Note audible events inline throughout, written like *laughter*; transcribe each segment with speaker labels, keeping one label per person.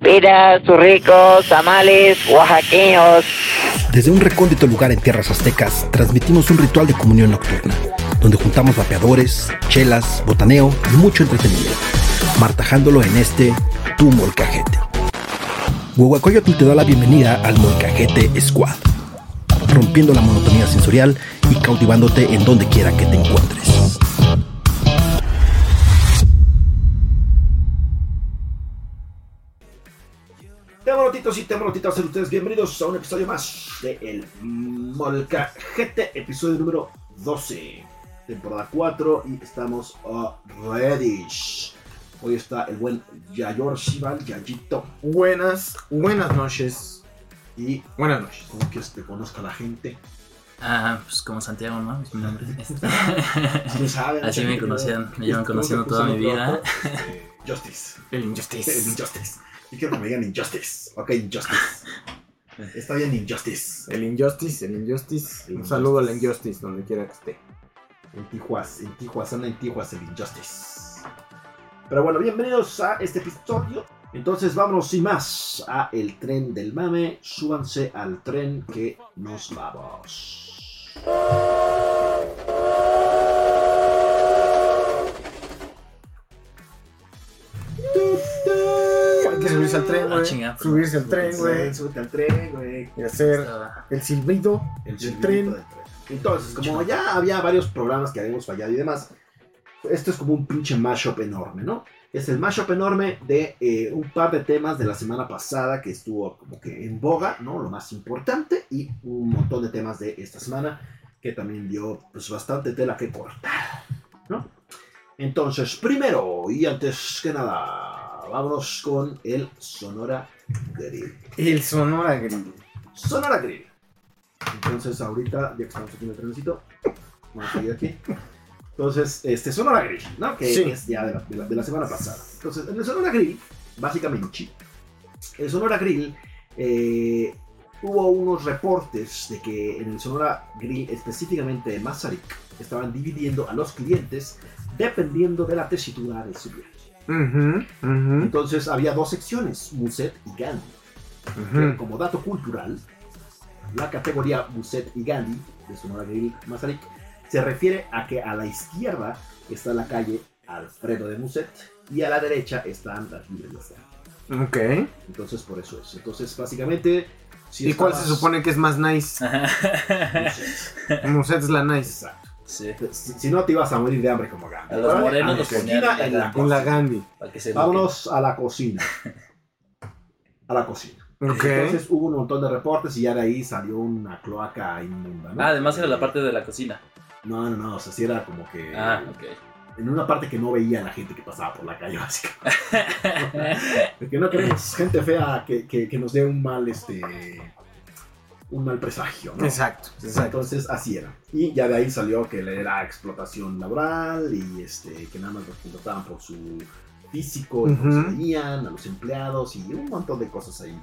Speaker 1: peras, ricos, tamales, oaxaqueños.
Speaker 2: Desde un recóndito lugar en tierras aztecas, transmitimos un ritual de comunión nocturna, donde juntamos vapeadores, chelas, botaneo y mucho entretenimiento, martajándolo en este Tu Molcajete. Huehuacoyotl te da la bienvenida al Molcajete Squad, rompiendo la monotonía sensorial y cautivándote en donde quiera que te encuentres.
Speaker 3: Temorotitos y temorotitas, sean ustedes bienvenidos a un episodio más de El Molcajete, episodio número 12, temporada 4, y estamos a Reddish. Hoy está el buen Yayor Shival, Yayito,
Speaker 4: Buenas, buenas noches.
Speaker 3: y
Speaker 4: Buenas noches.
Speaker 3: como que te conozca la gente.
Speaker 5: Ah, pues como Santiago, ¿no? Es mi nombre.
Speaker 3: *laughs*
Speaker 5: Este,
Speaker 3: Así, saben,
Speaker 5: Así me conocían, me llevan conociendo toda mi vida. *laughs*
Speaker 3: Eh, Justice.
Speaker 4: El
Speaker 3: El
Speaker 4: Injustice.
Speaker 3: Injustice. Yo quiero que me digan Injustice. Ok,
Speaker 5: *laughs*
Speaker 3: Injustice. Está bien Injustice.
Speaker 4: El Injustice, el Injustice.
Speaker 3: El
Speaker 4: Un saludo al
Speaker 3: Injustice.
Speaker 4: Injustice donde quiera que esté.
Speaker 3: En Tijuas, en Tijuas, anda en Tijuas el Injustice. Pero bueno, bienvenidos a este episodio. Entonces vámonos sin más a el tren del mame. Súbanse al tren que nos vamos.
Speaker 4: Hay que subirse al tren,
Speaker 5: Ah,
Speaker 4: güey.
Speaker 5: chinga, perdón.
Speaker 4: subirse al tren, güey.
Speaker 3: Súbete al tren, güey.
Speaker 4: Y hacer
Speaker 5: Estaba-
Speaker 4: el silbido
Speaker 3: El
Speaker 4: del
Speaker 3: silbidito
Speaker 4: tren.
Speaker 3: del tren. Entonces, como ya había varios programas que habíamos fallado y demás, esto es como un pinche mashup enorme, ¿no? Es el mashup enorme de eh, un par de temas de la semana pasada que estuvo como que en boga, ¿no? Lo más importante y un montón de temas de esta semana que también dio pues bastante tela que cortar, ¿no? Entonces, primero y antes que nada, vámonos con el Sonora Grill.
Speaker 4: El Sonora Grill.
Speaker 3: Sonora Grill. Entonces, ahorita, ya que estamos aquí en el trencito, vamos a ir aquí. Entonces, este, Sonora Grill, ¿no? Que
Speaker 4: Sí.
Speaker 3: es ya de la, de la- de la semana pasada. Entonces, en el Sonora Grill, básicamente, el Sonora Grill, eh, hubo unos reportes de que en el Sonora Grill, específicamente de Mazarik, estaban dividiendo a los clientes dependiendo de la tesitura de su viaje.
Speaker 4: Ujú, ujú,
Speaker 3: Entonces, había dos secciones, Muset y Gandhi que,
Speaker 4: ujú.
Speaker 3: como dato cultural, la categoría Buset y Gandhi de Sonora Grill Mazarik se refiere a que a la izquierda está la calle Alfredo de Muset y a la derecha están las librerías. de arte.
Speaker 4: Ok.
Speaker 3: Entonces, por eso es. Entonces, básicamente. Si
Speaker 4: ¿Y cuál se
Speaker 3: estabas- *laughs*
Speaker 4: supone que es más
Speaker 5: *laughs*
Speaker 4: nice?
Speaker 3: Buset,
Speaker 4: Muset es la nice.
Speaker 3: Exacto.
Speaker 5: sí,
Speaker 3: Si, si no, te ibas a morir de hambre como Gandhi.
Speaker 5: A los
Speaker 3: Órale,
Speaker 5: morenos
Speaker 3: a
Speaker 5: los
Speaker 3: la
Speaker 5: ponían
Speaker 3: esquina
Speaker 5: en
Speaker 3: en
Speaker 5: la
Speaker 3: la
Speaker 4: En la
Speaker 3: costa.
Speaker 4: Gandhi.
Speaker 5: para que se
Speaker 3: Vámonos a la cocina. A la cocina.
Speaker 4: Ok.
Speaker 3: Entonces hubo un montón de reportes y ya de ahí salió una cloaca inmunda. ¿no? Eh,
Speaker 5: Ah, además era la parte de la cocina.
Speaker 3: No, no, no, o sea, sí era como que
Speaker 5: Ah, ok.
Speaker 3: en una parte que no veía a la gente que pasaba por la calle, *laughs* básicamente. Porque no queremos gente fea que, que- que nos dé un mal, este, un mal presagio, ¿no?
Speaker 4: Exacto, exacto.
Speaker 3: Entonces, así era. Y ya de ahí salió que era explotación laboral y este, que nada más los contrataban por su físico, y no los
Speaker 4: Ujú.
Speaker 3: veían a los empleados y un montón de cosas ahí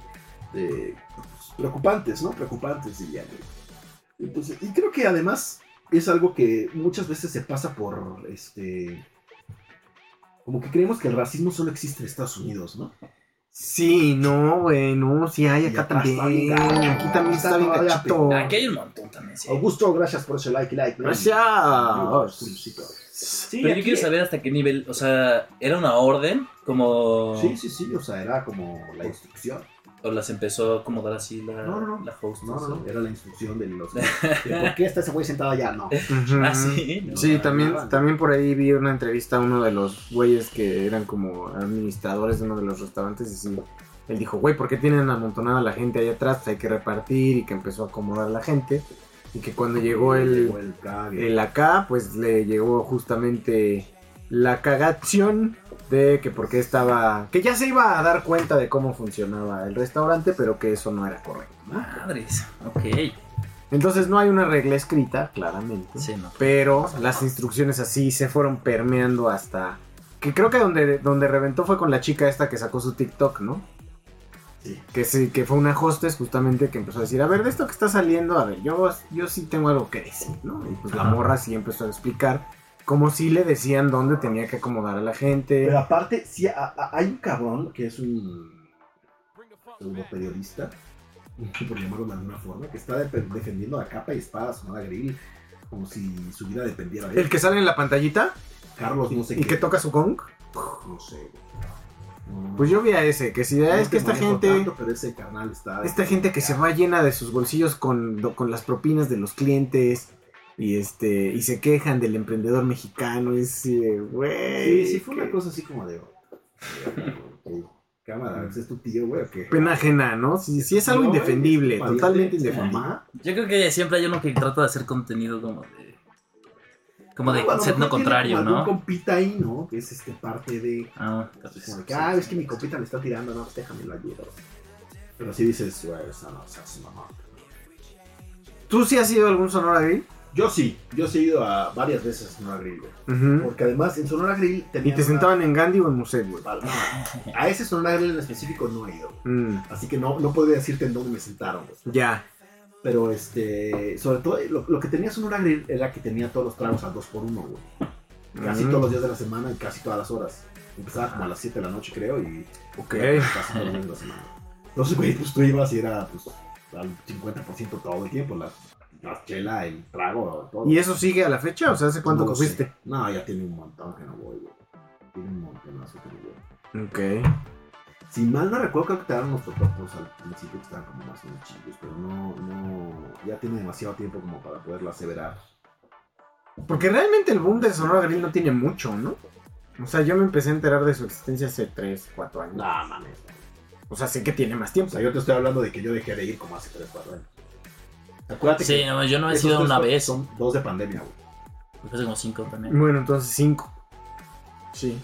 Speaker 3: eh, pues, preocupantes, ¿no? Preocupantes, diría yo. Entonces, y creo que además es algo que muchas veces se pasa por este. Como que creemos que el racismo solo existe en Estados Unidos, ¿no?
Speaker 4: Sí, no, güey, no, sí hay
Speaker 3: Y
Speaker 4: acá
Speaker 3: atrás está
Speaker 4: también.
Speaker 3: bien gacho.
Speaker 4: Aquí también
Speaker 3: Está
Speaker 4: está bien
Speaker 3: todavía
Speaker 4: gachito.
Speaker 5: Aquí hay un montón también, sí.
Speaker 3: Augusto, gracias por ese like, like. man. Sí,
Speaker 4: Gracias.
Speaker 3: sí,
Speaker 5: Pero
Speaker 3: aquí
Speaker 5: yo quiero
Speaker 3: es.
Speaker 5: saber hasta qué nivel, o sea, ¿era una orden? Como...
Speaker 3: Sí, sí, sí, o sea, era como la instrucción.
Speaker 5: ¿O las empezó a acomodar así la,
Speaker 3: No, no, no.
Speaker 5: la host?
Speaker 3: No,
Speaker 5: o
Speaker 3: no,
Speaker 5: sea?
Speaker 3: no, era la instrucción de
Speaker 4: *laughs*
Speaker 3: los. de ¿Por qué está ese güey sentado allá? No.
Speaker 4: Ujú.
Speaker 5: Ah, sí. no.
Speaker 4: Sí,
Speaker 3: Ah,
Speaker 4: también,
Speaker 3: vale.
Speaker 4: también por ahí vi una entrevista a uno de los güeyes que eran como administradores de uno de los restaurantes y sí, él dijo, güey, ¿por qué tienen amontonada a la gente ahí atrás? Pues hay que repartir y que empezó a acomodar a la gente y que cuando llegó el,
Speaker 3: cable.
Speaker 4: el acá, pues le llegó justamente la cagación de que porque estaba, que ya se iba a dar cuenta de cómo funcionaba el restaurante, pero que eso no era correcto. ¿no?
Speaker 5: Madres. Ok.
Speaker 4: Entonces no hay una regla escrita, claramente
Speaker 5: Sí, no.
Speaker 4: pero las instrucciones así se fueron permeando hasta que creo que donde, donde reventó fue con la chica esta que sacó su TikTok, ¿no?
Speaker 3: Sí.
Speaker 4: Que sí, que fue una hostess justamente que empezó a decir, a ver, de esto que está saliendo, a ver, yo, yo sí tengo algo que decir, ¿no? Y pues la
Speaker 3: Ajá.
Speaker 4: morra sí empezó a explicar como si le decían dónde tenía que acomodar a la gente.
Speaker 3: Pero aparte, sí, a- a- hay un cabrón que es un. pseudo periodista, *laughs* por llamarlo de alguna forma, que está de- defendiendo a capa y espada a Sonora Grill como si su vida dependiera de él.
Speaker 4: El que sale en la pantallita
Speaker 3: Carlos no sé
Speaker 4: y
Speaker 3: qué.
Speaker 4: que toca su gong.
Speaker 3: No sé. No, no,
Speaker 4: Pues
Speaker 3: no.
Speaker 4: yo vi a ese, que si "Ah,
Speaker 3: No
Speaker 4: es que
Speaker 3: te
Speaker 4: esta
Speaker 3: manejo
Speaker 4: gente,
Speaker 3: Este tanto, pero ese carnal está. "Ah,
Speaker 4: esta gente que se va llena de sus bolsillos con, do- con las propinas de los clientes y este y se quejan del emprendedor mexicano, y es así de, güey.
Speaker 3: Sí, sí, fue una
Speaker 4: qué
Speaker 3: cosa así como de. "Ey, Cámara, ¿ese es tu tío, güey, o qué?
Speaker 4: Mm. Pena ajena, ¿no? Sí, sí es algo
Speaker 3: No,
Speaker 4: indefendible,
Speaker 3: es tu pariente,
Speaker 4: totalmente
Speaker 3: es tu
Speaker 4: indefendible.
Speaker 3: mamá.
Speaker 5: Yo creo que siempre hay uno que trata de hacer contenido como de. Como de
Speaker 3: No, Ah, a lo
Speaker 5: concepto
Speaker 3: mejor tiene
Speaker 5: contrario,
Speaker 3: como algún
Speaker 5: ¿no?
Speaker 3: compita ahí, ¿no? Que es este parte de.
Speaker 5: Ah,
Speaker 3: Como que, ah, es que mi compita le está tirando, no, pues déjame lo ayudo. Pero si dices, güey, esa no, esa es mamá.
Speaker 4: ¿Tú sí has ido a algún Sonora Grill?
Speaker 3: Yo sí, yo sí he ido a varias veces a Sonora Grill, güey.
Speaker 4: Ujú.
Speaker 3: Porque además en Sonora Grill
Speaker 4: Y
Speaker 3: tenían
Speaker 4: te
Speaker 3: una-
Speaker 4: sentaban en Gandhi o en Muset, güey.
Speaker 3: No, a ese Sonora Grill en específico no he ido.
Speaker 4: Mm,
Speaker 3: Así que no, no puedo decirte en dónde me sentaron, güey.
Speaker 4: ya.
Speaker 3: Pero este, sobre todo, lo, lo que tenía Sonora Grill era que tenía todos los tragos al 2x1, güey. Casi
Speaker 4: Mm,
Speaker 3: todos los días de la semana y casi todas las horas. Empezaba como a las 7 de la noche, creo, y
Speaker 4: Ok.
Speaker 3: casi todos los días de la semana. Entonces, güey, pues tú ibas y era pues, al 50% todo el tiempo, la, la chela, el trago, todo.
Speaker 4: ¿Y eso sigue a la fecha? O sea, ¿hace cuánto
Speaker 3: No
Speaker 4: que
Speaker 3: lo sé.
Speaker 4: fuiste?
Speaker 3: No, ya tiene un montón que no voy, güey. Tiene un montón que no voy.
Speaker 4: Ok.
Speaker 3: Si mal no recuerdo, creo que te daban unos totopos al principio que estaban como más chicos, pero no, no, ya tiene demasiado tiempo como para poderlo aseverar.
Speaker 4: Porque realmente el boom de Sonora Grill no tiene mucho, ¿no? O sea, yo me empecé a enterar de su existencia hace 3, 4 años.
Speaker 3: No, mames.
Speaker 4: O sea, sé que tiene más
Speaker 3: O
Speaker 4: tiempo.
Speaker 3: sea, yo te estoy hablando de que yo dejé de ir como hace 3, 4 años. Acuérdate
Speaker 5: Sí,
Speaker 3: que
Speaker 5: no, yo no he
Speaker 3: esos
Speaker 5: sido
Speaker 3: tres,
Speaker 5: una
Speaker 3: cuatro
Speaker 5: vez.
Speaker 3: Son dos de pandemia, güey.
Speaker 5: Me parece como cinco también.
Speaker 4: Bueno, entonces 5. Sí.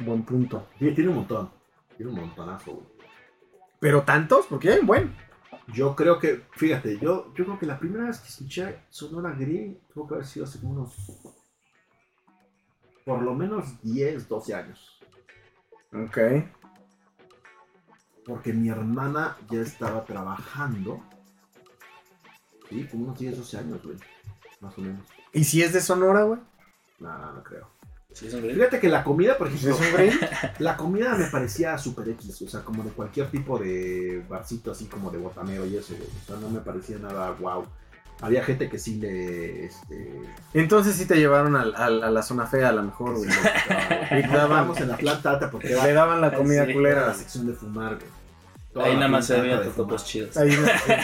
Speaker 4: Buen punto.
Speaker 3: Sí, tiene un montón. Tiene un montonazo, güey.
Speaker 4: ¿Pero tantos? Porque hay un buen.
Speaker 3: Yo creo que, fíjate, yo, yo creo que la primera vez que escuché Sonora Grill tuvo que haber sido hace como unos, por lo menos 10, 12 años.
Speaker 4: Ok.
Speaker 3: porque mi hermana ya estaba trabajando. Sí, como unos 10, 12 años, güey. Más o menos.
Speaker 4: ¿Y si es de Sonora, güey?
Speaker 3: No, no, no creo.
Speaker 5: Sí, es un grill.
Speaker 3: Fíjate que la comida, por
Speaker 4: Pues
Speaker 3: ejemplo,
Speaker 4: es un grill.
Speaker 3: la comida me parecía super X, o sea, como de cualquier tipo de barcito, así como de botanero y eso, güey. O sea, no me parecía nada wow. Había gente que sí le. Este,
Speaker 4: Entonces sí te llevaron al- al- a la zona fea, a lo mejor,
Speaker 3: que sí
Speaker 4: güey.
Speaker 3: le gustaba, güey.
Speaker 4: Y daban-
Speaker 3: Estábamos en la planta alta porque
Speaker 4: *laughs* Le
Speaker 3: era
Speaker 4: daban la comida
Speaker 5: Sí,
Speaker 3: era
Speaker 4: culera.
Speaker 3: la sección de fumar, güey. Toda
Speaker 5: Ahí
Speaker 3: la
Speaker 5: nada más se
Speaker 3: planta
Speaker 5: veían
Speaker 3: de fumar.
Speaker 5: totopos chidos.
Speaker 4: Ahí,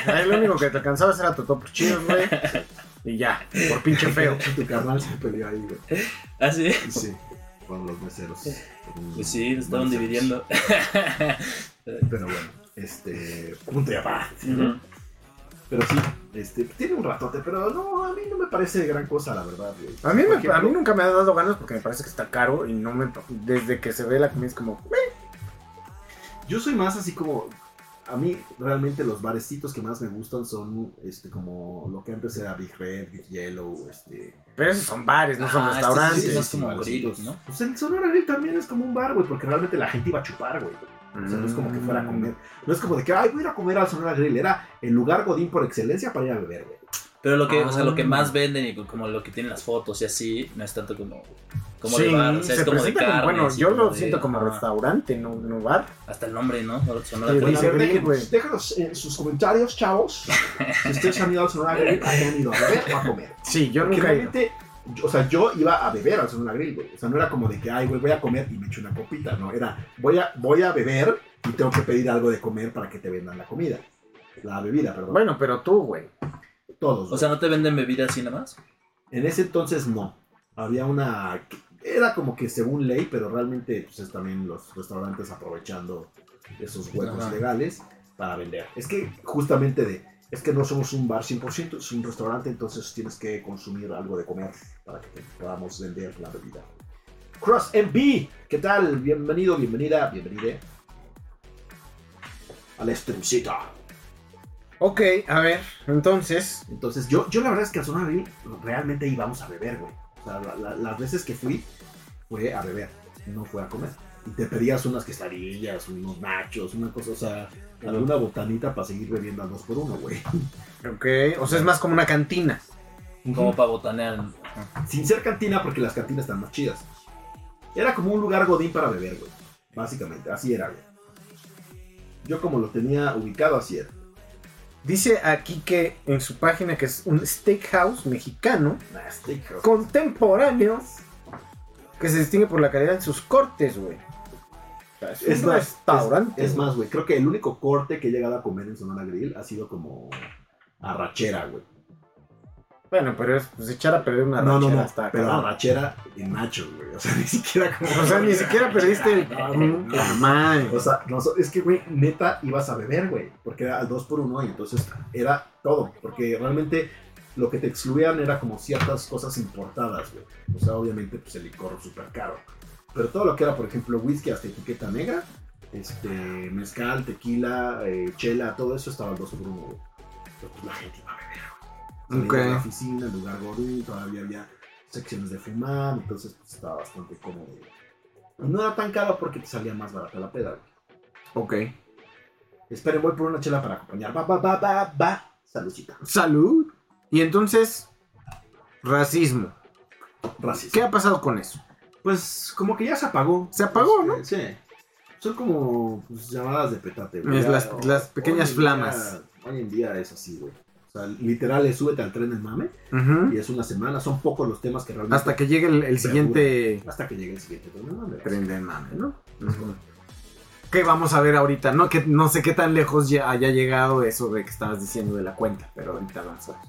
Speaker 4: ahí lo único que te alcanzabas era totopos chidos, güey. Y ya, por pinche feo.
Speaker 3: *laughs* Tu carnal se peleó ahí, güey.
Speaker 5: Ah, sí.
Speaker 3: Sí, con los meseros. Con
Speaker 5: Pues sí,
Speaker 3: los
Speaker 5: nos estaban
Speaker 3: meseros.
Speaker 5: dividiendo.
Speaker 3: Pero bueno, este. Punto y aparte.
Speaker 5: *laughs* Ujú.
Speaker 3: Pero sí, este, tiene un ratote, pero no, a mí no me parece gran cosa, la verdad. güey.
Speaker 4: A mí,
Speaker 3: Por
Speaker 4: me,
Speaker 3: ejemplo,
Speaker 4: a mí nunca me ha dado ganas porque me parece que está caro y no me. Desde que se ve la comida es como. "Meh".
Speaker 3: Yo soy más así como. A mí realmente los barecitos que más me gustan son este como lo que antes era Big Red, Big Yellow, este.
Speaker 4: Pero esos son bares, no son
Speaker 5: Ah, este sí,
Speaker 4: restaurantes.
Speaker 5: sí, más como
Speaker 3: barecitos.
Speaker 5: grill, ¿no?
Speaker 3: Pues el Sonora Grill también es como un bar, güey, porque realmente la gente iba a chupar, güey. O sea, no es como que
Speaker 4: Mm.
Speaker 3: fuera a comer. No es como de que, ay, voy a ir a comer al Sonora Grill. Era el lugar Godín por excelencia para ir a beber, güey.
Speaker 5: Pero lo que, o sea, lo que
Speaker 4: Ah.
Speaker 5: más venden y como lo que tienen las fotos y así, no es tanto como, como
Speaker 4: Sí,
Speaker 5: de bar, o sea,
Speaker 4: se
Speaker 5: es como de
Speaker 4: presenta
Speaker 5: carne.
Speaker 4: como- bueno,
Speaker 5: así
Speaker 4: yo lo
Speaker 5: de-
Speaker 4: siento como
Speaker 5: ah,
Speaker 4: restaurante, no, no bar.
Speaker 5: Hasta el nombre, ¿no? No, Sonora
Speaker 4: Sí,
Speaker 5: Grill.
Speaker 3: Bueno, a ver,
Speaker 4: Grill,
Speaker 3: dejen-
Speaker 5: pues.
Speaker 4: güey.
Speaker 3: déjanos en sus comentarios,
Speaker 5: *laughs*
Speaker 3: chavos, si ustedes han ido al Sonora Grill, ¿a qué han ido a beber o a comer?
Speaker 4: Sí, yo
Speaker 3: Porque
Speaker 4: nunca he ido.
Speaker 3: realmente, yo- o sea, yo iba a beber al Sonora Grill, güey. O sea, no era como de que, ay, güey, voy a comer y me echo una copita, no. Era, voy a, voy a beber y tengo que pedir algo de comer para que te vendan la comida. La bebida, perdón.
Speaker 4: Bueno, pero tú, güey.
Speaker 3: Todos.
Speaker 5: O sea, ¿no te venden bebida así nada más?
Speaker 3: En ese entonces no. Había una. Era como que según ley, pero realmente pues, es también los restaurantes aprovechando esos huecos
Speaker 5: Ajá.
Speaker 3: legales para vender. Es que justamente de. Es que no somos un bar 100%, es un restaurante, entonces tienes que consumir algo de comer para que te podamos vender la bebida. Cross MB, ¿qué tal? Bienvenido, bienvenida, bienvenida a la streamcita.
Speaker 4: Ok, a ver, entonces.
Speaker 3: Entonces, yo, yo la verdad es que al Sonora Grill realmente íbamos a beber, güey. O sea, la- la- las veces que fui, fue a beber, no fue a comer. Y te pedías unas quesadillas, unos nachos, una cosa, o sea, alguna botanita para seguir bebiendo a dos por uno, güey.
Speaker 4: Ok, o sea, es más como una cantina.
Speaker 5: Como para botanear.
Speaker 3: Sin ser cantina, porque las cantinas están más chidas. Era como un lugar godín para beber, güey. Básicamente, así era, güey. Yo como lo tenía ubicado así era.
Speaker 4: Dice aquí que en su página que es un steakhouse mexicano
Speaker 3: Nah, este Steakhouse.
Speaker 4: contemporáneo que se distingue por la calidad de sus cortes, güey. O sea, Es,
Speaker 3: Es
Speaker 4: un
Speaker 3: más,
Speaker 4: restaurante.
Speaker 3: Es más, güey, creo que el único corte que he llegado a comer en Sonora Grill ha sido como arrachera, güey.
Speaker 4: Bueno, pero es pues, echar a perder una
Speaker 3: No, no,
Speaker 4: ranchera
Speaker 3: no,
Speaker 4: está
Speaker 3: pero
Speaker 4: cabrón.
Speaker 3: arrachera en nachos, güey. O sea, *laughs* ni siquiera como...
Speaker 4: O sea, ni siquiera perdiste *laughs* el.
Speaker 3: no.
Speaker 4: La madre.
Speaker 3: O sea, no, so- es que, güey, neta ibas a beber, güey, porque era al 2 por 1 y entonces era todo, porque realmente lo que te excluían era como ciertas cosas importadas, güey. O sea, obviamente, pues el licor súper caro. Pero todo lo que era, por ejemplo, whisky hasta etiqueta negra, este, mezcal, tequila, eh, chela, todo eso estaba al 2 por 1, güey. Pero pues la gente iba a beber, güey.
Speaker 4: Ok.
Speaker 3: Salía de La oficina, el lugar godín, todavía había secciones de fumar, entonces pues, estaba bastante cómodo, güey. Y no era tan caro porque te salía más barata la peda, güey.
Speaker 4: Ok.
Speaker 3: Esperen, voy por una chela para acompañar. Va, va, va, va, va. Saludcita.
Speaker 4: Salud. Y entonces. Racismo.
Speaker 3: Racista.
Speaker 4: ¿Qué ha pasado con eso?
Speaker 3: Pues como que ya se apagó.
Speaker 4: Se apagó, ¿no?
Speaker 3: Eh, Sí. Son como pues, llamadas de petate,
Speaker 4: Es
Speaker 3: Ya,
Speaker 4: las-
Speaker 3: o-
Speaker 4: las pequeñas
Speaker 3: hoy en
Speaker 4: flamas.
Speaker 3: día- hoy en día es así, güey. O sea, literal, es súbete al tren del mame
Speaker 4: Ujú.
Speaker 3: y es una semana. Son pocos los temas que realmente.
Speaker 4: Hasta que llegue el, el siguiente.
Speaker 3: Hasta que llegue el siguiente tren del mame.
Speaker 4: Tren del mame, ¿no? Ujú. ¿Qué vamos a ver ahorita? No, que, no sé qué tan lejos ya haya llegado eso de que estabas diciendo de la cuenta, pero ahorita vamos a ver.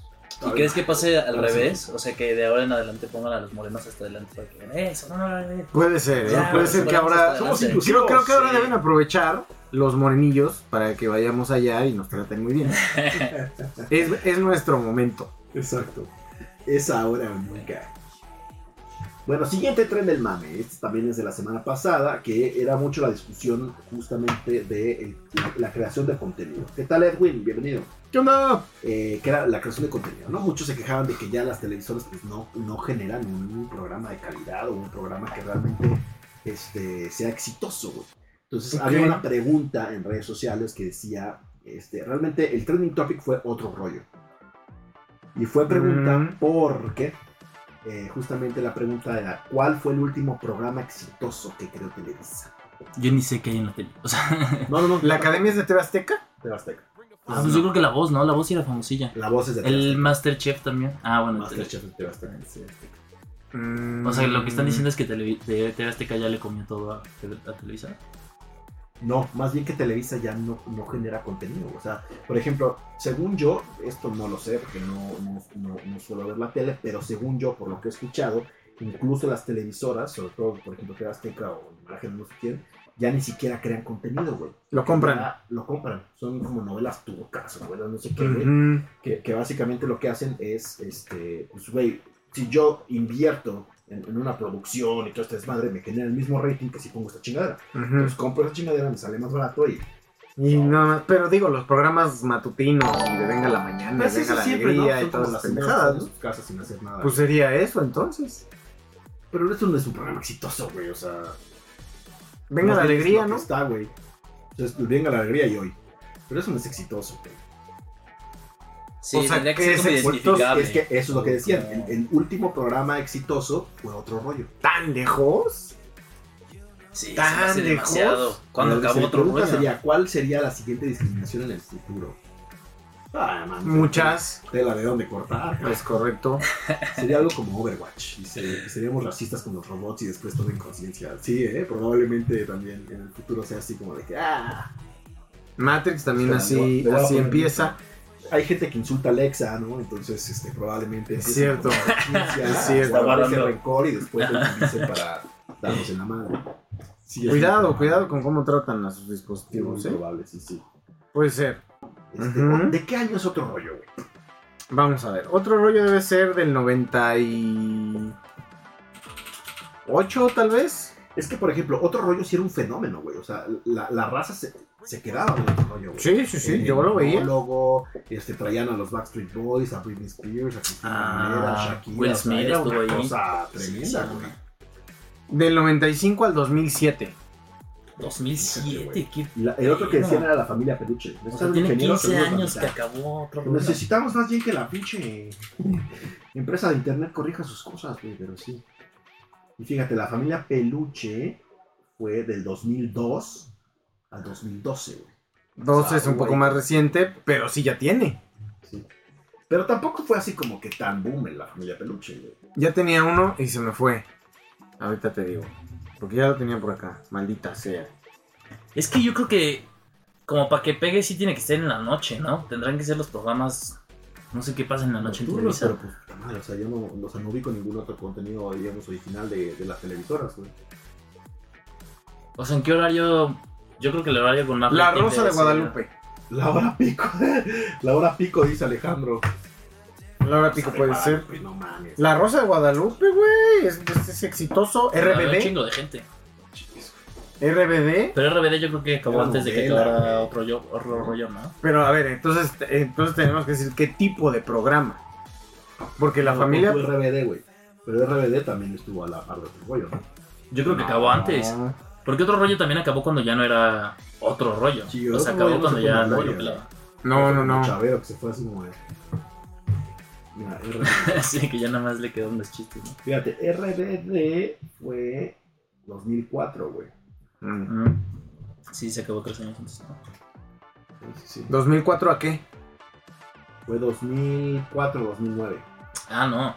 Speaker 5: ¿Y crees que pase al
Speaker 3: Ahora sí.
Speaker 5: revés? O sea, que de ahora en adelante pongan a los morenos hasta adelante para que vean, ¡eh, Sonora, eh".
Speaker 4: Puede ser, ¿eh?
Speaker 5: Ya,
Speaker 4: puede ser que ahora.
Speaker 5: Somos
Speaker 4: Creo-
Speaker 3: inclusivos,
Speaker 4: creo que ahora
Speaker 5: sí.
Speaker 4: deben aprovechar los morenillos para que vayamos allá y nos traten muy bien. es, es nuestro momento.
Speaker 3: Exacto. Es ahora o nunca. Bueno, siguiente tren del mame. Este también es de la semana pasada, que era mucho la discusión justamente de el- la, la creación de contenido. ¿Qué tal, Edwin? Bienvenido.
Speaker 4: ¿Qué onda?
Speaker 3: Eh, que era la creación de contenido, ¿no? Muchos se quejaban de que ya las televisoras pues, no, no generan un, un programa de calidad o un programa que realmente este, sea exitoso, güey. Entonces
Speaker 4: Ok.
Speaker 3: había una pregunta en redes sociales que decía, este, realmente el trending topic fue otro rollo. Y fue pregunta
Speaker 4: Mm.
Speaker 3: porque eh, justamente la pregunta era, ¿cuál fue el último programa exitoso que creó Televisa?
Speaker 5: Yo ni sé qué hay en la tele. O sea,
Speaker 3: No, no, no.
Speaker 4: ¿La academia es de TV Azteca?
Speaker 3: de Azteca.
Speaker 5: ah, pues yo creo que la voz, ¿no? La voz sí era famosilla.
Speaker 3: La voz es de
Speaker 5: El
Speaker 3: Azteca.
Speaker 5: Masterchef también. Ah, bueno,
Speaker 3: Masterchef es de Azteca.
Speaker 5: tele- O sea, lo
Speaker 4: Mm.
Speaker 5: que están diciendo es que Tele- de- TV Azteca ya le comió todo a, a Televisa.
Speaker 3: No, más bien que Televisa ya no, no genera contenido. O sea, por ejemplo, según yo, esto no lo sé porque no, no, no- no suelo ver la tele, pero según yo, por lo que he escuchado, incluso las televisoras, sobre todo, por ejemplo, TV Azteca o Imagen, no sé quién, ya ni siquiera crean contenido, güey.
Speaker 4: Lo compran.
Speaker 3: Ya Lo compran. Son como novelas turcas, novelas no sé qué, güey
Speaker 4: Ujú.
Speaker 3: que, que básicamente lo que hacen es, este, pues, güey, si yo invierto en, en una producción y todo este desmadre, me genera el mismo rating que si pongo esta chingadera.
Speaker 4: Ujú.
Speaker 3: Pues compro esta chingadera, me sale más barato y...
Speaker 4: Y nada más, pero digo, los programas matutinos y de Venga la Mañana,
Speaker 3: Pues
Speaker 4: Venga
Speaker 3: eso
Speaker 4: la
Speaker 3: siempre, ¿no?
Speaker 4: Alegría
Speaker 3: Son
Speaker 4: y todas
Speaker 3: como
Speaker 4: las
Speaker 3: las señoras
Speaker 4: pendejadas,
Speaker 3: en
Speaker 4: ¿no?
Speaker 3: sus casas sin hacer nada.
Speaker 4: Pues sería eso entonces.
Speaker 3: pero esto no es un programa exitoso, güey, o sea...
Speaker 4: Venga
Speaker 3: más bien es lo
Speaker 4: la Alegría,
Speaker 3: que
Speaker 4: ¿no?
Speaker 3: Está, güey. Entonces, venga la alegría y hoy. Pero eso no es exitoso, güey.
Speaker 5: Sí,
Speaker 4: O sea,
Speaker 5: tendría que
Speaker 4: que
Speaker 5: ser como
Speaker 4: es-
Speaker 5: identificable.
Speaker 3: Es que eso es lo que decían.
Speaker 5: Como-
Speaker 3: El, el último programa exitoso fue otro rollo.
Speaker 4: ¿Tan lejos?
Speaker 5: Sí,
Speaker 4: Tan
Speaker 5: se me hace
Speaker 4: lejos.
Speaker 5: demasiado. Cuando
Speaker 3: Pero si
Speaker 5: acabó
Speaker 3: la
Speaker 5: otro
Speaker 3: pregunta
Speaker 5: rollo.
Speaker 3: sería, ¿cuál sería la siguiente discriminación en el futuro? Ah, man,
Speaker 4: Muchas.
Speaker 3: Tela de dónde cortar.
Speaker 4: Es correcto.
Speaker 3: Sería algo como Overwatch. Dice, seríamos racistas con los robots y después tomen conciencia. Sí, ¿eh? probablemente también en el futuro sea así como de que, ah,
Speaker 4: Matrix también
Speaker 3: Espera, le voy-
Speaker 4: así,
Speaker 3: le voy a
Speaker 4: así
Speaker 3: poner-
Speaker 4: empieza.
Speaker 3: hay gente que insulta a Alexa, ¿no? Entonces, este, probablemente...
Speaker 4: Es
Speaker 3: empiecen
Speaker 4: cierto.
Speaker 3: a tomar conciencia,
Speaker 4: Es cierto.
Speaker 3: a guardar ese
Speaker 5: Está
Speaker 3: rencor y después lo utilicen para darnos en la madre. Sí, es
Speaker 4: Cuidado,
Speaker 3: muy
Speaker 4: cuidado con cómo tratan a sus
Speaker 3: probable, muy
Speaker 4: dispositivos, ¿eh?
Speaker 3: probable, sí, sí.
Speaker 4: Puede ser.
Speaker 3: Este,
Speaker 4: Ujú.
Speaker 3: ¿De qué año es otro rollo, güey?
Speaker 4: Vamos a ver. Otro rollo debe ser del 98, tal vez.
Speaker 3: Es que, por ejemplo, otro rollo sí era un fenómeno, güey. O sea, la, la raza se, se quedaba con otro rollo, güey.
Speaker 4: Sí, sí, sí,
Speaker 3: El-
Speaker 4: Eh, yo lo
Speaker 3: el
Speaker 4: veía.
Speaker 3: monólogo, este, traían a los Backstreet Boys, a Britney Spears, a Cristina
Speaker 5: Ah,
Speaker 3: Aguilera, a Shakira.
Speaker 5: Will
Speaker 3: o sea,
Speaker 5: Smith
Speaker 3: era
Speaker 5: estuvo
Speaker 3: una
Speaker 5: ahí.
Speaker 3: cosa
Speaker 5: Sí,
Speaker 3: tremenda,
Speaker 5: sí,
Speaker 3: güey.
Speaker 4: Del 95 al 2007.
Speaker 5: 2007, qué.
Speaker 3: Y la- el otro que
Speaker 5: No.
Speaker 3: decían era la familia Peluche.
Speaker 5: O sea,
Speaker 3: Están
Speaker 5: tiene
Speaker 3: ingenieros
Speaker 5: 15
Speaker 3: seguro,
Speaker 5: años que
Speaker 3: mamita.
Speaker 5: acabó otro rollo.
Speaker 3: Necesitamos más bien que la pinche empresa de internet corrija sus cosas, güey, pero sí. Y fíjate, la familia Peluche fue del 2002 al 2012, güey.
Speaker 4: Dos
Speaker 3: Sabe,
Speaker 4: es un poco
Speaker 3: güey.
Speaker 4: más reciente, pero sí ya tiene.
Speaker 3: Sí. Pero tampoco fue así como que tan boom en la familia peluche, güey.
Speaker 4: Ya tenía uno y se me fue. Ahorita te digo. Porque ya lo tenía por acá. Maldita sea.
Speaker 5: Es que yo creo que como para que pegue sí tiene que ser en la noche, ¿no? Tendrán que ser los programas, no sé qué pasa en la noche en
Speaker 3: Nocturnos,
Speaker 5: Televisa.
Speaker 3: pero pues, puta madre, o sea, yo no, o sea, no ubico ningún otro contenido, digamos, original de, de las televisoras, güey.
Speaker 5: O sea, ¿en qué horario? Yo creo que el horario con más...
Speaker 4: La
Speaker 5: rating
Speaker 4: Rosa de
Speaker 5: debe ser-
Speaker 4: Guadalupe.
Speaker 3: La hora pico, *laughs* la hora pico, dice Alejandro.
Speaker 4: La hora pico
Speaker 3: Ay,
Speaker 4: puede
Speaker 3: madre,
Speaker 4: ser.
Speaker 3: güey, No mames.
Speaker 4: La Rosa de Guadalupe, güey. Es, es- es exitoso.
Speaker 5: La veo Un
Speaker 4: RBD.
Speaker 5: chingo de gente.
Speaker 4: RBD.
Speaker 5: Pero RBD yo creo que acabó
Speaker 3: Era
Speaker 5: antes de que
Speaker 3: novela,
Speaker 5: acabara
Speaker 3: güey.
Speaker 5: otro, yo- otro rollo, ¿no?
Speaker 4: Pero a ver, entonces, entonces tenemos que decir qué tipo de programa. Porque la
Speaker 3: No,
Speaker 4: familia.
Speaker 3: fue RBD, güey. Pero RBD también estuvo a la par de otro rollo, ¿no?
Speaker 5: Yo creo que acabó
Speaker 4: No.
Speaker 5: antes. Porque otro rollo también acabó cuando ya no era otro rollo.
Speaker 3: Sí,
Speaker 5: o sea,
Speaker 3: otro rollo
Speaker 5: acabó
Speaker 3: no
Speaker 5: cuando
Speaker 3: se
Speaker 5: ya
Speaker 3: pone
Speaker 5: nadie
Speaker 3: rollo,
Speaker 5: lo pelaba.
Speaker 4: No,
Speaker 3: Fue
Speaker 4: no,
Speaker 3: como
Speaker 4: no.
Speaker 3: Chavero que se fue así como de- Mira, RBD.
Speaker 5: *laughs* Sí, que ya nada más le quedaron los chistes, ¿no?
Speaker 3: Fíjate, RBD fue 2004, güey.
Speaker 4: Mm.
Speaker 5: Mm. Sí, se acabó tres años antes. ¿no?
Speaker 3: Sí, sí, sí.
Speaker 4: ¿2004 a qué?
Speaker 3: Fue 2004, 2009.
Speaker 5: Ah, no.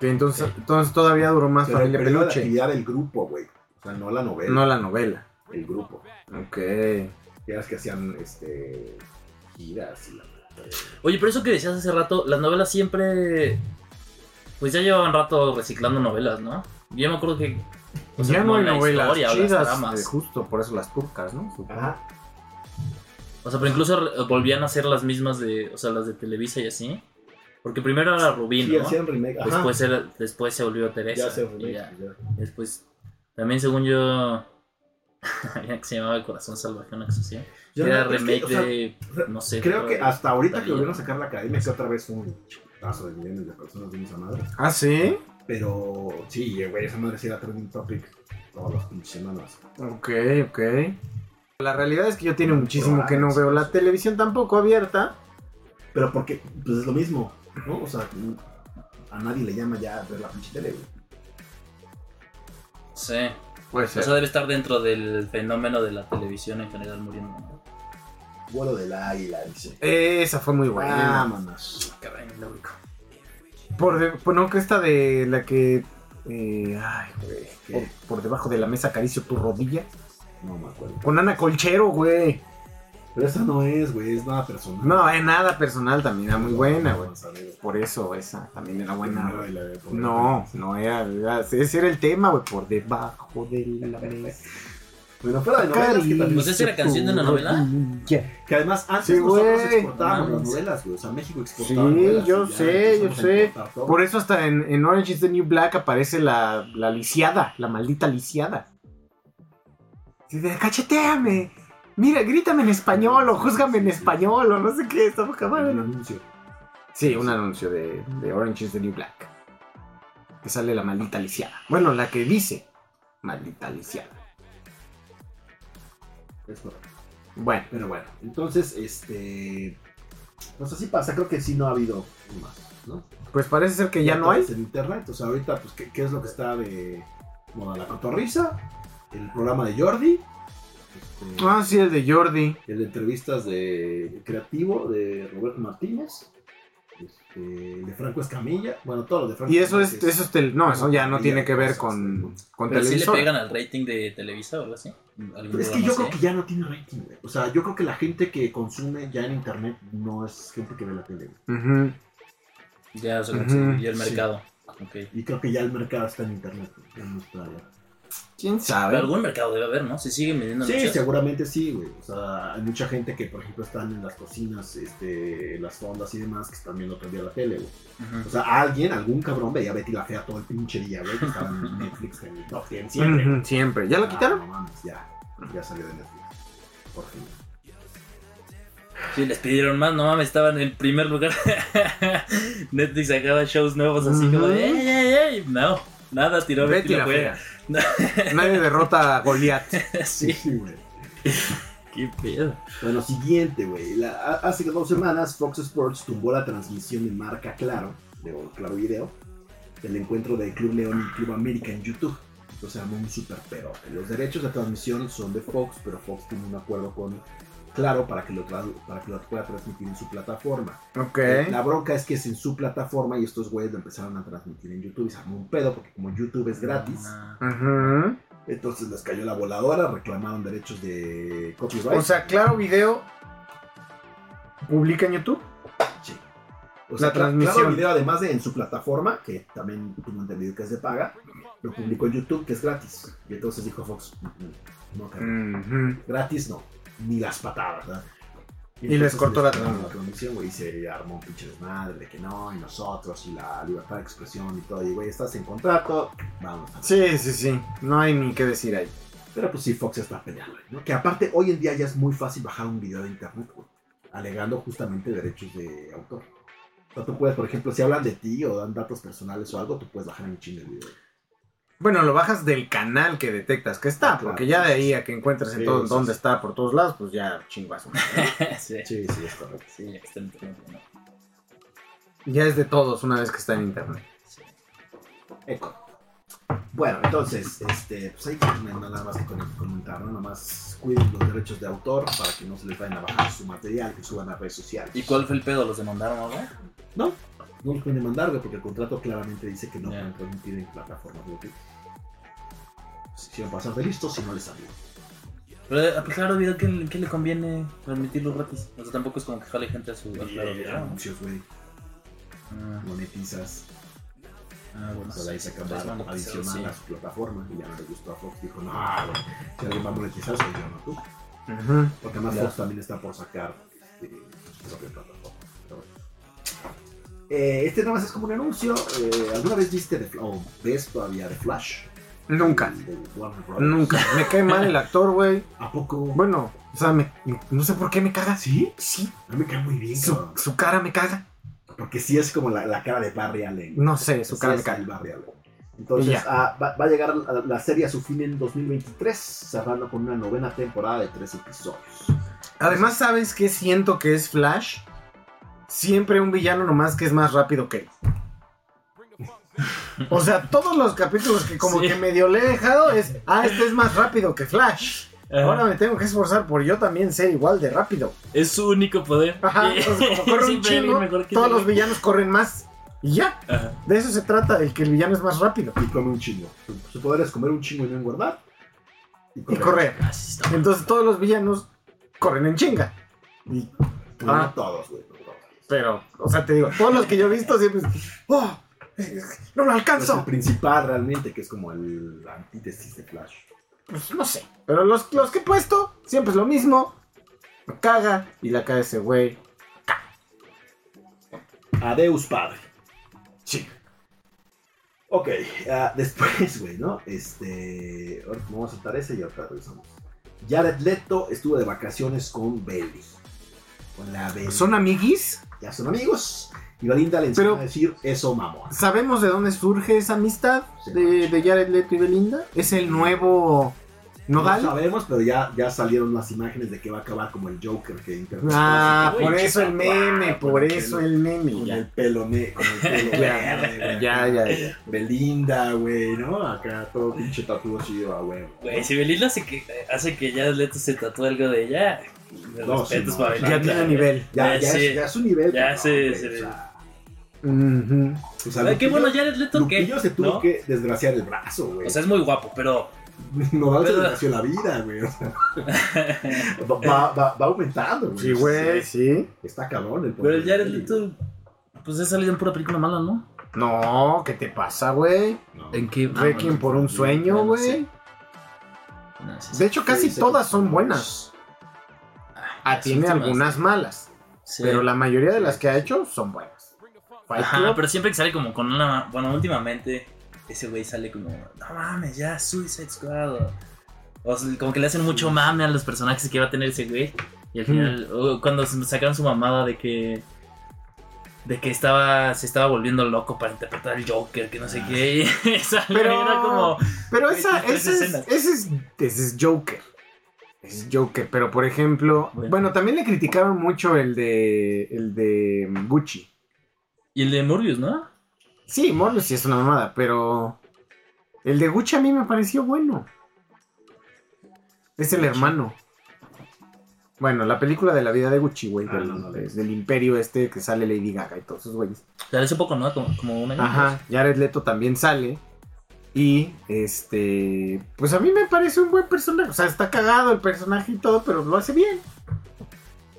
Speaker 4: Que entonces, entonces todavía duró más
Speaker 3: Pero
Speaker 4: Familia
Speaker 3: el periodo de
Speaker 4: Peluche.
Speaker 3: actividad del grupo, güey. O sea, no la novela,
Speaker 4: No la novela.
Speaker 3: el grupo.
Speaker 4: Ok.
Speaker 3: Ya las que hacían este giras y la
Speaker 5: Oye, pero eso que decías hace rato, las novelas siempre. Pues ya llevaban rato reciclando novelas, ¿no? Yo me acuerdo que. o sea,
Speaker 4: ya no
Speaker 5: como
Speaker 4: hay
Speaker 5: la
Speaker 4: novelas
Speaker 5: historia o las
Speaker 4: chidas.
Speaker 5: tramas.
Speaker 4: eh, justo por eso las turcas, ¿no? Supongo.
Speaker 3: Ajá.
Speaker 5: O sea, pero incluso re- volvían a hacer las mismas de. O sea, las de Televisa y así. Porque primero era Rubín,
Speaker 3: Sí,
Speaker 5: ¿no?
Speaker 3: hacían remake. Ajá.
Speaker 5: Después, era, después se volvió
Speaker 3: ya
Speaker 5: Teresa.
Speaker 3: hacían
Speaker 5: y
Speaker 3: remake.
Speaker 5: ya.
Speaker 3: ya.
Speaker 5: Después. También, según yo. *laughs* Había que se llamaba El Corazón Salvaje, una cosa así.
Speaker 3: Ya
Speaker 5: era
Speaker 3: no, es que,
Speaker 5: remake
Speaker 3: o sea,
Speaker 5: de.
Speaker 3: re-
Speaker 5: No sé.
Speaker 3: Creo que
Speaker 5: de-
Speaker 3: hasta ahorita que
Speaker 5: También.
Speaker 3: volvieron a sacar la academia, que otra vez fue un chutazo de millones de personas de esa madre.
Speaker 4: Ah, sí.
Speaker 3: Pero sí, eh, güey, esa madre sí era trending topic todas las pinches semanas.
Speaker 4: Ok, ok. La realidad es que yo tiene muchísimo que no veo la televisión tampoco abierta.
Speaker 3: Pero porque, pues es lo mismo, ¿no? O sea, a nadie le llama ya a ver la pinche tele, güey.
Speaker 5: Sí.
Speaker 4: Puede
Speaker 5: O sea, debe estar dentro del fenómeno de la televisión en general muriendo. ¿no?
Speaker 3: Vuelo del águila, dice. "Ah,
Speaker 4: Esa fue muy buena.
Speaker 3: Vámonos.
Speaker 5: Caray, lo ubico.
Speaker 4: Por, de- por- no, que esta de la que. eh, ay, güey.
Speaker 3: ¿Qué?
Speaker 4: Por, por debajo de la mesa acaricio tu rodilla.
Speaker 3: No me acuerdo.
Speaker 4: Con Ana Colchero, güey.
Speaker 3: Pero esa no es, güey, es nada personal.
Speaker 4: No, es nada personal también. Era muy buena, güey.
Speaker 3: Vamos a ver.
Speaker 4: Por eso esa también era buena,
Speaker 3: Primero
Speaker 4: güey.
Speaker 3: y la de poder.
Speaker 4: No, no era, era- Ese era el tema, güey. Por debajo de la mesa.
Speaker 3: Bueno, fuera de novelas, que, también-
Speaker 5: Pues esa era canción de una novela.
Speaker 4: Ya.
Speaker 3: que además antes
Speaker 4: Sí,
Speaker 3: nosotros
Speaker 4: güey.
Speaker 3: exportábamos
Speaker 5: No
Speaker 3: las
Speaker 5: mames.
Speaker 3: novelas, güey. O sea, México
Speaker 4: Sí,
Speaker 3: exportaba novelas.
Speaker 4: yo
Speaker 3: y ya
Speaker 4: sé,
Speaker 3: empezamos
Speaker 4: yo
Speaker 3: a
Speaker 4: sé.
Speaker 3: importar todo.
Speaker 4: Por eso hasta en, en Orange is the New Black aparece la, la lisiada, la maldita lisiada. Así de, cacheteame. Mira, grítame en español o júzgame en español o no sé qué, está poca
Speaker 3: Hay un
Speaker 4: madre.
Speaker 3: anuncio.
Speaker 4: Sí, un anuncio de, de Orange is the New Black. Que sale la maldita lisiada. Bueno, la que dice maldita lisiada.
Speaker 3: Es correcto.
Speaker 4: Bueno,
Speaker 3: Pero bueno, entonces, este. Pues así pasa, creo que sí no ha habido más, ¿no?
Speaker 4: pues parece ser que ya no
Speaker 3: todo
Speaker 4: hay.
Speaker 3: es En internet, o sea, ahorita, pues, ¿qué, qué es lo que está de moda? La cotorriza, el programa de Jordi, este,
Speaker 4: Ah, sí, el de Jordi.
Speaker 3: el de entrevistas de creativo de Roberto Martínez, este, el de Franco Escamilla, bueno, todo lo de Franco
Speaker 4: Y eso es,
Speaker 3: Escamilla
Speaker 4: eso es tel- no, eso ya no tiene que ver con, con
Speaker 5: Pero sí le
Speaker 4: televisor.
Speaker 5: pegan al rating de Televisa o algo así.
Speaker 3: Pero es que yo
Speaker 4: ¿eh?
Speaker 3: creo que ya no tiene rating, güey. O sea, yo creo que la gente que consume ya en internet no es gente que ve la tele. güey.
Speaker 4: Ujú.
Speaker 5: Ya, o sea, como
Speaker 4: Ujú,
Speaker 5: se dividió el
Speaker 4: sí.
Speaker 5: mercado. Ok.
Speaker 3: Y creo que ya el mercado está en internet. güey. Ya no está allá.
Speaker 4: ¿Quién
Speaker 5: Pero
Speaker 4: sabe?
Speaker 5: algún mercado debe haber, ¿no? Si siguen vendiendo
Speaker 3: Sí,
Speaker 5: anuncios.
Speaker 3: seguramente sí, güey. O sea, hay mucha gente que, por ejemplo, están en las cocinas, este, en las fondas y demás, que están viendo todo el día la tele, güey. O
Speaker 5: Ujú.
Speaker 3: sea, alguien, algún cabrón veía a Betty la Fea todo el pinche día, güey, que estaba en *laughs* Netflix, en el top 100 siempre.
Speaker 4: Ujú, siempre. ¿Ya lo
Speaker 3: Ah,
Speaker 4: quitaron?
Speaker 3: no mames, ya. Ya salió de Netflix. Por
Speaker 4: *laughs*
Speaker 3: fin.
Speaker 5: Sí, les pidieron más, no mames, estaban en primer lugar. *laughs* Netflix sacaba shows nuevos así como de,
Speaker 4: Ujú.
Speaker 5: ¡Ey, ey, ey! No, nada, tiró Betty, la fea.
Speaker 3: *laughs*
Speaker 4: Nadie derrota a Goliat.
Speaker 5: sí,
Speaker 3: sí, güey.
Speaker 5: qué pedo.
Speaker 3: Bueno, siguiente, güey. La- ha- Hace dos semanas Fox Sports tumbó la transmisión de marca Claro, de o Claro Video, del encuentro del Club León y Club América en YouTube. Entonces armó un super pero. Los derechos de transmisión son de Fox, pero Fox tuvo un acuerdo con claro para que lo, tradu- para que lo pueda transmitir en su plataforma. Eh,
Speaker 4: Ok.
Speaker 3: La bronca es que es en su plataforma y estos güeyes lo empezaron a transmitir en YouTube y se armó un pedo porque como YouTube es gratis,
Speaker 5: Ah, *laughs*
Speaker 4: Ujú.
Speaker 3: entonces les cayó la voladora, reclamaron derechos de copyright.
Speaker 4: O sea, claro, video publica en YouTube.
Speaker 3: Sí. O sea,
Speaker 4: La
Speaker 3: Cla-
Speaker 4: transmisión.
Speaker 3: Claro Video, además de en su plataforma, que también tengo entendido que es de paga, lo publicó en YouTube, que es gratis. Y entonces dijo Fox, "Mm, no, cabrón,
Speaker 4: Ujú. gratis
Speaker 3: no, ni las patadas, ¿verdad?
Speaker 4: Y les
Speaker 3: entonces
Speaker 4: cortó la
Speaker 3: cortaron
Speaker 4: transmisión.
Speaker 3: güey, y se armó un pinche desmadre de que no, y nosotros, y la libertad de expresión y todo. Y güey, estás en contrato, vamos. a-
Speaker 4: Sí, sí, sí. No hay ni qué decir ahí.
Speaker 3: Pero pues sí, Fox está peleando, ¿no? Que aparte, hoy en día ya es muy fácil bajar un video de internet, güey, alegando justamente derechos de autor. O sea, tú puedes, por ejemplo, si hablan de ti o dan datos personales o algo, tú puedes bajar un chingo el video.
Speaker 4: Bueno, lo bajas del canal que detectas que está,
Speaker 3: Claro.
Speaker 4: porque ya de ahí a que encuentres en
Speaker 3: Sí,
Speaker 4: todo
Speaker 3: sí,
Speaker 4: dónde
Speaker 3: sí.
Speaker 4: está por todos lados, pues ya chingazo.
Speaker 5: sí,
Speaker 3: Sí, sí, es correcto.
Speaker 5: sí, está en internet, ¿no?
Speaker 4: ya es de todos una vez que está en internet.
Speaker 5: Sí.
Speaker 3: Eco. Bueno, entonces, este, pues ahí no hay nada más que con- comentar, ¿no? Nada más cuiden los derechos de autor para que no se les vayan a bajar su material, que suban a redes sociales.
Speaker 5: ¿Y cuál fue el pedo? ¿Los demandaron o algo?
Speaker 3: No, no los pueden demandar, güey, porque el contrato claramente dice que no
Speaker 5: Ya.
Speaker 3: pueden transmitir en plataformas de YouTube. Se hicieron pasar de listos y no les salió.
Speaker 5: Pues Pero a Claro Video, ¿qué, qué le conviene transmitirlo gratis? O sea, tampoco es como que jale gente a su a Claro
Speaker 3: Eh,
Speaker 5: Video. ¿no?
Speaker 3: anuncios, güey,
Speaker 5: Ah,
Speaker 3: monetizas,
Speaker 5: ah, bueno,
Speaker 3: pues ahí
Speaker 5: sí,
Speaker 3: sacan
Speaker 5: es
Speaker 3: valor
Speaker 5: monetizado,
Speaker 3: adicional
Speaker 5: sí.
Speaker 3: a su plataforma y ya no le gustó a Fox, dijo, no, güey, si alguien va a monetizar soy yo, no tú.
Speaker 4: Ujú.
Speaker 3: Porque además
Speaker 5: Ya.
Speaker 3: Fox también está por sacar eh, su propia plataforma. Pero bueno. Eh, este nada más es como un anuncio. Eh, ¿Alguna vez viste de, o ves todavía de Flash?
Speaker 4: Nunca,
Speaker 3: De Warner Brothers.
Speaker 4: nunca. Me cae mal el actor, güey.
Speaker 3: ¿A poco?
Speaker 4: Bueno, o sea, me- no sé por qué me caga.
Speaker 3: ¿Sí?
Speaker 4: Sí,
Speaker 3: No me cae muy bien,
Speaker 4: su,
Speaker 3: cabrón.
Speaker 4: su cara me caga.
Speaker 3: Porque sí es como la, la cara de Barry Allen.
Speaker 4: No sé, su
Speaker 3: Sí
Speaker 4: cara
Speaker 3: es
Speaker 4: me caga.
Speaker 3: el Barry Allen. Entonces,
Speaker 4: Ya.
Speaker 3: ah, va, va a llegar la, la serie a su fin en 2023, cerrando con una novena temporada de tres episodios.
Speaker 4: Además, ¿sabes qué siento que es Flash? Siempre un villano nomás que es más rápido que él. O sea, todos los capítulos que como
Speaker 5: Sí.
Speaker 4: que medio le he dejado es, ah, este es más rápido que Flash.
Speaker 5: Ajá.
Speaker 4: Ahora me tengo que esforzar por yo también ser igual de rápido.
Speaker 5: Es su único poder.
Speaker 4: Ajá,
Speaker 5: Sí.
Speaker 4: entonces, como corre un
Speaker 5: Siempre hay alguien
Speaker 4: chingo,
Speaker 5: mejor que
Speaker 4: todos
Speaker 5: él.
Speaker 4: los villanos corren más. Y ya,
Speaker 5: *laughs* Ajá.
Speaker 4: de eso se trata, el que el villano es más rápido.
Speaker 3: Y come un chingo. Su, su poder es comer un chingo y no engordar.
Speaker 4: Y correr.
Speaker 5: Así Ah, está.
Speaker 4: Entonces todos los villanos corren en chinga. Y
Speaker 3: Pues no
Speaker 4: Ah.
Speaker 3: todos, güey. no todos.
Speaker 4: Pero, o sea, te digo, todos los que yo he visto siempre es, ¡Oh! ¡No lo
Speaker 3: Pero es el
Speaker 4: alcanzo!
Speaker 3: principal realmente, que es como el antítesis de Flash.
Speaker 4: Pues no sé. Pero los, los que he puesto siempre es lo mismo. Me caga y la caga ese güey.
Speaker 3: Adeus, padre.
Speaker 4: Sí.
Speaker 3: Ok, ah, después, güey, ¿no? Este. ahora Vamos a saltar ese y ahorita regresamos. Jared Leto estuvo de vacaciones con Bailey. Con la Bailey.
Speaker 4: Son amiguis.
Speaker 3: Ya son amigos. Y Belinda le enseñó
Speaker 4: Pero-
Speaker 3: a decir eso, mamón.
Speaker 4: ¿Sabemos de dónde surge esa amistad
Speaker 3: Sí.
Speaker 4: de, de Jared Leto y Belinda? ¿Es el nuevo
Speaker 3: No
Speaker 4: Nodal?
Speaker 3: sabemos, pero ya, ya salieron las imágenes de que va a acabar como el Joker que interpretó.
Speaker 4: ah,
Speaker 3: ese
Speaker 4: por
Speaker 3: pinche
Speaker 4: eso el meme,
Speaker 3: tatuaje,
Speaker 4: por
Speaker 3: con el
Speaker 4: eso
Speaker 3: pelo-
Speaker 4: el meme.
Speaker 3: Con
Speaker 4: Ya,
Speaker 3: el pelo negro,
Speaker 4: *laughs*
Speaker 3: con el pelo
Speaker 4: Ya,
Speaker 3: verde, güey.
Speaker 4: ya, ya, ya.
Speaker 3: Belinda, güey, ¿no? Acá todo pinche tatuado chido, a huevo.
Speaker 5: Güey, si Belinda hace que, hace que ya Leto se tatúe algo de ella, mis
Speaker 3: No, sí,
Speaker 5: respetos
Speaker 3: no,
Speaker 5: para
Speaker 3: ya
Speaker 4: Ya
Speaker 5: Belinda.
Speaker 4: tiene
Speaker 5: güey.
Speaker 4: nivel.
Speaker 3: Ya,
Speaker 5: Eh,
Speaker 3: ya,
Speaker 5: sí.
Speaker 3: es, ya es un nivel.
Speaker 5: Ya
Speaker 3: cabrón,
Speaker 5: se-
Speaker 3: güey,
Speaker 5: se-
Speaker 3: o sea,
Speaker 4: Ujú.
Speaker 3: o sea, pues,
Speaker 5: Ay, qué
Speaker 3: Lupillo-
Speaker 5: bueno, Jared Leto que.
Speaker 3: Lupillo se tuvo
Speaker 5: ¿no?
Speaker 3: que desgraciar el brazo, güey.
Speaker 5: O sea, es muy guapo,
Speaker 4: *laughs*
Speaker 5: pero.
Speaker 3: Nodal se
Speaker 5: pero-
Speaker 3: desgració la vida, güey. o sea. va, va- va- va aumentando, güey.
Speaker 4: Sí, güey, sí.
Speaker 3: Está cabrón el
Speaker 5: Pero el Jared
Speaker 3: pobre.
Speaker 5: Leto. Pues ha salido en pura película mala, ¿no? Ah,
Speaker 4: No, ¿qué te pasa, güey?
Speaker 3: No.
Speaker 5: ¿En qué?
Speaker 4: Requiem por un
Speaker 5: no
Speaker 4: sueño,
Speaker 5: sé.
Speaker 4: güey.
Speaker 5: No, sí, sí.
Speaker 4: De hecho, casi
Speaker 3: Sí, sí,
Speaker 4: todas
Speaker 3: sí.
Speaker 4: son buenas. Ah, tiene
Speaker 5: últimas.
Speaker 4: algunas malas,
Speaker 5: Sí.
Speaker 4: pero la mayoría de las que ha hecho son buenas. Fight
Speaker 5: Ajá,
Speaker 4: Club,
Speaker 5: pero siempre que sale como con una. Bueno, últimamente ese güey sale como. No mames, ya, Suicide Squad. O, o sea, como que le hacen mucho mame a los personajes que va a tener ese güey. Y
Speaker 4: Mm.
Speaker 5: al final, oh, cuando se- sacaron su mamada de que. De que estaba, se estaba volviendo loco para interpretar al Joker, que no sé
Speaker 3: Ah.
Speaker 5: qué. *laughs* Y sale,
Speaker 4: Pero-
Speaker 5: era como.
Speaker 4: pero
Speaker 5: güey,
Speaker 4: esa,
Speaker 5: tiene
Speaker 4: ese,
Speaker 5: tres
Speaker 4: es,
Speaker 5: escenas.
Speaker 4: ese es, ese es Joker. Ese Es Joker, pero por ejemplo,
Speaker 5: Bueno.
Speaker 4: bueno. también le criticaron mucho el de el de Gucci.
Speaker 5: Y el de Morbius, ¿no?
Speaker 4: Sí, Morbius sí es una mamada, pero el de Gucci a mí me pareció bueno. Es el hermano. Bueno, la película de la vida de Gucci, güey,
Speaker 3: Ah,
Speaker 4: del,
Speaker 3: no, no, no.
Speaker 4: del imperio este que sale Lady Gaga y todos esos güeyes.
Speaker 5: sea, hace poco, ¿no? Como, como un año.
Speaker 4: Ajá, Jared Leto también sale. Y este, pues a mí me parece un buen personaje. O sea, está cagado el personaje y todo, pero lo hace bien.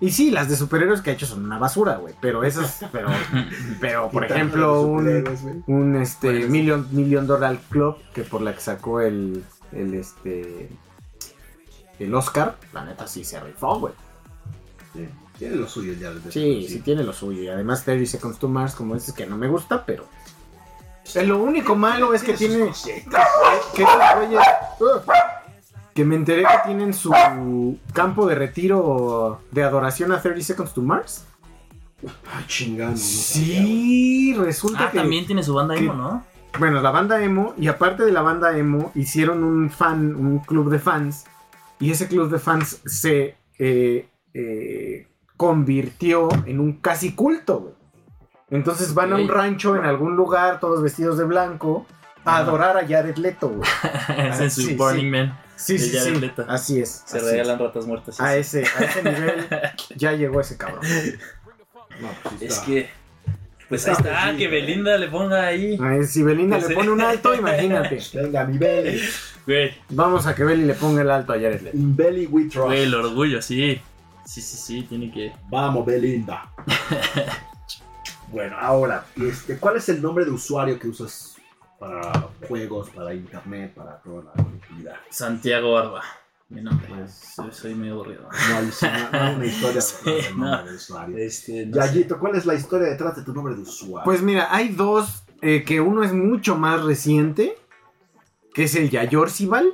Speaker 4: Y sí, las de superhéroes que ha hecho son una basura, güey. Pero esas,
Speaker 5: *laughs*
Speaker 4: pero, pero por
Speaker 3: Quitando
Speaker 4: ejemplo,
Speaker 3: los
Speaker 4: un,
Speaker 3: superhéroes, güey.
Speaker 4: un este
Speaker 5: Bueno, sí.
Speaker 4: million, million Dollar Club, que por la que sacó el, el este el Oscar, la neta sí se rifó, güey.
Speaker 3: Sí, Tiene lo suyo ya. desde-
Speaker 4: Sí, sí, tiene lo suyo. Y además 30 Seconds to Mars, como dices, que no me gusta, pero... Eh, Lo único malo es que tiene...
Speaker 3: sus cositas.
Speaker 4: Que esos güeyes- ¡Ugh! Que me enteré que tienen su campo de retiro de adoración a 30 Seconds to Mars.
Speaker 3: Ah, chingado. no sabía,
Speaker 4: Sí, resulta
Speaker 5: Ah,
Speaker 4: que...
Speaker 5: también tiene su banda
Speaker 4: que-
Speaker 5: emo, ¿no? *laughs*
Speaker 4: Bueno, la banda emo, y aparte de la banda emo, hicieron un fan, un club de fans, y ese club de fans se eh, eh, convirtió en un casi culto, güey. Entonces van a un
Speaker 5: Ok.
Speaker 4: rancho en algún lugar, todos vestidos de blanco, a
Speaker 5: Ah.
Speaker 4: adorar a Jared Leto, güey.
Speaker 5: es en su
Speaker 4: Ah, sí,
Speaker 5: Burning
Speaker 4: sí.
Speaker 5: Man. Ah,
Speaker 4: Sí,
Speaker 5: De
Speaker 4: sí,
Speaker 5: Jared
Speaker 4: sí.
Speaker 5: Leto.
Speaker 4: Así es.
Speaker 5: Se
Speaker 4: así
Speaker 5: regalan ratas muertas.
Speaker 4: es. A ese, a ese nivel ya llegó ese cabrón.
Speaker 3: güey. No, pues sí
Speaker 5: Es
Speaker 3: está.
Speaker 5: que. Pues ahí
Speaker 3: Está
Speaker 5: está,
Speaker 3: bien,
Speaker 5: que
Speaker 3: ¿eh?
Speaker 5: Belinda le ponga ahí.
Speaker 4: A ver, si Belinda
Speaker 5: Pues
Speaker 4: le
Speaker 5: sí.
Speaker 4: pone un alto, imagínate.
Speaker 3: Venga, mi belly.
Speaker 5: Güey,
Speaker 4: Vamos a que Beli le ponga el alto a Jared Leto.
Speaker 3: In belly we trust.
Speaker 5: güey, el orgullo, sí. Sí, sí, sí, tiene que.
Speaker 3: Vamos, Belinda. bueno, ahora, este, ¿cuál es el nombre de usuario que usas para juegos, para internet, para toda la conectividad?
Speaker 5: Santiago Barba. Mi nombre.
Speaker 3: Pues,
Speaker 5: soy, soy muy aburrido.
Speaker 3: No hay, sí, no hay una historia
Speaker 5: *laughs*
Speaker 3: detrás
Speaker 5: Sí,
Speaker 3: del nombre
Speaker 5: no.
Speaker 3: de usuario.
Speaker 5: Este, no sé.
Speaker 3: Yayito, ¿cuál es la historia detrás de tu nombre de usuario?
Speaker 4: Pues mira, hay dos, eh, que uno es mucho más reciente, que es el Yayorcival,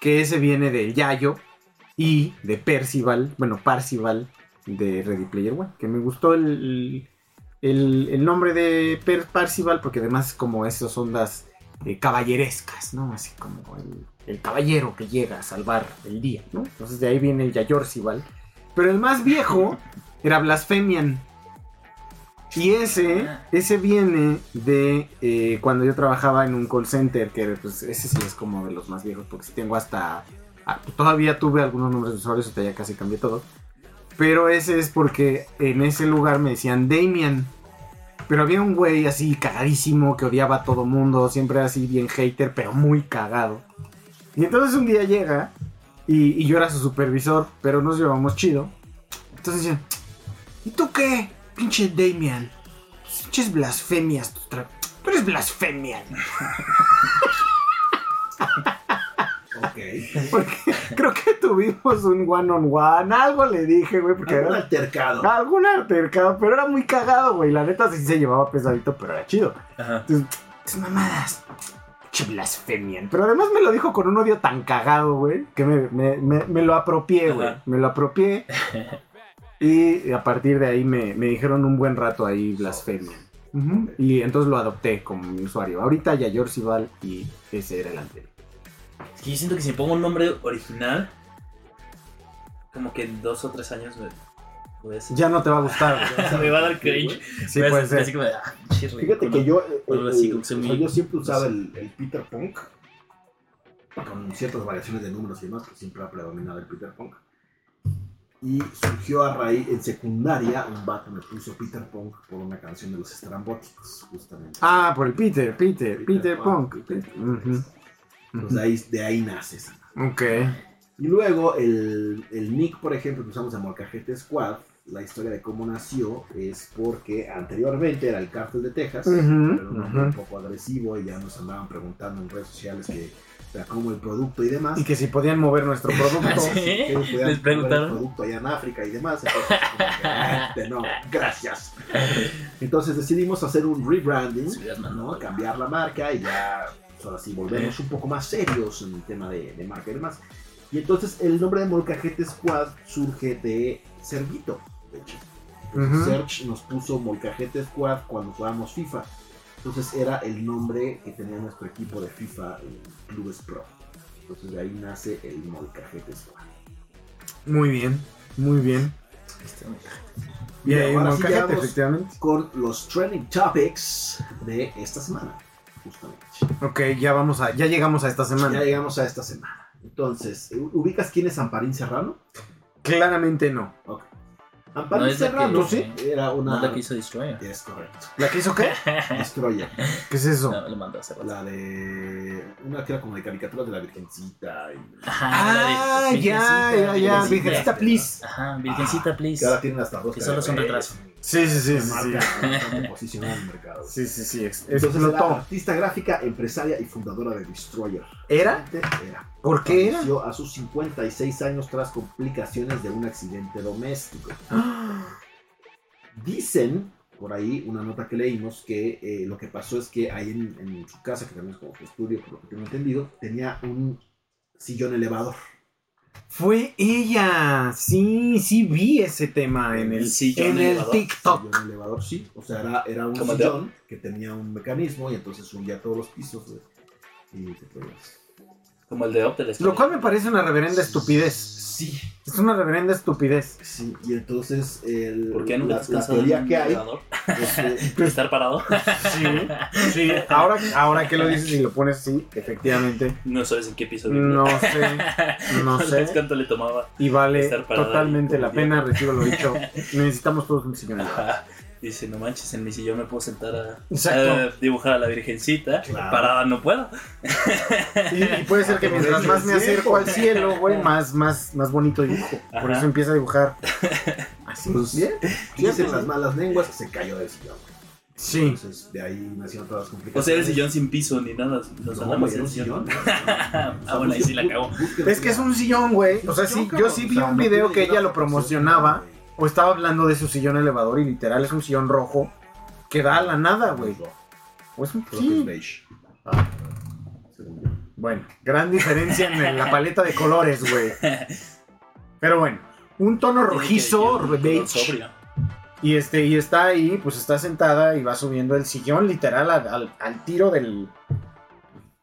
Speaker 4: que ese viene de Yayo y de Percival, bueno, Parcival de Ready Player One, que me gustó el, el- el nombre de Per Parcival porque además es como esas ondas eh, caballerescas, ¿no? Así como el, el caballero que llega a salvar el día, ¿no? Entonces de ahí viene el Yayorcival. Pero el más viejo era Blasfemian. Y ese, ese viene de eh, cuando yo trabajaba en un call center, que pues, ese sí es como de los más viejos, porque sí tengo hasta... ah, Todavía tuve algunos nombres de usuarios, ahorita ya casi cambié todo. Pero ese es porque en ese lugar me decían Damian. Pero había un güey así cagadísimo que odiaba a todo mundo, siempre era así bien hater, pero muy cagado. Y entonces un día llega y, y yo era su supervisor, pero nos llevamos chido. Entonces decían, ¿y tú qué? Pinche Damian. Pinches blasfemias. Tú, tra- tú eres blasfemian.
Speaker 5: *laughs*
Speaker 3: Ok.
Speaker 4: Creo que tuvimos un one on one. Algo le dije, güey, porque
Speaker 3: Algún
Speaker 4: era-
Speaker 3: altercado.
Speaker 4: Algún altercado, pero era muy cagado, güey. La neta sí se llevaba pesadito, pero era chido.
Speaker 5: Ajá.
Speaker 4: Tus mamadas. Che, blasfemian. Pero además me lo dijo con un odio tan cagado, güey, que me, me- me- me lo apropié,
Speaker 5: Ajá.
Speaker 4: güey. Me lo *laughs* apropié. y a partir de ahí me, me dijeron un buen rato ahí blasfemian. Ujú, Y entonces lo adopté como mi usuario. Ahorita ya George Sival y ese era el anterior.
Speaker 5: Es que yo siento que si me pongo un nombre original, como que en dos o tres años me. voy a hacer-
Speaker 4: Ya no te va a gustar. güey. *laughs*
Speaker 5: *laughs* me va a dar cringe.
Speaker 4: Sí,
Speaker 5: Voy a
Speaker 4: puede
Speaker 5: hacer
Speaker 4: ser.
Speaker 5: así como de, ah, pinche
Speaker 3: Fíjate
Speaker 5: ridículo.
Speaker 3: que yo, eh,
Speaker 5: Algo
Speaker 3: eh,
Speaker 5: así,
Speaker 3: eh,
Speaker 5: como se
Speaker 3: o
Speaker 5: me-
Speaker 3: sea, yo siempre usaba el, el Peter Punk con ciertas variaciones de números y demás, pero siempre ha predominado el Peter Punk. Y surgió a raíz, en secundaria, un vato me puso Peter Punk por una canción de los estrambóticos, justamente.
Speaker 4: Ah, por el Peter, Peter, Peter Punk.
Speaker 3: Peter Punk.
Speaker 4: Ujú.
Speaker 3: Entonces, de ahí, de ahí nace esa.
Speaker 4: Ok.
Speaker 3: Y luego el, el Nick, por ejemplo, que usamos de Molcajete Squad, la historia de cómo nació es porque anteriormente era el cártel de Texas,
Speaker 4: Ujú,
Speaker 3: pero era un hombre
Speaker 4: ujú.
Speaker 3: un poco agresivo y ya nos andaban preguntando en redes sociales que era como el producto y demás.
Speaker 4: Y que si podían mover *laughs* nuestro producto.
Speaker 5: ¿Sí?
Speaker 3: Que ellos podían
Speaker 5: ¿Les preguntaron?
Speaker 3: mover El producto allá en África y demás. Entonces, como que, "Ah, este no, gracias. Entonces decidimos hacer un rebranding,
Speaker 5: Si hubieras mandado
Speaker 3: ¿no?
Speaker 5: algo.
Speaker 3: cambiar la marca y ya, pues, ahora sí, volvernos un poco más serios en el tema de, de marca y demás. Y entonces el nombre de Molcajete Squad surge de Cervito, de hecho. Entonces,
Speaker 4: Ujú.
Speaker 3: Serge nos puso Molcajete Squad cuando jugábamos FIFA. Entonces era el nombre que tenía nuestro equipo de FIFA en Clubes Pro. Entonces de ahí nace el Molcajete Squad.
Speaker 4: Muy bien, muy bien.
Speaker 5: Este, me-
Speaker 4: Y
Speaker 3: Mira,
Speaker 4: ahí
Speaker 3: ahora
Speaker 4: no
Speaker 3: sí
Speaker 4: cajete,
Speaker 3: llegamos.
Speaker 4: efectivamente.
Speaker 3: Con los trending topics de esta semana, justamente.
Speaker 4: Ok, ya vamos a, ya llegamos a esta
Speaker 3: Ya
Speaker 4: semana.
Speaker 3: llegamos a esta semana. Entonces, ¿ubicas quién es Amparín Serrano?
Speaker 4: Claramente no.
Speaker 3: Amparo
Speaker 5: No es la
Speaker 3: Serra,
Speaker 5: que-
Speaker 3: no sé, era
Speaker 5: No
Speaker 3: una...
Speaker 5: es la que hizo Destroyer.
Speaker 4: *laughs*
Speaker 3: Es correcto.
Speaker 4: ¿La que hizo qué?
Speaker 3: Destroyer.
Speaker 4: ¿Qué es eso?
Speaker 5: No, lo mandó a hacer.
Speaker 3: La de... Una que era como de caricaturas de la Virgencita. y-
Speaker 5: Ajá,
Speaker 4: Ah,
Speaker 5: la de
Speaker 4: ya, ya, ya.
Speaker 5: Virgencita.
Speaker 4: Virgencita, please.
Speaker 5: Ajá, Virgencita,
Speaker 3: Que ahora
Speaker 5: please.
Speaker 3: tienen hasta dos.
Speaker 5: Que solo es un
Speaker 3: TVs.
Speaker 4: Sí, sí, sí. sí,
Speaker 3: Marca
Speaker 4: sí.
Speaker 3: bastante posicionada en el mercado.
Speaker 4: Sí, sí, sí. es-
Speaker 3: Entonces era
Speaker 4: Explotó.
Speaker 3: artista gráfica, empresaria y fundadora de Destroyer.
Speaker 4: ¿Era?
Speaker 3: Era.
Speaker 4: ¿Por qué era?
Speaker 3: Falleció a sus 56 años tras complicaciones de un accidente doméstico.
Speaker 4: ¡Ah!
Speaker 3: Dicen, por ahí, una nota que leímos, que eh, lo que pasó es que ahí en, en su casa, que también es como su estudio, por lo que tengo entendido, tenía un sillón elevador.
Speaker 4: Fue ella. Sí, sí vi ese tema en el,
Speaker 5: Sillón
Speaker 4: en el
Speaker 5: elevador.
Speaker 4: TikTok.
Speaker 3: Sillón elevador, sí. O sea, era, era un
Speaker 1: Como el de-
Speaker 3: sillón que tenía un mecanismo y entonces subía a todos los pisos. güey, Y te podías...
Speaker 5: Como el de Optel.
Speaker 4: Lo cual me parece una reverenda estupidez.
Speaker 3: Sí,
Speaker 4: Es una reverenda estupidez.
Speaker 3: sí. Y entonces, el,
Speaker 5: ¿Por qué nunca
Speaker 3: la,
Speaker 5: te has
Speaker 3: la
Speaker 5: cansado de
Speaker 3: teoría
Speaker 5: un
Speaker 3: que hay
Speaker 5: *laughs* elevador?
Speaker 3: es que pues,
Speaker 5: ¿De estar parado? *laughs*
Speaker 4: Sí, sí. Ahora, ahora que lo dices y lo pones así, efectivamente.
Speaker 5: No sabes en qué piso vivo.
Speaker 4: No sé,
Speaker 5: *laughs*
Speaker 4: no
Speaker 5: ¿Sabes
Speaker 4: sé.
Speaker 5: cuánto le tomaba?
Speaker 4: Y vale
Speaker 5: Estar parado
Speaker 4: totalmente
Speaker 5: ahí,
Speaker 4: la
Speaker 5: por
Speaker 4: pena, recibo lo dicho. Necesitamos todos un sillón.
Speaker 5: Ajá. Dice, no manches, en mi sillón me puedo sentar a, a
Speaker 4: Exacto.
Speaker 5: dibujar a la virgencita.
Speaker 3: Claro.
Speaker 5: Parada no puedo.
Speaker 4: Y, y puede ser que mientras más me acerco al cielo, güey, más, más, más bonito dibujo. Por eso empieza a dibujar. Así.
Speaker 3: Pues bien,
Speaker 4: Siempre,
Speaker 3: dicen las
Speaker 4: sí.
Speaker 3: malas lenguas que se cayó del sillón.
Speaker 4: Sí.
Speaker 3: Entonces, de ahí nacieron todas las
Speaker 5: O
Speaker 3: complicaciones.
Speaker 5: sea, el sillón sin piso ni nada. Nos
Speaker 3: No, pues
Speaker 5: hablamos
Speaker 3: güey,
Speaker 5: de
Speaker 3: era un
Speaker 5: un sillón.
Speaker 3: sillón.
Speaker 5: *laughs* Ah, bueno, ahí sí la cagó.
Speaker 4: Es que es un sillón, güey. O sea, sí, yo sí vi un video que ella lo promocionaba. O estaba hablando de su sillón elevador y literal es un sillón rojo que da a la nada, güey. O es un
Speaker 3: Creo que es
Speaker 4: sí.
Speaker 3: beige. Ah, según yo.
Speaker 4: Bueno, gran diferencia en la paleta de colores, güey. Pero bueno, un tono rojizo,
Speaker 5: Tiene que- tiene un
Speaker 4: beige,
Speaker 5: sobrio.
Speaker 4: y este y está ahí, pues está sentada y va subiendo el sillón literal al, al- al tiro del,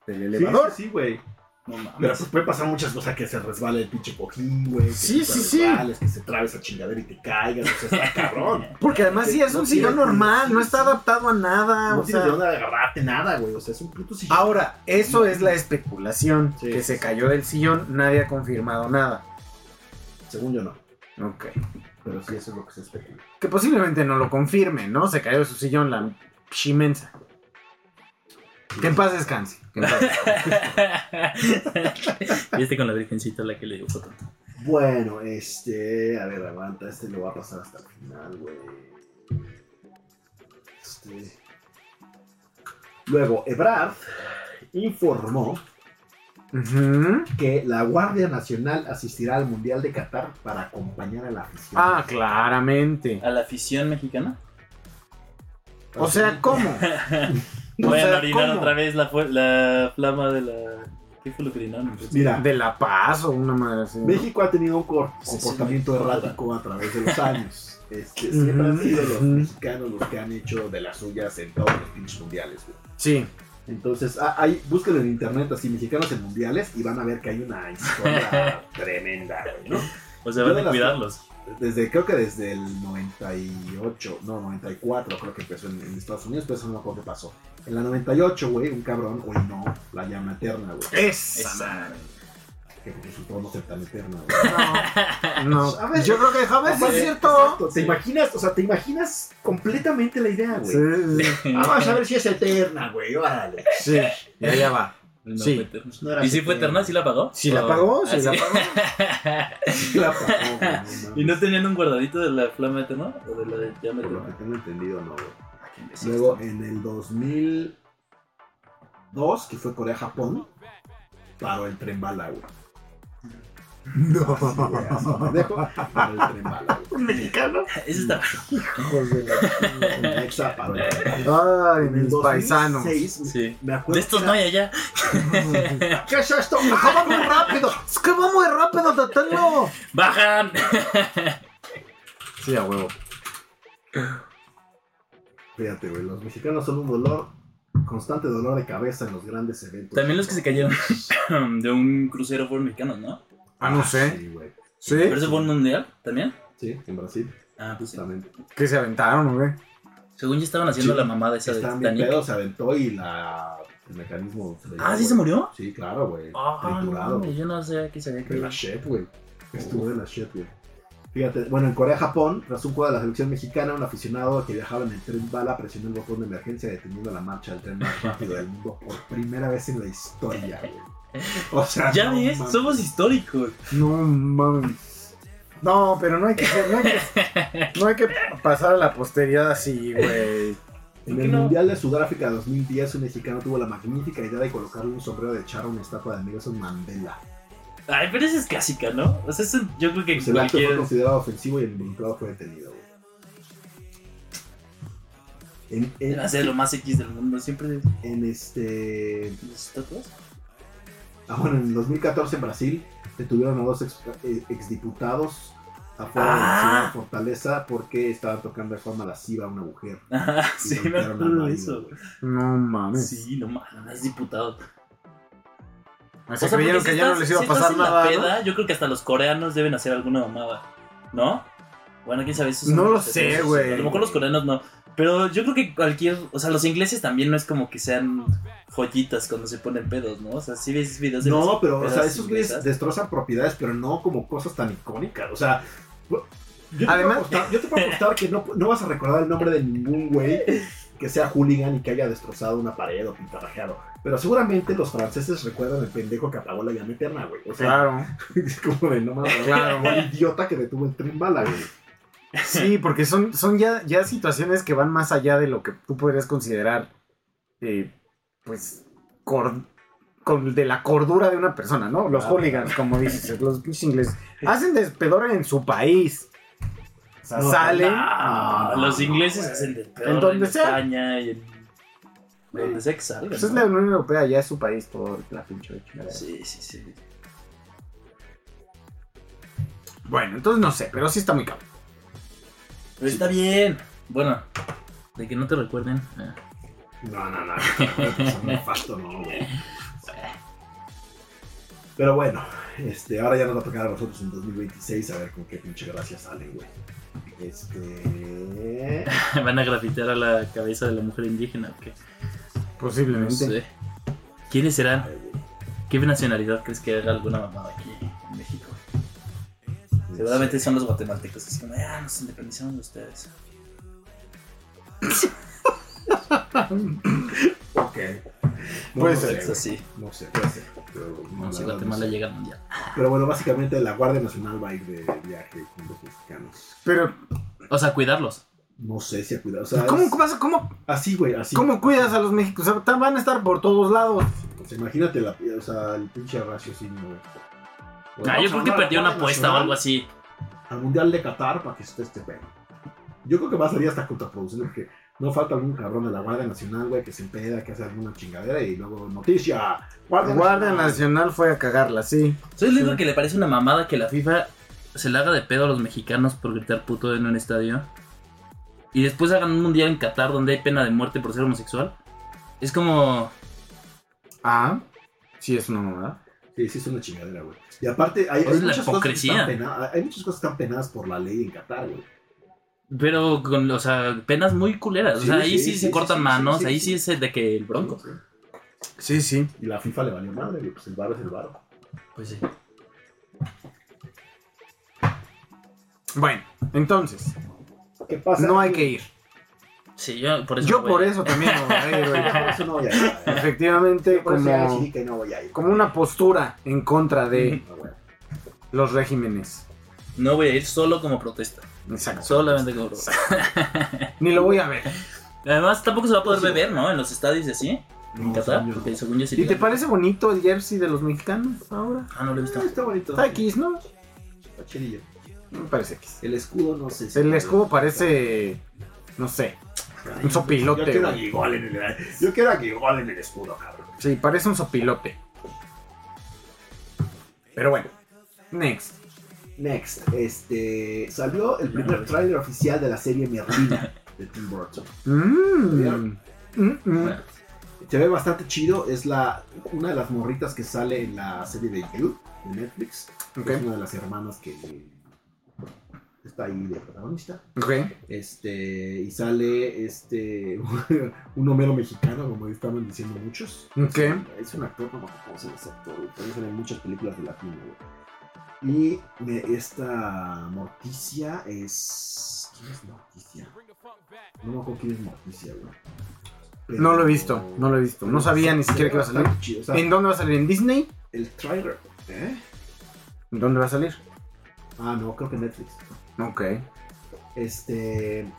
Speaker 4: del
Speaker 3: Sí,
Speaker 4: elevador.
Speaker 3: Sí, sí, güey.
Speaker 5: No mames.
Speaker 4: *laughs*
Speaker 5: *laughs*
Speaker 3: Pero pues puede pasar muchas cosas, que se resbale el pinche cojín, güey. que
Speaker 4: Sí,
Speaker 3: tú te
Speaker 4: sí, sí.
Speaker 3: resbales, Que se trabe esa chingadera y te caigas, o sea,
Speaker 4: *laughs*
Speaker 3: está cabrón.
Speaker 4: Porque además sí es
Speaker 3: No
Speaker 4: un
Speaker 3: tiene-
Speaker 4: sillón normal, no está adaptado a nada.
Speaker 3: No
Speaker 4: Ah, o
Speaker 3: tienes
Speaker 4: sea.
Speaker 3: de dónde agarrarte nada, güey. O sea, es un puto sillón.
Speaker 4: Ahora, eso es la especulación,
Speaker 3: Sí.
Speaker 4: que se cayó del sillón, nadie ha confirmado nada.
Speaker 3: Según yo no.
Speaker 4: Ok.
Speaker 3: Pero sí, eso es lo que se especula.
Speaker 4: Que posiblemente no lo confirme, ¿no? Se cayó de su sillón la chimensa. Que en paz descanse. que en paz descanse.
Speaker 5: Viste este con la virgencita la que le dibujó tanto.
Speaker 3: Bueno, este. A ver, aguanta. Este lo va a pasar hasta el final, güey. Este. Luego, Ebrard informó
Speaker 4: *laughs* Ujú.
Speaker 3: que la Guardia Nacional asistirá al Mundial de Qatar para acompañar a la afición.
Speaker 4: Ah, claramente.
Speaker 5: ¿A la afición mexicana?
Speaker 4: O sea, ¿cómo?
Speaker 5: Voy
Speaker 4: sea,
Speaker 5: a orinar
Speaker 4: ¿cómo?
Speaker 5: otra vez la, fu- la flama de la. ¿Qué fue lo que orinaron?
Speaker 3: *laughs* Mira,
Speaker 4: De la paz o una madre así. ¿no?
Speaker 3: México ha tenido un cor-
Speaker 5: Sí, sí,
Speaker 3: comportamiento
Speaker 5: sí.
Speaker 3: errático a través de los años.
Speaker 4: *laughs*
Speaker 3: Este, siempre han sido los mexicanos los que han hecho de las suyas en todos los pinches mundiales, güey.
Speaker 4: Sí.
Speaker 3: Entonces, ah, hay, búsquenlo en internet así, mexicanos en mundiales, y van a ver que hay una *laughs* historia tremenda, güey, ¿no?
Speaker 5: O sea,
Speaker 3: Yo
Speaker 5: van
Speaker 3: de
Speaker 5: a
Speaker 3: las-
Speaker 5: cuidarlos.
Speaker 3: Desde, creo que desde el 98, no, 94, creo que empezó en, en Estados Unidos, pero eso no me acuerdo qué pasó. En la 98, güey, un cabrón orinó la llama eterna, güey.
Speaker 4: Esa.
Speaker 5: Esa-
Speaker 3: Que resultó no ser tan eterna, güey.
Speaker 4: *laughs* No.
Speaker 3: *laughs* A ver.
Speaker 4: Yo creo que a ver si Ah, es
Speaker 3: Aparte,
Speaker 4: cierto.
Speaker 3: exacto, ¿Te imaginas? O sea, te imaginas completamente la idea, güey.
Speaker 4: Sí, sí,
Speaker 3: Ah, Vamos a ver si es eterna, güey. *laughs* Órale.
Speaker 4: sí. Y allá va.
Speaker 5: No
Speaker 4: Sí.
Speaker 5: fue eterna.
Speaker 3: No era
Speaker 5: ¿Y si fue
Speaker 3: eterna.
Speaker 5: eterna? ¿Sí la pagó?
Speaker 4: Si la pagó, si
Speaker 5: sí
Speaker 4: la pagó.
Speaker 3: La pagó, güey, no mames.
Speaker 5: *laughs* ¿Y no tenían un guardadito de la flama eterna? ¿O de la de llama
Speaker 3: Por lo que
Speaker 5: eterna?
Speaker 3: tengo entendido, no, güey.
Speaker 5: Ah, qué imbécil.
Speaker 3: Luego, en el 2002, que fue Corea-Japón, paró el tren bala, güey. Sí, güey, así, pendejo, Paró el tren bala, güey.
Speaker 5: *laughs*
Speaker 4: Mexicano.
Speaker 5: Ese está.
Speaker 4: Hijos de
Speaker 3: En
Speaker 4: la.
Speaker 3: Exa paró el tren bala.
Speaker 4: Ay,
Speaker 3: En el
Speaker 4: mis paisanos.
Speaker 3: 2006,
Speaker 5: Sí.
Speaker 3: Me acuerdo
Speaker 5: De estos
Speaker 3: que
Speaker 5: no
Speaker 3: era-
Speaker 5: hay allá.
Speaker 4: *laughs*
Speaker 3: ¿Qué es esto? ¡Ah, va muy rápido!
Speaker 4: Es que va muy rápido, Tatelo.
Speaker 5: ¡Bajan!
Speaker 4: Sí, a huevo.
Speaker 3: Fíjate, güey, los mexicanos son un dolor, constante dolor de cabeza en los grandes eventos.
Speaker 5: También los que se cayeron *coughs* de un crucero fueron mexicanos, ¿no?
Speaker 4: Ah, no sé.
Speaker 3: Sí, güey.
Speaker 5: ¿Pero
Speaker 4: ¿Sí?
Speaker 5: ese fue un mundial también?
Speaker 3: Sí, en Brasil,
Speaker 5: Ah, pues sí.
Speaker 3: justamente.
Speaker 4: ¿Que se aventaron, güey?
Speaker 5: Según ya estaban haciendo
Speaker 3: Sí.
Speaker 5: la mamada esa de
Speaker 3: Está bien
Speaker 5: Titanic.
Speaker 3: pedo, se aventó y la... el mecanismo. le dio,
Speaker 5: Ah, ¿sí
Speaker 3: güey.
Speaker 5: se murió?
Speaker 3: Sí, claro, güey.
Speaker 5: Ah, no,
Speaker 3: Triturado.
Speaker 5: hombre, yo no sé que se había
Speaker 3: De la
Speaker 5: caído.
Speaker 3: shit, güey. Estuvo de la shit, güey. Fíjate, bueno, en Corea, Japón, tras un juego de la selección mexicana, un aficionado que viajaba en el tren bala presionó el botón de emergencia deteniendo la marcha del tren más rápido del mundo por primera vez en la historia, güey. O sea,
Speaker 5: Ya
Speaker 3: no
Speaker 5: ves,
Speaker 3: mames.
Speaker 5: somos históricos.
Speaker 4: No mames. No, pero no hay que, no hay que, no hay que pasar a la posteridad así, güey.
Speaker 3: En
Speaker 5: ¿Por
Speaker 3: el
Speaker 5: qué no?
Speaker 3: Mundial de Sudáfrica 2010, un mexicano tuvo la magnífica idea de colocarle un sombrero de charro a una estatua de Nelson Mandela.
Speaker 5: Ay, pero esa es clásica, ¿no? O sea, eso yo creo que
Speaker 3: Pues el acto fue
Speaker 5: cualquier-
Speaker 3: considerado ofensivo y el involucrado fue detenido. güey. En, en-
Speaker 5: va a ser lo más X del mundo. Siempre
Speaker 3: en este.
Speaker 5: los estatuas. *laughs*
Speaker 3: Ah, bueno, en 2014 en Brasil detuvieron a dos ex- eh, exdiputados afuera de la
Speaker 5: Ah.
Speaker 3: ciudad de Fortaleza porque estaban tocando de forma lasciva a una mujer.
Speaker 5: Ah,
Speaker 3: y
Speaker 5: sí, me
Speaker 3: golpearon al
Speaker 5: acuerdo de
Speaker 3: marido,
Speaker 5: eso.
Speaker 3: güey.
Speaker 4: No mames.
Speaker 5: Sí, no mames, diputado.
Speaker 4: O sea, creyeron
Speaker 5: porque
Speaker 4: que
Speaker 5: si
Speaker 4: ya no
Speaker 5: estás-
Speaker 4: les iba a
Speaker 5: si
Speaker 4: pasar
Speaker 5: estás en la
Speaker 4: nada. ¿no?
Speaker 5: peda, Yo creo que hasta los coreanos deben hacer alguna mamada, ¿no? Bueno, quién sabe eso.
Speaker 4: No lo sé, güey.
Speaker 5: A lo mejor los coreanos no. Pero yo creo que cualquier. O sea, los ingleses también no es como que sean joyitas cuando se ponen pedos, ¿no? O sea, sí ves videos de.
Speaker 3: No,
Speaker 5: las
Speaker 3: pero, o sea,
Speaker 5: pedas
Speaker 3: esos güeyes
Speaker 5: inglesas.
Speaker 3: destrozan propiedades, pero no como cosas tan icónicas. O sea, yo te,
Speaker 4: Además-
Speaker 3: puedo, apostar, yo te puedo apostar que no, no vas a recordar el nombre de ningún güey que sea hooligan y que haya destrozado una pared o pintarrajeado. Pero seguramente los franceses recuerdan el pendejo que apagó la llama eterna, güey. O sea,
Speaker 4: Claro,
Speaker 3: es *laughs* como de no mames,
Speaker 4: claro.
Speaker 3: el idiota que detuvo el tren bala, güey.
Speaker 4: Sí, porque son, son ya, ya situaciones que van más allá de lo que tú podrías considerar, eh, pues, cor- con, de la cordura de una persona, ¿no?
Speaker 5: Ah.
Speaker 4: Los
Speaker 3: Claro.
Speaker 4: hooligans, como dices,
Speaker 5: *laughs*
Speaker 4: los pinches ingleses, hacen despedor en su país. O sea,
Speaker 3: No,
Speaker 4: salen.
Speaker 5: Ah,
Speaker 3: No,
Speaker 5: los
Speaker 3: no,
Speaker 5: ingleses
Speaker 3: güey.
Speaker 5: hacen de peor
Speaker 4: En
Speaker 5: en,
Speaker 4: donde sea.
Speaker 5: España y en. Donde sea que salgan,
Speaker 4: Pues es
Speaker 5: ¿no?
Speaker 4: la Unión Europea, ya es su país, todo la pinche chingada.
Speaker 5: Sí, sí, sí.
Speaker 4: Bueno, entonces no sé, pero sí está muy cabrón.
Speaker 5: Pero está bien. Bueno, de que no te recuerden. ah.
Speaker 3: No, no, no. Es nefasto, no, güey. Pero bueno, este, ahora ya nos va a tocar a nosotros en 2026 a ver con qué pinche gracia salen, güey. Este.
Speaker 5: *laughs* Van a grafitear a la cabeza de la mujer indígena. ¿o qué? No
Speaker 4: Posiblemente.
Speaker 5: sé. ¿Quiénes serán? ¿Qué nacionalidad crees que haga alguna mamada aquí en México? Seguramente son los guatemaltecos. Es como, ah, nos independizamos de ustedes.
Speaker 3: Ok. No,
Speaker 4: Puede
Speaker 3: no
Speaker 4: ser.
Speaker 3: sé,
Speaker 5: Es
Speaker 3: güey.
Speaker 5: así.
Speaker 3: No sé, puede ser. Pero, no,
Speaker 5: No,
Speaker 3: Pues la
Speaker 5: si
Speaker 3: verdad,
Speaker 5: Guatemala
Speaker 3: no sé.
Speaker 5: llega al mundial.
Speaker 3: Pero bueno, básicamente la Guardia Nacional va a ir de viaje con los mexicanos.
Speaker 4: Pero,
Speaker 5: O sea, cuidarlos.
Speaker 3: No sé si a cuidar. O sea,
Speaker 4: ¿cómo,
Speaker 3: es-
Speaker 4: vas a- cómo,
Speaker 3: así, güey, así.
Speaker 4: cómo cuidas a los mexicanos? O sea, tan- van a estar por todos lados.
Speaker 3: O sea, imagínate la, o sea, el pinche raciocinio, güey.
Speaker 5: Ah, yo creo que perdió una apuesta o algo
Speaker 3: así
Speaker 5: así.
Speaker 3: al Mundial de Qatar para que esté este pedo. Yo creo que va a salir hasta contraproducente porque no falta algún cabrón de la Guardia Nacional, güey, que se empeda, que hace alguna chingadera y luego noticia.
Speaker 4: Guardia, Nacional fue a cagarla, sí.
Speaker 5: Soy el único que le parece una mamada que la FIFA se le haga de pedo a los mexicanos por gritar puto en un estadio. Y después hagan un mundial en Qatar donde hay pena de muerte por ser homosexual. Es como.
Speaker 4: Ah, sí, es una mamada.
Speaker 3: Sí, sí, es una chingadera, güey. Y aparte, hay, hay
Speaker 5: Es Pues la
Speaker 3: muchas cosas que
Speaker 5: hipocresía.
Speaker 3: están penadas, hay muchas cosas que están penadas por la ley en Qatar, güey.
Speaker 5: Pero con, o sea, penas muy culeras. o sea,
Speaker 3: Sí,
Speaker 5: ahí
Speaker 3: sí,
Speaker 5: sí,
Speaker 3: sí,
Speaker 5: se cortan
Speaker 3: sí, sí,
Speaker 5: manos,
Speaker 3: sí,
Speaker 5: ahí
Speaker 3: sí.
Speaker 5: sí es el de que el bronco.
Speaker 4: Sí, sí.
Speaker 3: Y la FIFA le valió madre, güey. Pues el varo es el varo.
Speaker 5: Pues sí.
Speaker 4: Bueno, entonces,
Speaker 3: ¿Qué pasa?
Speaker 4: no hay que ir.
Speaker 5: Sí, yo por eso.
Speaker 4: Yo
Speaker 5: no voy.
Speaker 4: por eso también no voy a ir, güey.
Speaker 5: *laughs*
Speaker 3: Eso no voy a
Speaker 4: *laughs*
Speaker 3: ir, güey.
Speaker 4: Efectivamente,
Speaker 3: Por eso ya
Speaker 4: como,
Speaker 3: decidí que no voy a ir.
Speaker 4: como una postura en contra de
Speaker 3: No, güey.
Speaker 4: los regímenes.
Speaker 5: No voy a ir solo como protesta.
Speaker 4: Exacto.
Speaker 5: Solamente como protesta.
Speaker 4: Ni lo voy a ver.
Speaker 5: Además, tampoco se va a poder
Speaker 3: Sí.
Speaker 5: beber, ¿no? En los estadios y así. En
Speaker 3: No,
Speaker 5: Qatar.
Speaker 3: señor.
Speaker 5: Porque según yo sí.
Speaker 4: ¿Y te parece bonito el jersey de los mexicanos ahora?
Speaker 5: Ah, no lo he visto.
Speaker 3: Ah, Está bonito.
Speaker 4: Está X, ¿no?
Speaker 3: Está chidillo.
Speaker 4: Me parece X.
Speaker 3: El escudo no sé. si-
Speaker 4: El escudo parece, no sé, un
Speaker 3: Yo
Speaker 4: sopilote.
Speaker 3: quiero a
Speaker 4: güey.
Speaker 3: Gigol en el, yo quiero a Gigol en el escudo, cabrón.
Speaker 4: Sí, parece un sopilote. Pero bueno, next.
Speaker 3: Next, este salió el primer tráiler oficial de la serie Merlina de Tim Burton.
Speaker 4: Mm. Mm, mm.
Speaker 3: Se ve bastante chido, es la una de las morritas que sale en la serie de You de Netflix.
Speaker 4: Ok,
Speaker 3: Es una de las hermanas que está ahí de protagonista.
Speaker 4: ok.
Speaker 3: Este y sale este *laughs* un Homero mexicano, como estaban diciendo muchos.
Speaker 4: Ok.
Speaker 3: Es un actor como como se llama ese actor, güey, también sale en muchas películas de latino. güey. Y me- esta Morticia es. ¿Quién es Morticia? No me acuerdo quién es Morticia, güey. Pero-
Speaker 4: No lo he visto, no lo he visto. No sabía ni siquiera que iba a salir.
Speaker 3: Está chido, o sea,
Speaker 4: ¿En dónde va a salir? ¿En Disney?
Speaker 3: El trailer. ¿Eh?
Speaker 4: ¿En dónde va a salir?
Speaker 3: Ah, no, creo que Netflix.
Speaker 4: Ok.
Speaker 3: Este.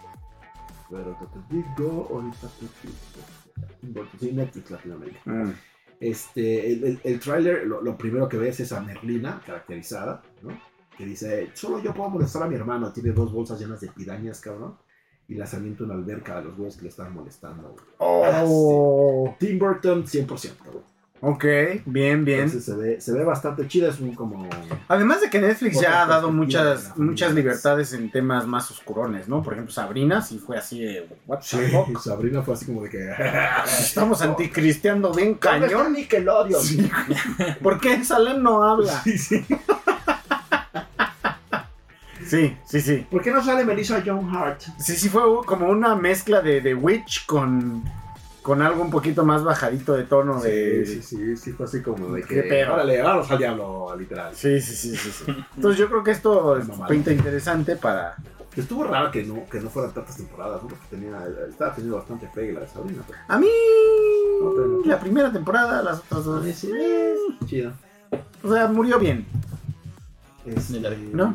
Speaker 3: Pero te digo, ahorita te digo. Sí, Netflix Latinoamérica.
Speaker 4: Mm.
Speaker 3: Este, el, el, el tráiler, lo, lo primero que ves es a Merlina caracterizada, ¿no? Que dice, solo yo puedo molestar a mi hermano, tiene dos bolsas llenas de pirañas, cabrón, y las avienta en una alberca a los güeyes que le están molestando. güey.
Speaker 4: Oh.
Speaker 3: Tim Burton 100%, güey.
Speaker 4: Ok, bien, bien.
Speaker 3: Entonces se ve, se ve bastante chida, es un como...
Speaker 4: Además de que Netflix ya ha
Speaker 3: Otra
Speaker 4: dado
Speaker 3: perspectiva de la
Speaker 4: muchas,
Speaker 3: familia.
Speaker 4: muchas libertades en temas más oscurones, ¿no? Por ejemplo, Sabrina sí fue así de what the
Speaker 3: Sí,
Speaker 4: fuck?
Speaker 3: *laughs* Sabrina fue así como de que... *laughs*
Speaker 4: Estamos anticristeando bien
Speaker 3: ¡Cañón
Speaker 4: cañón.
Speaker 3: Nickelodeon!
Speaker 4: Sí. ¿Por qué Salem no habla?
Speaker 3: Sí, sí.
Speaker 4: Sí, sí, sí.
Speaker 3: ¿Por qué no sale Melissa John Hart?
Speaker 4: Sí, sí fue como una mezcla de The Witch con, con algo un poquito más bajadito de tono de...
Speaker 3: sí, sí, sí, fue así como de
Speaker 4: ¿Qué
Speaker 3: que...
Speaker 4: pedo?
Speaker 3: ¡Órale, vamos al diablo, literal!
Speaker 4: Sí, sí, sí, sí, sí. Entonces yo creo que esto
Speaker 3: Mamada.
Speaker 4: pinta interesante para...
Speaker 3: Que Estuvo raro que no, que no fueran tantas temporadas, ¿no? Porque tenía, estaba teniendo bastante pegue la de Sabrina. pero-
Speaker 4: A mí...
Speaker 3: pero no.
Speaker 4: La primera temporada, las otras dos... Eh,
Speaker 3: Chido.
Speaker 4: O sea, murió bien,
Speaker 3: Este,
Speaker 5: Ni la
Speaker 4: ¿no?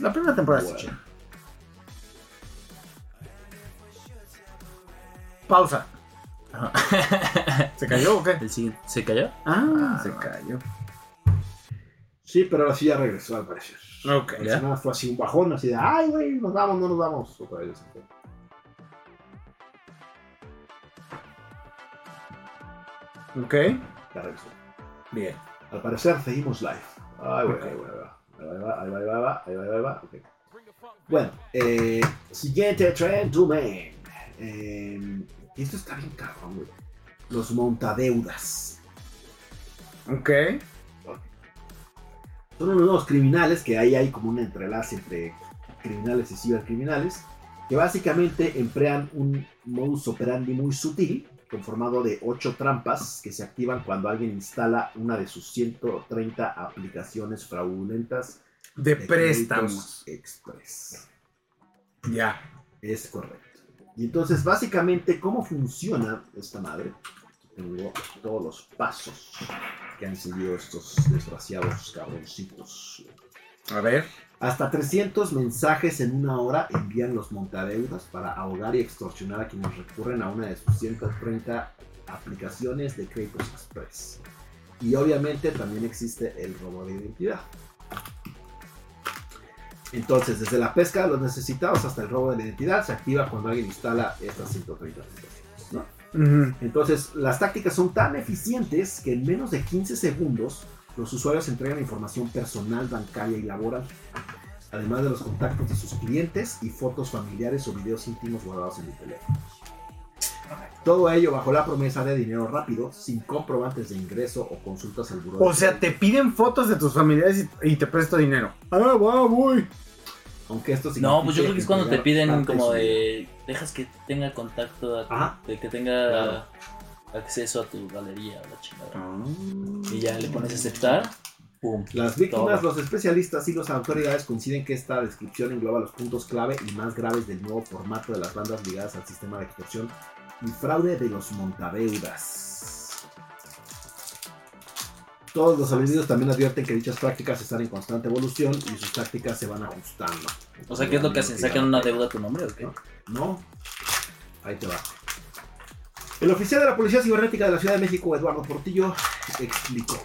Speaker 4: La primera temporada
Speaker 3: Bueno.
Speaker 4: está chida.
Speaker 3: *laughs*
Speaker 4: Pausa. ¿Se cayó o qué?
Speaker 5: El siguiente. ¿Se cayó?
Speaker 4: Ah, se cayó.
Speaker 3: Sí, pero ahora sí ya regresó al parecer.
Speaker 4: Ok.
Speaker 3: La semana fue así un bajón, así de, ay, güey, nos vamos, no nos vamos. Otra vez.
Speaker 4: Ok.
Speaker 3: Ya regresó.
Speaker 4: Bien.
Speaker 3: Al parecer seguimos live. Ay, güey,
Speaker 4: Ok.
Speaker 3: ahí va, ahí va, ahí va, ahí va, ahí va, ahí va, ahí va, ahí va, ok. Bueno, eh, siguiente Trend to Man. Eh, y esto está bien cabrón, güey. Los montadeudas.
Speaker 4: Ok.
Speaker 3: son unos nuevos criminales que ahí hay como un entrelace entre criminales y cibercriminales que básicamente emplean un modus operandi muy sutil conformado de ocho trampas que se activan cuando alguien instala una de sus 130 aplicaciones fraudulentas
Speaker 4: De
Speaker 3: de
Speaker 4: préstamos.
Speaker 3: créditos express.
Speaker 4: Ya.
Speaker 3: Es correcto. Y entonces, básicamente, ¿cómo funciona esta madre? Tengo todos los pasos que han seguido estos desgraciados cabroncitos.
Speaker 4: A ver.
Speaker 3: Hasta 300 mensajes en una hora envían los montadeudas para ahogar y extorsionar a quienes recurren a una de sus 130 aplicaciones de créditos express. Y obviamente también existe el robo de identidad. Entonces, desde la pesca de los necesitados hasta el robo de la identidad se activa cuando alguien instala estas 130 aplicaciones. ¿no?
Speaker 4: Ujú.
Speaker 3: Entonces, las tácticas son tan eficientes que en menos de 15 segundos los usuarios entregan información personal, bancaria y laboral, además de los contactos de sus clientes y fotos familiares o videos íntimos guardados en el teléfono. Todo ello bajo la promesa de dinero rápido, sin comprobantes de ingreso o consultas al buró. de
Speaker 4: O sea, te piden fotos de tus familiares y, y te presto dinero. Ah, va, voy.
Speaker 3: Aunque esto
Speaker 5: No, pues yo creo que es cuando te
Speaker 3: significa
Speaker 5: piden
Speaker 3: entregar
Speaker 5: como
Speaker 3: parte su-
Speaker 5: de. Dejas que tenga contacto, a-
Speaker 3: Ajá.
Speaker 5: de que tenga
Speaker 3: Claro. Ah.
Speaker 5: acceso a tu galería o la chingada.
Speaker 4: Ah.
Speaker 5: Y ya le pones aceptar. Pum.
Speaker 3: Las víctimas,
Speaker 5: Todo.
Speaker 3: los especialistas y las autoridades coinciden que esta descripción engloba los puntos clave y más graves del nuevo formato de las bandas ligadas al sistema de extorsión y fraude de los montadeudas. Todos los aludidos también advierten que dichas prácticas están en constante evolución y sus tácticas se van ajustando.
Speaker 5: O sea, ¿qué es lo que hacen? ¿Sacan una deuda a tu nombre o qué?
Speaker 3: No. Ahí te va. El oficial de la Policía Cibernética de la Ciudad de México, Eduardo Portillo, explicó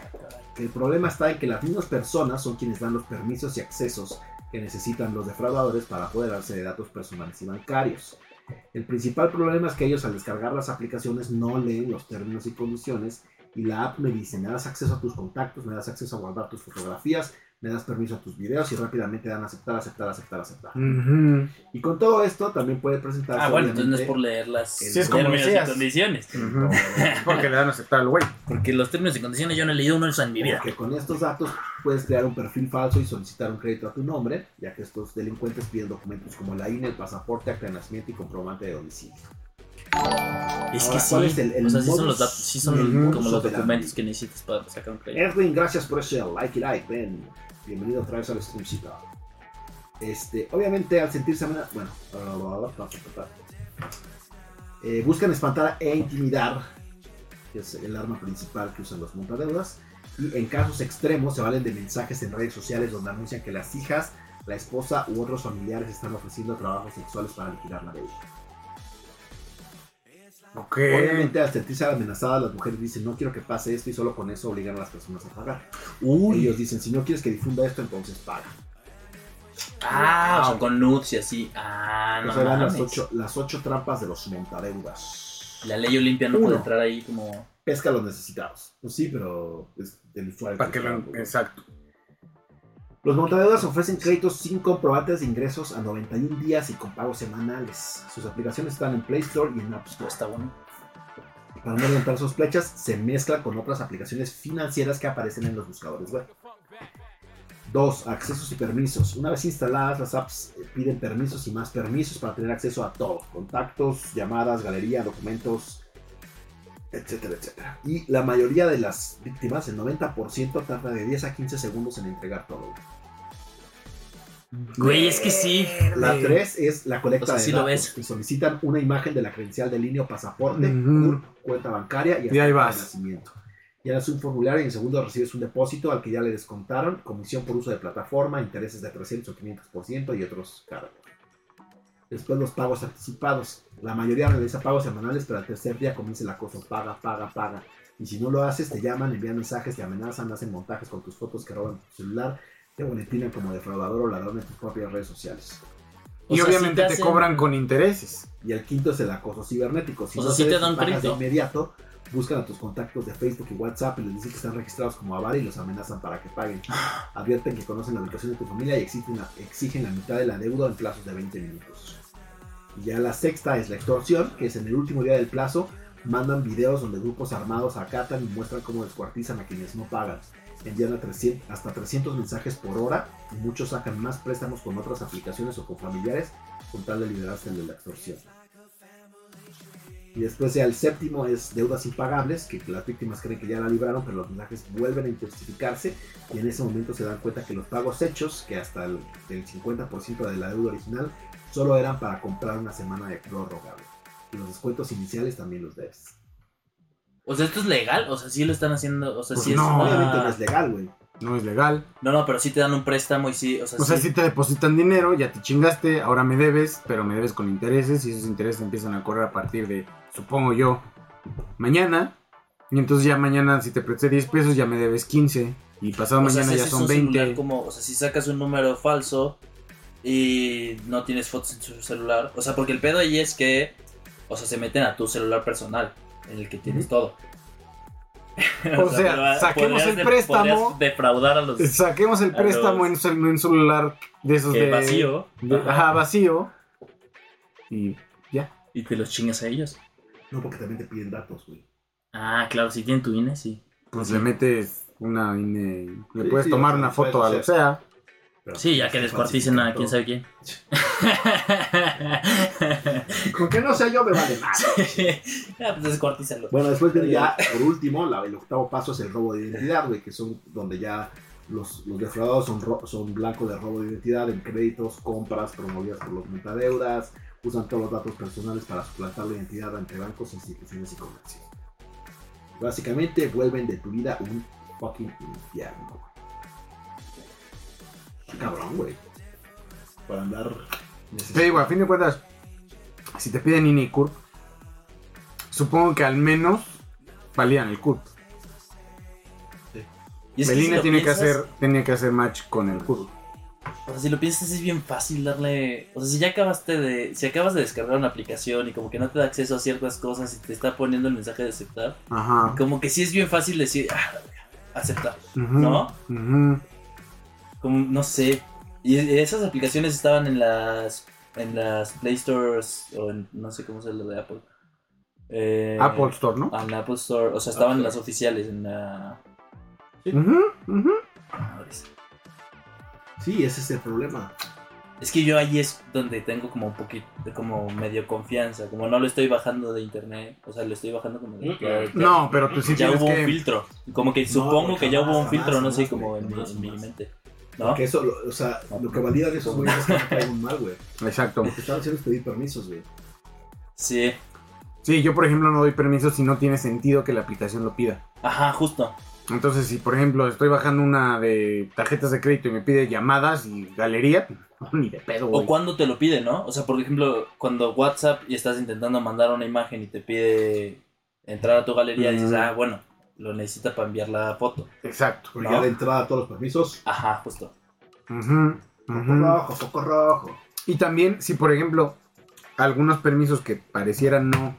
Speaker 3: que el problema está en que las mismas personas son quienes dan los permisos y accesos que necesitan los defraudadores para apoderarse de datos personales y bancarios. El principal problema es que ellos al descargar las aplicaciones no leen los términos y condiciones y la app me dice, me das acceso a tus contactos, me das acceso a guardar tus fotografías, me das permiso a tus videos y rápidamente dan aceptar, aceptar, aceptar, aceptar.
Speaker 4: Ujú.
Speaker 3: Y con todo esto también puede presentarse.
Speaker 5: Ah, bueno, entonces no es
Speaker 3: obviamente,
Speaker 5: por leer las
Speaker 3: Sí, es
Speaker 4: como
Speaker 5: términos
Speaker 4: decías.
Speaker 5: y condiciones.
Speaker 4: Ujú. *laughs* Porque le dan a aceptar al güey.
Speaker 5: Porque los términos y condiciones yo no he leído uno en mi vida.
Speaker 3: Porque con estos datos puedes crear un perfil falso y solicitar un crédito a tu nombre, ya E, que estos delincuentes piden documentos como la INE, el pasaporte, acta de nacimiento y comprobante de domicilio.
Speaker 5: Es
Speaker 3: Ahora,
Speaker 5: que
Speaker 3: ¿cuál
Speaker 5: sí.
Speaker 3: es el- el
Speaker 5: o sea, sí son,
Speaker 3: modus
Speaker 5: los, datos- sí son
Speaker 4: operandi?
Speaker 5: como los documentos que necesitas para sacar un crédito.
Speaker 3: Edwin, gracias por ese like y like, ven. Bienvenido otra vez al streamcito. Este, obviamente al sentirse amena- bueno, eh, buscan espantar e intimidar, que es el arma principal que usan los montadeudas, y en casos extremos se valen de mensajes en redes sociales donde anuncian que las hijas, la esposa u otros familiares están ofreciendo trabajos sexuales para liquidar la deuda.
Speaker 4: Ok.
Speaker 3: Obviamente al sentirse amenazadas las mujeres dicen no quiero que pase esto y solo con eso obligan a las personas a pagar. Ellos dicen, si no quieres que difunda esto, entonces paga.
Speaker 5: Ah, o sea, con nudes y así. Ah, no
Speaker 3: Esas Pues eran las
Speaker 5: mames.
Speaker 3: ocho, las ocho trampas de los montadeudas.
Speaker 5: La ley Olimpia no
Speaker 3: Uno.
Speaker 5: puede entrar ahí como.
Speaker 3: Pesca a los necesitados. Pues sí, pero es del fuera. del
Speaker 4: Para que lo-
Speaker 3: mercado.
Speaker 4: Exacto.
Speaker 3: Los montadeudas ofrecen créditos sin comprobantes de ingresos a 91 días y con pagos semanales. Sus aplicaciones están en Play Store y en App
Speaker 5: Pues
Speaker 3: Store.
Speaker 5: está bueno.
Speaker 3: Para no levantar sospechas, se mezcla con otras aplicaciones financieras que aparecen en los buscadores web. 2. Accesos y permisos. Una vez instaladas, las apps eh, piden permisos y más permisos para tener acceso a todo. Contactos, llamadas, galería, documentos, etcétera, etcétera. Y la mayoría de las víctimas, el 90%, tarda de 10 a 15 segundos en entregar todo.
Speaker 5: Güey, es que sí.
Speaker 3: La
Speaker 4: Güey.
Speaker 3: 3 es la colecta
Speaker 5: O sea,
Speaker 3: de
Speaker 5: sí lo
Speaker 3: datos.
Speaker 5: ves.
Speaker 3: que solicitan una imagen de la credencial de línea o pasaporte,
Speaker 4: Ujú.
Speaker 3: CURP, cuenta bancaria y,
Speaker 4: Y ahí
Speaker 3: acta
Speaker 4: vas.
Speaker 3: de nacimiento. Llenas un formulario y en segundo recibes un depósito al que ya le descontaron, comisión por uso de plataforma, intereses de 300 o 500% y otros cargos. Después los pagos anticipados. La mayoría realiza pagos semanales, pero al tercer día comienza el acoso. Paga, paga, paga. Y si no lo haces, te llaman, envían mensajes, te amenazan, hacen montajes con tus fotos que roban tu celular, te boletinan como defraudador o ladrón en tus propias redes sociales.
Speaker 5: O
Speaker 4: Y
Speaker 5: sea, sí
Speaker 4: obviamente te,
Speaker 5: hacen-
Speaker 4: cobran con intereses.
Speaker 3: Y el quinto es el acoso cibernético. Si
Speaker 5: O
Speaker 3: no
Speaker 5: sea, sí
Speaker 3: se
Speaker 5: te
Speaker 3: les
Speaker 5: dan
Speaker 3: pagas
Speaker 5: crédito.
Speaker 3: de inmediato, buscan a tus contactos de Facebook y WhatsApp y les dicen que están registrados como avara y los amenazan para que paguen.
Speaker 5: Ah.
Speaker 3: Advierten que conocen la ubicación de tu familia y exigen la, exigen la mitad de la deuda en plazos de 20 minutos. Y ya la sexta es la extorsión, que es en el último día del plazo mandan videos donde grupos armados acatan y muestran cómo descuartizan a quienes no pagan. Envían a 300 hasta 300 mensajes por hora y muchos sacan más préstamos con otras aplicaciones o con familiares con tal de liberarse de la extorsión. Y después ya el séptimo es deudas impagables, que las víctimas creen que ya la libraron, pero los mensajes vuelven a intensificarse y en ese momento se dan cuenta que los pagos hechos, que hasta el del 50% de la deuda original, solo eran para comprar una semana de prorrogable. Y los descuentos iniciales también los debes.
Speaker 5: O sea, esto es legal. O sea, sí lo están haciendo. O sea,
Speaker 4: Pues
Speaker 5: sí es.
Speaker 4: no.
Speaker 5: una-
Speaker 3: Obviamente no es legal, güey.
Speaker 4: No es legal.
Speaker 5: No, no, pero sí te dan un préstamo y sí. O sea,
Speaker 4: O sea,
Speaker 5: sí.
Speaker 4: si te depositan dinero, ya te chingaste, ahora me debes, pero me debes con intereses y esos intereses empiezan a correr a partir de, supongo yo, mañana. Y entonces ya mañana, si te presté 10 pesos, ya me debes 15. Y pasado
Speaker 5: O sea,
Speaker 4: mañana
Speaker 5: si
Speaker 4: ya
Speaker 5: haces
Speaker 4: son
Speaker 5: un celular
Speaker 4: 20.
Speaker 5: Como, o sea, si sacas un número falso y no tienes fotos en tu celular. O sea, porque el pedo ahí es que. O sea, se meten a tu celular personal, en el que tienes todo. *laughs*
Speaker 4: O sea,
Speaker 5: pero, ah,
Speaker 4: saquemos
Speaker 5: podrías
Speaker 4: el
Speaker 5: de-
Speaker 4: préstamo.
Speaker 5: podrías defraudar a los
Speaker 4: *laughs* Saquemos el
Speaker 5: A
Speaker 4: préstamo
Speaker 5: los-
Speaker 4: en un cel- en un celular de esos
Speaker 5: que
Speaker 4: de...
Speaker 5: vacío
Speaker 4: de- ajá, vacío. Y
Speaker 5: y te los chingas a ellos.
Speaker 3: No porque también te piden datos, güey.
Speaker 5: Ah, claro, si tienen tu INE, sí.
Speaker 4: pues le metes una... INE, le
Speaker 3: Sí,
Speaker 4: puedes
Speaker 3: sí,
Speaker 4: tomar
Speaker 3: o sea,
Speaker 4: una
Speaker 3: le puedes
Speaker 4: foto a lo
Speaker 3: hacer-
Speaker 4: sea.
Speaker 3: Pero
Speaker 5: Sí, ya que
Speaker 3: es
Speaker 5: descuarticen a
Speaker 3: falsificar
Speaker 5: quién sabe quién.
Speaker 3: todo. Con que no sea yo me vale más.
Speaker 5: *laughs* ah, pues descuartízalo.
Speaker 3: Bueno, después viene ya, por último, la- el octavo paso es el robo de identidad, güey, que son donde ya los, los defraudados son, ro- son blanco de robo de identidad en créditos, compras promovidas por los metadeudas, usan todos los datos personales para suplantar la identidad entre bancos, instituciones y comercios. Básicamente vuelven de tu vida un fucking infierno, güey. Está Cabrón, güey. Para andar...
Speaker 4: Te digo, a fin de cuentas, si te piden INE y CURP, supongo que al menos valían el CURP.
Speaker 5: Y es que
Speaker 4: el
Speaker 5: si
Speaker 4: INE
Speaker 5: lo
Speaker 4: tiene,
Speaker 5: piensas-
Speaker 4: que hacer, tiene que hacer match con el CURP.
Speaker 5: O sea, si lo piensas es bien fácil darle, o sea, si ya acabaste de, si acabas de descargar una aplicación y como que no te da acceso a ciertas cosas y te está poniendo el mensaje de aceptar,
Speaker 4: Ajá.
Speaker 5: como que sí es bien fácil decir, ah, la verga, aceptar,
Speaker 4: Ujú,
Speaker 5: ¿no?
Speaker 4: ujú.
Speaker 5: Como no sé. Y esas aplicaciones estaban en las en las Play Stores o en, no sé cómo se lo de Apple. Eh,
Speaker 4: Apple Store, ¿no?
Speaker 5: En Apple Store, o sea, estaban en las oficiales en la
Speaker 4: Ujú, ujú.
Speaker 5: madres.
Speaker 3: Sí, ese es el problema.
Speaker 5: Es que yo ahí es donde tengo como un poquito, como medio confianza, como no lo estoy bajando de internet, o sea, lo estoy bajando como
Speaker 3: Mm,
Speaker 5: de... de-
Speaker 4: No, pero tú sí
Speaker 5: ya
Speaker 4: tienes
Speaker 5: hubo un
Speaker 4: que...
Speaker 5: filtro, como que supongo que ya
Speaker 3: jamás,
Speaker 5: hubo un
Speaker 3: jamás,
Speaker 5: filtro, no sé,
Speaker 3: jamás,
Speaker 5: como
Speaker 3: güey,
Speaker 5: en, mi-
Speaker 3: jamás,
Speaker 5: en mi
Speaker 3: jamás.
Speaker 5: mente, ¿no?
Speaker 3: Que eso, lo- o sea, lo que valida de esos güeyes es que no traen mal, güey.
Speaker 4: Exacto.
Speaker 3: Lo que están haciendo es pedir permisos, güey.
Speaker 5: Sí,
Speaker 4: Sí, yo por ejemplo no doy permiso si no tiene sentido que la aplicación lo pida.
Speaker 5: ajá, justo,
Speaker 4: Entonces, si por ejemplo estoy bajando una de tarjetas de crédito y me pide llamadas y galería, *laughs* ni de pedo,
Speaker 5: o
Speaker 4: güey.
Speaker 5: cuando te lo pide, ¿no? O sea, por ejemplo, cuando WhatsApp y estás intentando mandar una imagen y te pide entrar a tu galería, dices,
Speaker 4: Mm.
Speaker 5: ah, bueno, lo necesita para enviar la foto,
Speaker 4: Exacto.
Speaker 3: Porque
Speaker 5: No.
Speaker 3: ya de entrada todos los permisos.
Speaker 5: ajá, justo,
Speaker 4: Ujú,
Speaker 3: Foco
Speaker 4: ujú.
Speaker 3: rojo, foco rojo.
Speaker 4: Y también, si por ejemplo, algunos permisos que parecieran no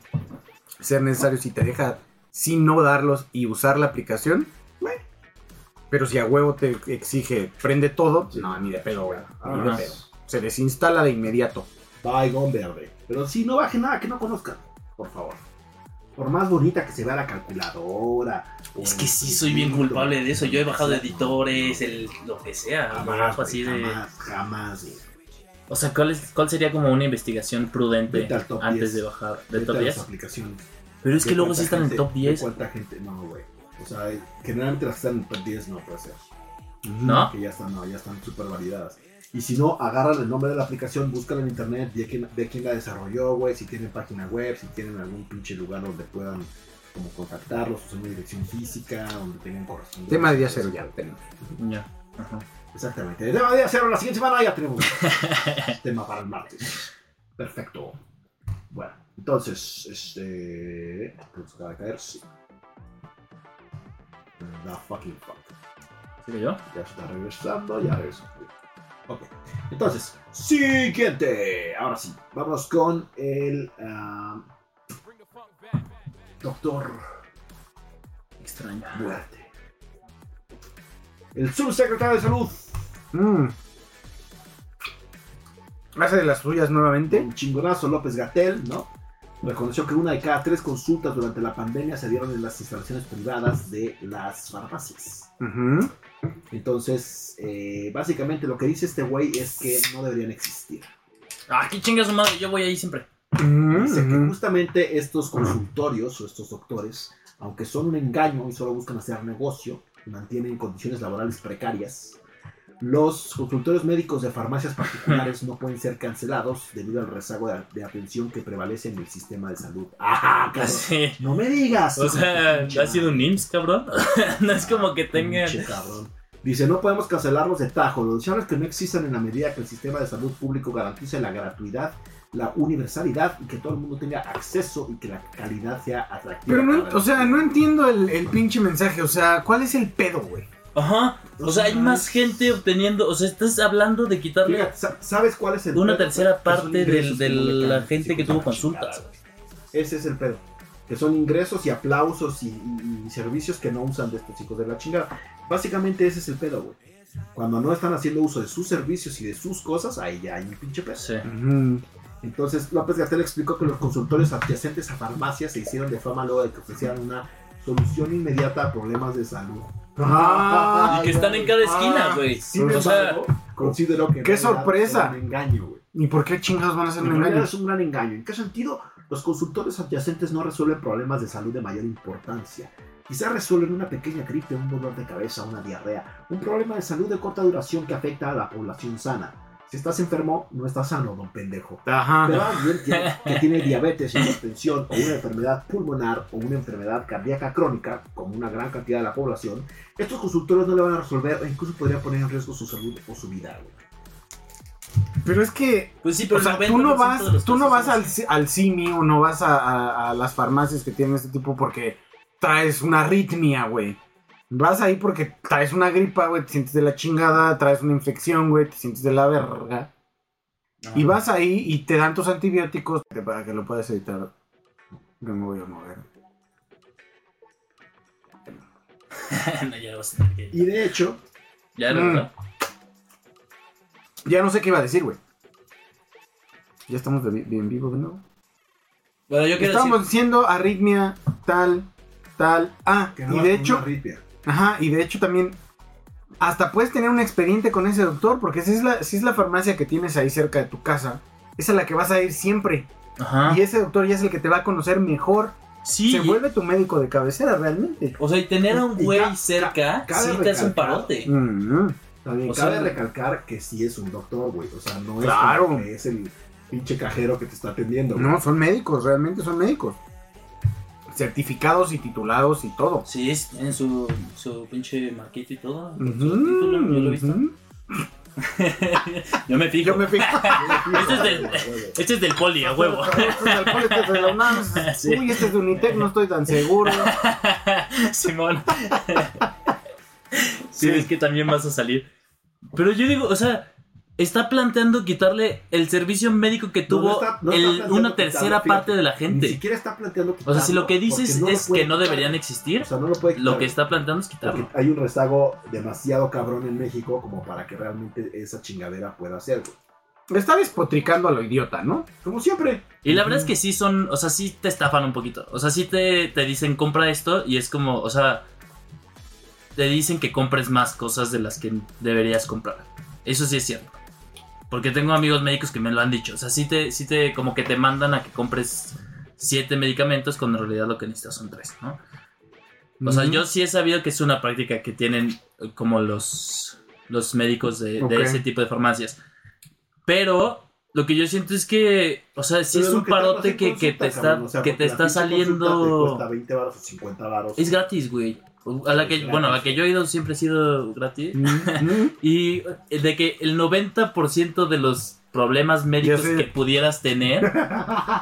Speaker 4: ser necesarios y te deja sin no darlos y usar la aplicación, bueno. Pero si a huevo te exige prende todo,
Speaker 3: Sí.
Speaker 4: no, ni de pedo, güey. Ni de
Speaker 5: Ajá.
Speaker 4: pedo. Se desinstala de inmediato.
Speaker 3: Baigón verde. Pero si no baje nada que no conozcan, por favor. Por más bonita que se vea la calculadora. o
Speaker 5: Es que
Speaker 3: el
Speaker 5: sí, soy bien
Speaker 3: circuito,
Speaker 5: culpable de eso. Yo he bajado
Speaker 3: no,
Speaker 5: editores, el, lo que sea.
Speaker 3: Jamás,
Speaker 5: bajo
Speaker 3: Ah, güey,
Speaker 5: así de...
Speaker 3: jamás, jamás, güey.
Speaker 5: O sea, ¿cuál, es- cuál sería como una investigación prudente
Speaker 3: Vete al top
Speaker 5: antes
Speaker 3: 10.
Speaker 5: de bajar del
Speaker 3: Vete
Speaker 5: top
Speaker 3: a las
Speaker 5: 10?
Speaker 3: aplicaciones.
Speaker 5: Pero es que
Speaker 3: ¿De
Speaker 5: luego
Speaker 3: cuánta
Speaker 5: sí están en
Speaker 3: gente-
Speaker 5: el top
Speaker 3: de
Speaker 5: 10,
Speaker 3: ¿Cuánta gente? No, güey. O sea, generalmente las que están en el top 10 no puede ser.
Speaker 5: ¿no?
Speaker 3: Que ya están, no, ya están súper validadas. Y si no, agarran el nombre de la aplicación, búscala en internet, ve quién, ve quién la desarrolló, güey, si tienen página web, si tienen algún pinche lugar donde puedan como contactarlos, o sea, una dirección física, donde tengan correspondencia.
Speaker 4: Tema de día cero ya lo tenemos.
Speaker 5: Ya. Ajá.
Speaker 3: Exactamente. El tema de día cero, la siguiente semana ya tenemos tema para el martes. Perfecto. Bueno, entonces, este. Creo que se acaba de caer, sí. The fucking fuck.
Speaker 5: ¿Sigo yo?
Speaker 3: Ya está regresando, ya regresó. Ok. Entonces, siguiente. Ahora sí, vamos con el. ah, doctor
Speaker 5: Extraño.
Speaker 3: Muerte. El subsecretario de salud.
Speaker 4: Mm. Hace de las suyas nuevamente.
Speaker 3: Un chingonazo López Gatel, ¿no? Reconoció que una de cada tres consultas durante la pandemia se dieron en las instalaciones privadas de las farmacias.
Speaker 4: Ujú.
Speaker 3: Entonces, eh, básicamente lo que dice este güey es que no deberían existir.
Speaker 5: Ah, qué chinga su madre, yo voy ahí siempre.
Speaker 4: Ujú,
Speaker 3: Dice
Speaker 5: Mm,
Speaker 3: que
Speaker 4: ujú.
Speaker 3: justamente
Speaker 5: Ah.
Speaker 3: estos consultorios o estos doctores, aunque son un engaño y solo buscan hacer negocio, y mantienen condiciones laborales precarias. Los consultorios médicos de farmacias particulares no pueden ser cancelados debido al rezago de, de atención que prevalece en el sistema de salud. ¡Ajá!
Speaker 5: *laughs*
Speaker 3: cabrón!
Speaker 5: Así.
Speaker 3: ¡No me digas!
Speaker 5: O sea,
Speaker 3: Pinche
Speaker 5: ha sido un IMSS, cabrón. *laughs* No es como que tengan.
Speaker 3: Pinche cabrón. Dice, no podemos cancelarlos de tajo. Los deseables que no existan en la medida que el sistema de salud público garantice la gratuidad, la universalidad y que todo el mundo tenga acceso y que la calidad sea atractiva.
Speaker 4: Pero no,
Speaker 3: para
Speaker 4: o sea,
Speaker 3: el-
Speaker 4: no entiendo el, el pinche mensaje. O sea, ¿cuál es el pedo, güey?
Speaker 5: Ajá. O sea, hay más gente obteniendo. O sea, estás hablando de quitarle
Speaker 3: Fíjate, sa- ¿sabes cuál es el
Speaker 5: una
Speaker 3: pedo?
Speaker 5: tercera
Speaker 3: Que son
Speaker 5: parte
Speaker 3: ingresos
Speaker 5: del-
Speaker 3: que
Speaker 5: de
Speaker 3: no le
Speaker 5: la
Speaker 3: caben,
Speaker 5: gente que
Speaker 3: hijos de
Speaker 5: tuvo
Speaker 3: la
Speaker 5: consultas.
Speaker 3: chingada, güey. Ese es el pedo. Que son ingresos y aplausos y, y- y servicios que no usan de estos hijos de la chingada. Básicamente ese es el pedo, güey. Cuando no están haciendo uso de sus servicios y de sus cosas, ahí ya hay un pinche pedo.
Speaker 5: Sí.
Speaker 3: Entonces, López Gatel explicó que los consultorios adyacentes a farmacias se hicieron de fama luego de que ofrecieran una solución inmediata a problemas de salud.
Speaker 4: Ah,
Speaker 5: Y que están en cada esquina, güey.
Speaker 3: Sin
Speaker 5: O sea,
Speaker 3: embargo, considero que. en
Speaker 4: ¡qué
Speaker 3: realidad
Speaker 4: sorpresa!
Speaker 3: era Un engaño, güey.
Speaker 4: ¿Y por qué chingados van a hacer
Speaker 3: En
Speaker 4: un
Speaker 3: realidad
Speaker 4: engaño?
Speaker 3: es un gran engaño. ¿En qué sentido? Los consultorios adyacentes no resuelven problemas de salud de mayor importancia. Quizás resuelven una pequeña gripe, un dolor de cabeza, una diarrea, un problema de salud de corta duración que afecta a la población sana. Si estás enfermo, no estás sano, don pendejo. Pero
Speaker 5: Ah,
Speaker 4: Ajá.
Speaker 3: alguien tiene- que tiene
Speaker 5: *laughs*
Speaker 3: diabetes, hipertensión o una enfermedad pulmonar o una enfermedad cardíaca crónica, como una gran cantidad de la población, estos consultorios no le van a resolver e incluso podría poner en riesgo su salud o su vida. güey.
Speaker 4: Pero es que,
Speaker 5: Pues sí,
Speaker 4: o
Speaker 5: pero
Speaker 4: sea,
Speaker 5: el
Speaker 4: tú no
Speaker 5: 90% de los
Speaker 4: vas, tú no vas al,
Speaker 5: procesos-
Speaker 4: al CIMI o no vas a, a- a las farmacias que tienen este tipo porque traes una arritmia, güey. Vas ahí porque traes una gripa, güey, te sientes de la chingada, traes una infección, güey, te sientes de la verga. Y vas ahí y te dan tus antibióticos que- para que lo puedas editar. No me voy a mover.
Speaker 5: *laughs* No, ya lo vas a tener que-
Speaker 3: Y de hecho,
Speaker 5: Ya, la
Speaker 4: Mm.
Speaker 5: verdad.
Speaker 4: Ya no sé qué iba a decir, güey. Ya estamos de vi- bien vivos, ¿no?
Speaker 5: Bueno, yo quiero
Speaker 4: Estamos diciendo arritmia tal, tal. Ah,
Speaker 3: que no
Speaker 4: y
Speaker 3: vas
Speaker 4: de
Speaker 3: con una
Speaker 4: hecho,
Speaker 3: arritmia.
Speaker 4: ajá, y de hecho también Hasta puedes tener un expediente con ese doctor, porque si es, la, si es la farmacia que tienes ahí cerca de tu casa, es a la que vas a ir siempre.
Speaker 5: Ajá.
Speaker 4: Y ese doctor ya es el que te va a conocer mejor.
Speaker 5: Sí.
Speaker 4: Se vuelve tu médico de cabecera realmente.
Speaker 5: O sea, y tener a un
Speaker 3: Y ca-
Speaker 5: güey
Speaker 3: ca-
Speaker 5: cerca
Speaker 3: cabe
Speaker 5: sí te hace un
Speaker 3: recalcar-
Speaker 5: parote.
Speaker 4: Mm.
Speaker 3: También
Speaker 5: O
Speaker 3: cabe
Speaker 5: sea-
Speaker 3: recalcar que sí es un doctor, güey. O sea, no es,
Speaker 4: Claro.
Speaker 3: como que es el pinche cajero que te está atendiendo. güey.
Speaker 4: No, son médicos, realmente son médicos. Certificados y titulados y todo.
Speaker 5: Sí, es- tienen su, su pinche marquito y todo. su título, yo lo he visto.
Speaker 4: Ujú.
Speaker 5: *laughs* Yo me fijo.
Speaker 4: Yo me fijo.
Speaker 5: Este es del, este es del poli, a
Speaker 3: *laughs*
Speaker 5: huevo. *laughs* Ah,
Speaker 4: Estos alcoholes que se lo mandan.
Speaker 5: Sí.
Speaker 4: Uy, este es de Unitec, no estoy tan seguro.
Speaker 5: Simón. *laughs* sí,
Speaker 4: Sí.
Speaker 5: es que también vas a salir. Pero yo digo, o sea, está planteando quitarle el servicio médico que tuvo
Speaker 3: está- no está
Speaker 5: el-
Speaker 3: planteando
Speaker 5: una
Speaker 3: quitarlo,
Speaker 5: tercera
Speaker 3: fíjate.
Speaker 5: parte de la
Speaker 3: Ni
Speaker 5: *laughs* gente.
Speaker 3: siquiera está planteando
Speaker 5: O sea, si lo que
Speaker 3: quitarlo,
Speaker 5: dices
Speaker 3: porque lo
Speaker 5: es
Speaker 3: puede
Speaker 5: que no
Speaker 3: quitar.
Speaker 5: deberían existir,
Speaker 3: O sea, no lo puede
Speaker 5: lo
Speaker 3: quitar.
Speaker 5: que está planteando es
Speaker 3: Porque
Speaker 5: quitarlo.
Speaker 3: hay un rezago demasiado cabrón en México como para que realmente esa chingadera pueda hacer, güey.
Speaker 4: Está despotricando a lo idiota, ¿no?
Speaker 3: Como siempre.
Speaker 5: Y la verdad es que sí son, o sea, sí te estafan un poquito. O sea, sí te, te dicen compra esto y es como, o sea, te dicen que compres más cosas de las que deberías comprar. Eso sí es cierto. Porque tengo amigos médicos que me lo han dicho. O sea, sí te, sí te como que te mandan a que compres siete medicamentos cuando en realidad lo que necesitas son tres, ¿no? O sea, yo sí he sabido que es una práctica que tienen eh, como los, los médicos de, de
Speaker 4: Ok.
Speaker 5: ese tipo de farmacias. Pero lo que yo siento es que, o sea, sí
Speaker 3: Pero
Speaker 5: es
Speaker 3: lo
Speaker 5: un
Speaker 3: que te hacen
Speaker 5: parote que, que
Speaker 3: consulta,
Speaker 5: te está,
Speaker 3: cabrón, o sea,
Speaker 5: que
Speaker 3: porque
Speaker 5: te
Speaker 3: la
Speaker 5: está
Speaker 3: pinche consulta te
Speaker 5: saliendo...
Speaker 3: cuesta 20 varos o 50 varos.
Speaker 5: Es gratis, güey. O- A la que,
Speaker 3: Es
Speaker 5: bueno, a la
Speaker 3: gratis.
Speaker 5: que yo he ido siempre ha sido gratis.
Speaker 4: Mm.
Speaker 5: Y eh, de que el 90% de los problemas médicos
Speaker 4: Ya sé.
Speaker 5: que pudieras tener,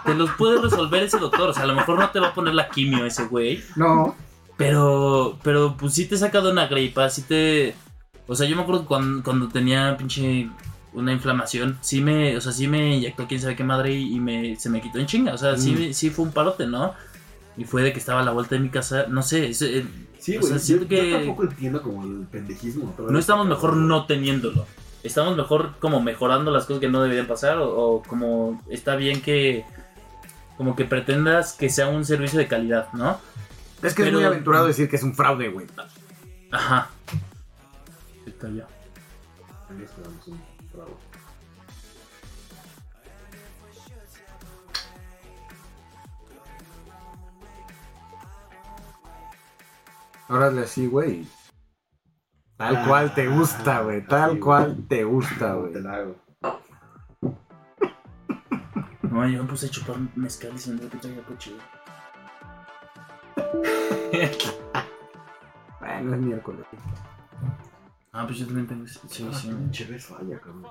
Speaker 5: te los puede resolver ese doctor. O sea, a lo mejor no te va a poner la quimio ese güey.
Speaker 4: No.
Speaker 5: Pero, pero, pues sí te saca de una gripa, sí te... O sea, yo me acuerdo cuando, cuando tenía pinche una inflamación, sí me, o sea, sí me inyectó quién sabe qué madre y, y me, se me quitó en chinga. O sea, sí,
Speaker 4: Mm.
Speaker 5: me- sí fue un parote, ¿no? Y fue de que estaba a la vuelta de mi casa, no sé, es- eh,
Speaker 3: Sí,
Speaker 5: O
Speaker 3: güey.
Speaker 5: sea,
Speaker 3: yo-
Speaker 5: siento
Speaker 3: yo,
Speaker 5: que-
Speaker 3: tampoco entiendo como el pendejismo.
Speaker 5: no estamos mejor no teniéndolo. Estamos mejor como mejorando las cosas que no deberían pasar o, o como está bien que... Como que pretendas que sea un servicio de calidad, ¿no?
Speaker 4: Es que
Speaker 5: Pero-
Speaker 4: es muy aventurado decir que es un fraude, güey.
Speaker 5: Ajá. Se cayó.
Speaker 3: Esperamos un trago.
Speaker 4: Ahora hazle así, güey. Tal
Speaker 3: Ah,
Speaker 4: cual te gusta, güey. Tal
Speaker 3: así,
Speaker 4: cual te gusta,
Speaker 3: No,
Speaker 4: güey.
Speaker 3: te la hago.
Speaker 5: No, yo me puse a chupar mezcal y se me olvidó que tenía coche.
Speaker 4: Bueno, es miércoles.
Speaker 5: Ah, pues yo también tengo ese sí,
Speaker 3: Ah,
Speaker 5: sí.
Speaker 3: pinche vez falla, cabrón.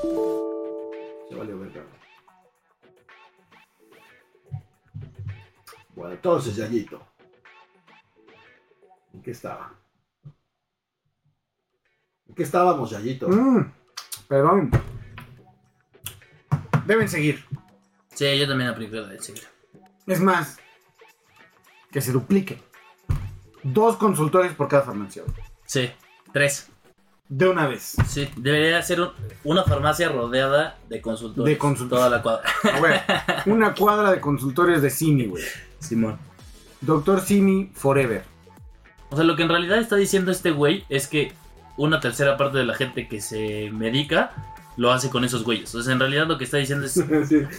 Speaker 3: Se valió verga. Bueno, entonces, Yayito. ¿En qué estaba? ¿En qué estábamos, Yayito?
Speaker 4: Mm, perdón. Deben seguir.
Speaker 5: Sí, yo también apliqué la del siglo.
Speaker 4: Es más, que se duplique. Dos consultores por cada farmacia. güey.
Speaker 5: Sí, tres.
Speaker 4: De una vez.
Speaker 5: Sí, debería ser un- una farmacia rodeada de consultores.
Speaker 4: De consultores.
Speaker 5: Toda la cuadra.
Speaker 4: Güey, una cuadra de consultores de Simi, güey.
Speaker 5: Simón.
Speaker 4: Doctor Simi Forever.
Speaker 5: O sea, lo que en realidad está diciendo este güey es que una tercera parte de la gente que se medica lo hace con esos güeyes. O sea, en realidad lo que está diciendo es
Speaker 3: Sí.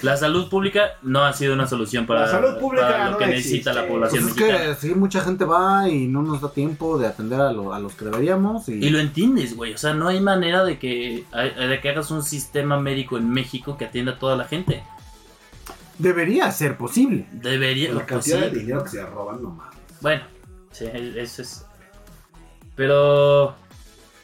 Speaker 5: la salud pública no ha sido una solución para,
Speaker 3: La salud pública
Speaker 5: para lo
Speaker 3: no
Speaker 5: que necesita
Speaker 3: existe.
Speaker 5: la
Speaker 4: Pues
Speaker 5: población
Speaker 4: es
Speaker 5: mexicana.
Speaker 4: que sí, mucha gente va y no nos da tiempo de atender a, lo- a los que deberíamos. Y,
Speaker 5: Y lo entiendes, güey. O sea, no hay manera de que, de que hagas un sistema médico en México que atienda a toda la gente.
Speaker 4: debería ser posible.
Speaker 5: Debería.
Speaker 3: la
Speaker 5: pues,
Speaker 3: cantidad
Speaker 5: sí.
Speaker 3: de dinero que se roban, no mames.
Speaker 5: Bueno, sí, eso es. Pero.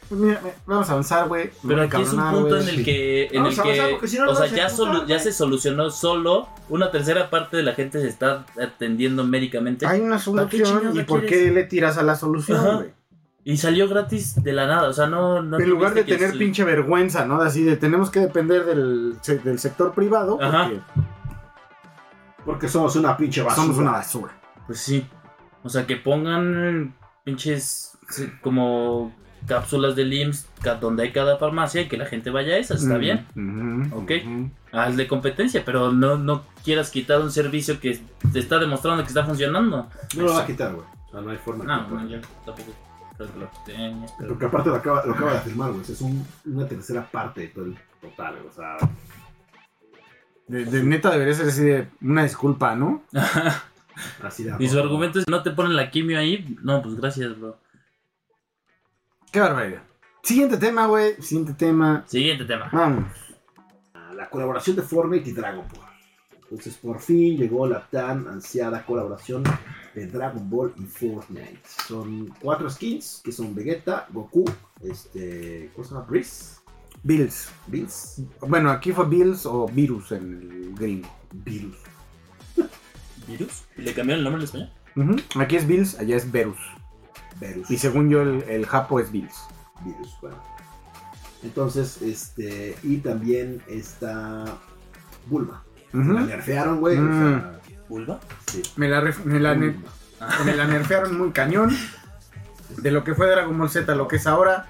Speaker 4: Pues mira, mira, vamos a avanzar, güey. Me
Speaker 5: Pero
Speaker 4: voy a
Speaker 5: aquí es un
Speaker 4: cabronar,
Speaker 5: punto
Speaker 4: güey.
Speaker 5: en el que. En
Speaker 3: Vamos
Speaker 5: el
Speaker 3: a avanzar,
Speaker 5: que
Speaker 3: porque si no,
Speaker 5: o
Speaker 3: no
Speaker 5: sea,
Speaker 3: se
Speaker 5: ya,
Speaker 3: puta,
Speaker 5: solu- ya
Speaker 3: güey.
Speaker 5: se solucionó solo. Una tercera parte de la gente se está atendiendo médicamente.
Speaker 4: Hay una
Speaker 5: chingados
Speaker 4: solución y
Speaker 5: la
Speaker 4: por
Speaker 5: quieres?
Speaker 4: qué le tiras a la
Speaker 5: Ajá.
Speaker 4: solución, güey.
Speaker 5: Y salió gratis de la nada. O sea, no. no
Speaker 4: en lugar de
Speaker 5: tuviste que
Speaker 4: tener
Speaker 5: su-
Speaker 4: pinche vergüenza, ¿no? De Así de tenemos que depender del, se- del sector privado
Speaker 5: Ajá.
Speaker 4: porque
Speaker 3: Porque somos una pinche basura.
Speaker 4: somos una basura.
Speaker 5: Pues sí. O sea, que pongan pinches sí, como cápsulas del IMSS ca- donde hay cada farmacia y que la gente vaya a esas,
Speaker 4: Mm.
Speaker 5: está bien.
Speaker 4: Ujú,
Speaker 5: Ok.
Speaker 4: ujú.
Speaker 5: Hazle competencia, pero no, no quieras quitar un servicio que te está demostrando que está funcionando.
Speaker 3: No lo va a quitar, güey. O sea, no hay forma. de
Speaker 5: No,
Speaker 3: quitarlo.
Speaker 5: no, yo tampoco creo que lo tenga, pero-
Speaker 3: Porque aparte lo acaba, lo acaba de afirmar, güey. Es un- una tercera parte de todo el total, güey. O sea,
Speaker 4: De, de neta debería ser así de una disculpa, ¿no?
Speaker 3: así de.
Speaker 5: Y su argumento es: Ah, no te ponen la quimio ahí. No, pues gracias, bro.
Speaker 4: Qué barbaridad. Siguiente tema, güey. Siguiente tema.
Speaker 5: Siguiente tema.
Speaker 4: Vamos.
Speaker 3: La colaboración de Fortnite y Dragon Ball. Entonces, por fin llegó la tan ansiada colaboración de Dragon Ball y Fortnite. Son cuatro skins que son Vegeta, Goku, este. ¿Cómo se llama? Breeze,
Speaker 4: Bills.
Speaker 3: Bills,
Speaker 4: Bueno, aquí fue Bills o Virus en el gringo.
Speaker 3: Virus.
Speaker 5: ¿Virus? ¿Le cambiaron el nombre al español?
Speaker 4: Ujú. Aquí es Bills, allá es Verus.
Speaker 3: Verus.
Speaker 4: Y según yo, el, el japo es Bills.
Speaker 3: virus. Bueno. Entonces, este. Y también está Bulma.
Speaker 4: Ujú.
Speaker 3: La nerfearon, güey. O sea,
Speaker 5: ¿Bulba?
Speaker 3: sí.
Speaker 4: Me la, ref- me la ne-
Speaker 3: Bulma.
Speaker 4: me la nerfearon muy cañón. De lo que fue Dragon Ball Z a lo que es ahora,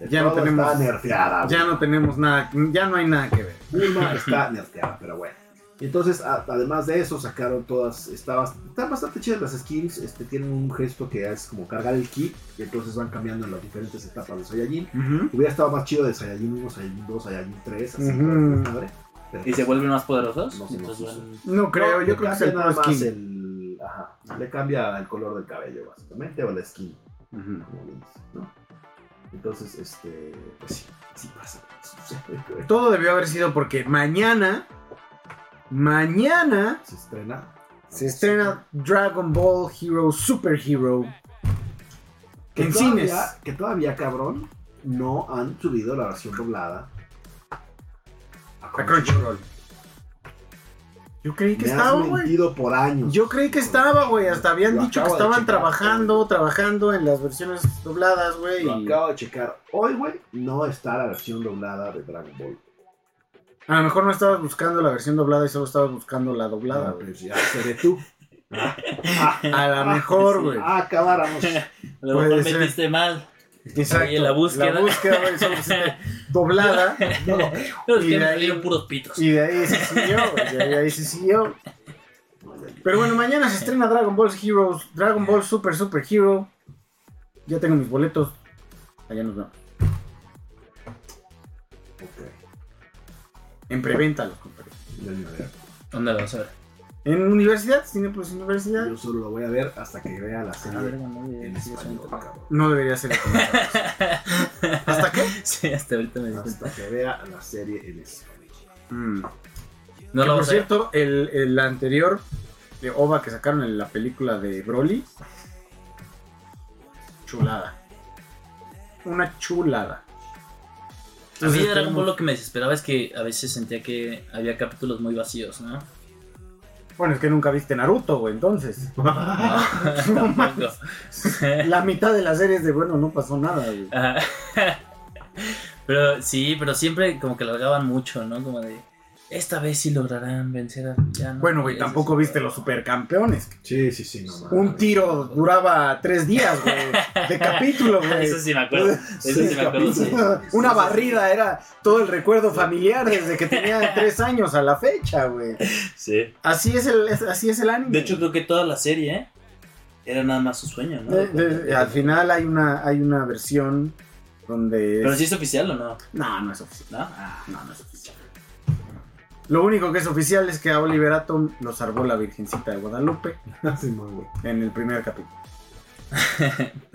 Speaker 3: De
Speaker 4: Ya no
Speaker 3: todo
Speaker 4: tenemos-
Speaker 3: Está nerfeada.
Speaker 4: ya no tenemos nada, ya no hay nada que ver.
Speaker 3: güey.
Speaker 5: *laughs*
Speaker 3: Bulma está nerfeada, pero bueno. Entonces, a- además de eso, sacaron todas. Estabas, están bastante chidas las skins. Este, tienen un gesto que es como cargar el ki. Y entonces van cambiando en las diferentes etapas de Saiyajin.
Speaker 4: Ujú.
Speaker 3: Hubiera estado más chido de Saiyajin 1, Saiyajin 2, Saiyajin 3. Así,
Speaker 4: Ujú.
Speaker 3: madre. Pero-
Speaker 5: ¿Y se vuelven más poderosos?
Speaker 3: No, sí, no,
Speaker 5: Entonces,
Speaker 3: sí, sí.
Speaker 4: No creo,
Speaker 3: No,
Speaker 4: yo
Speaker 3: le
Speaker 4: creo que es
Speaker 3: cambia
Speaker 4: el
Speaker 3: nada
Speaker 4: pro
Speaker 3: más
Speaker 4: skin.
Speaker 3: el- ajá, le cambia el color del cabello, básicamente, o la skin,
Speaker 4: Ujú.
Speaker 3: como le dices, ¿no? Entonces, este, pues sí, sí pasa. sí sucede.
Speaker 4: Todo debió haber sido porque mañana, mañana
Speaker 3: Se estrena.
Speaker 4: se estrena Dragon Ball Hero Super Hero
Speaker 3: todavía-
Speaker 4: en cines.
Speaker 3: Que todavía, cabrón, no han subido la versión doblada. a
Speaker 4: A
Speaker 3: Crunchyroll.
Speaker 4: Crunchyroll. Yo creí que
Speaker 3: Me
Speaker 4: estaba,
Speaker 3: has
Speaker 4: güey.
Speaker 3: mentido por años.
Speaker 4: Yo creí que estaba, güey. Hasta habían
Speaker 3: Lo
Speaker 4: dicho que
Speaker 3: acabo de
Speaker 4: estaban
Speaker 3: checar,
Speaker 4: trabajando, trabajando en las versiones dobladas, güey.
Speaker 3: Lo
Speaker 4: y-
Speaker 3: acabo de checar. Hoy, güey, no está la versión doblada de Dragon Ball.
Speaker 4: A lo mejor no estabas buscando la versión doblada y solo estabas buscando la doblada,
Speaker 3: Ah,
Speaker 4: güey.
Speaker 3: pues ya se ve
Speaker 4: *laughs*
Speaker 3: tú.
Speaker 4: A lo mejor, güey.
Speaker 3: Ah,
Speaker 4: *laughs*
Speaker 3: acabáramos.
Speaker 5: A lo mejor
Speaker 4: Puede ser.
Speaker 5: metiste mal.
Speaker 4: Exacto.
Speaker 5: Oye, la búsqueda.
Speaker 4: La búsqueda, güey, solo pusiste doblada.
Speaker 3: No, no,
Speaker 5: Pero es
Speaker 4: Y
Speaker 5: que
Speaker 4: de
Speaker 5: me
Speaker 4: ahí-
Speaker 5: salieron puros pitos.
Speaker 4: Y de ahí se siguió, güey. De ahí se siguió. Pero bueno, mañana se estrena Dragon Ball Heroes, Dragon Ball Super Super Hero. Ya tengo mis boletos. Allá nos vemos.
Speaker 3: Ok,
Speaker 4: En preventa los compré.
Speaker 3: yo ni me veo.
Speaker 5: ¿Dónde lo vas a ver?
Speaker 4: En universidad, Cinepolis Universidad.
Speaker 3: Yo solo lo voy a ver hasta que vea la
Speaker 5: Ah,
Speaker 3: serie
Speaker 5: verga, no,
Speaker 3: en
Speaker 5: ya- sí,
Speaker 3: español,
Speaker 4: *laughs*
Speaker 5: ya
Speaker 3: cabrón.
Speaker 4: No debería ser. ¿Hasta qué?
Speaker 5: son- Sí, hasta ahorita
Speaker 4: Ah,
Speaker 5: me di cuenta.
Speaker 3: Hasta que vea la serie en español.
Speaker 4: Mm.
Speaker 5: No
Speaker 4: Que,
Speaker 5: lo
Speaker 4: por
Speaker 5: vas a ver.
Speaker 4: cierto, el, el anterior de OVA que sacaron en la película de Broly. Chulada. Una chulada.
Speaker 5: A mí
Speaker 4: Entonces,
Speaker 5: de Dragon Ball
Speaker 4: tenemos-
Speaker 5: lo que me desesperaba es que a veces sentía que había capítulos muy
Speaker 4: *laughs*
Speaker 5: vacíos, ¿no?
Speaker 4: Bueno, es que nunca viste Naruto, güey,
Speaker 5: *laughs*
Speaker 4: entonces.
Speaker 5: *laughs* Tampoco. *laughs*
Speaker 4: La mitad de las series de bueno no pasó nada, güey.
Speaker 5: Ajá. *laughs* pero sí, pero siempre como que largaban mucho, ¿no? Como de, esta vez sí lograrán vencer a villano.
Speaker 4: Bueno, güey,
Speaker 5: Y
Speaker 4: tampoco
Speaker 5: eso-
Speaker 4: viste los supercampeones.
Speaker 3: Sí, sí, sí, no mames.
Speaker 4: Un tiro duraba tres días, güey. De capítulo, güey.
Speaker 5: Eso sí me acuerdo. Eso sí,
Speaker 3: Sí,
Speaker 5: me acuerdo. sí.
Speaker 3: *laughs*
Speaker 4: Una barrida era todo el recuerdo familiar desde que
Speaker 5: *laughs*
Speaker 4: tenía tres años a la fecha, güey.
Speaker 5: Sí.
Speaker 4: Así es el, es- así es el anime.
Speaker 5: De hecho, creo que toda la serie ¿eh? era nada más su sueño, ¿no?
Speaker 4: De- de- al final hay una, hay una versión donde.
Speaker 5: Pero
Speaker 4: es-
Speaker 5: si es oficial o no,
Speaker 4: No, no es oficial.
Speaker 5: ¿no?
Speaker 4: No, no es oficial. Lo único que es oficial es que a Oliver Atom lo salvó la Virgencita de Guadalupe
Speaker 3: Sí, muy güey.
Speaker 4: en el primer
Speaker 3: *laughs*
Speaker 4: capítulo.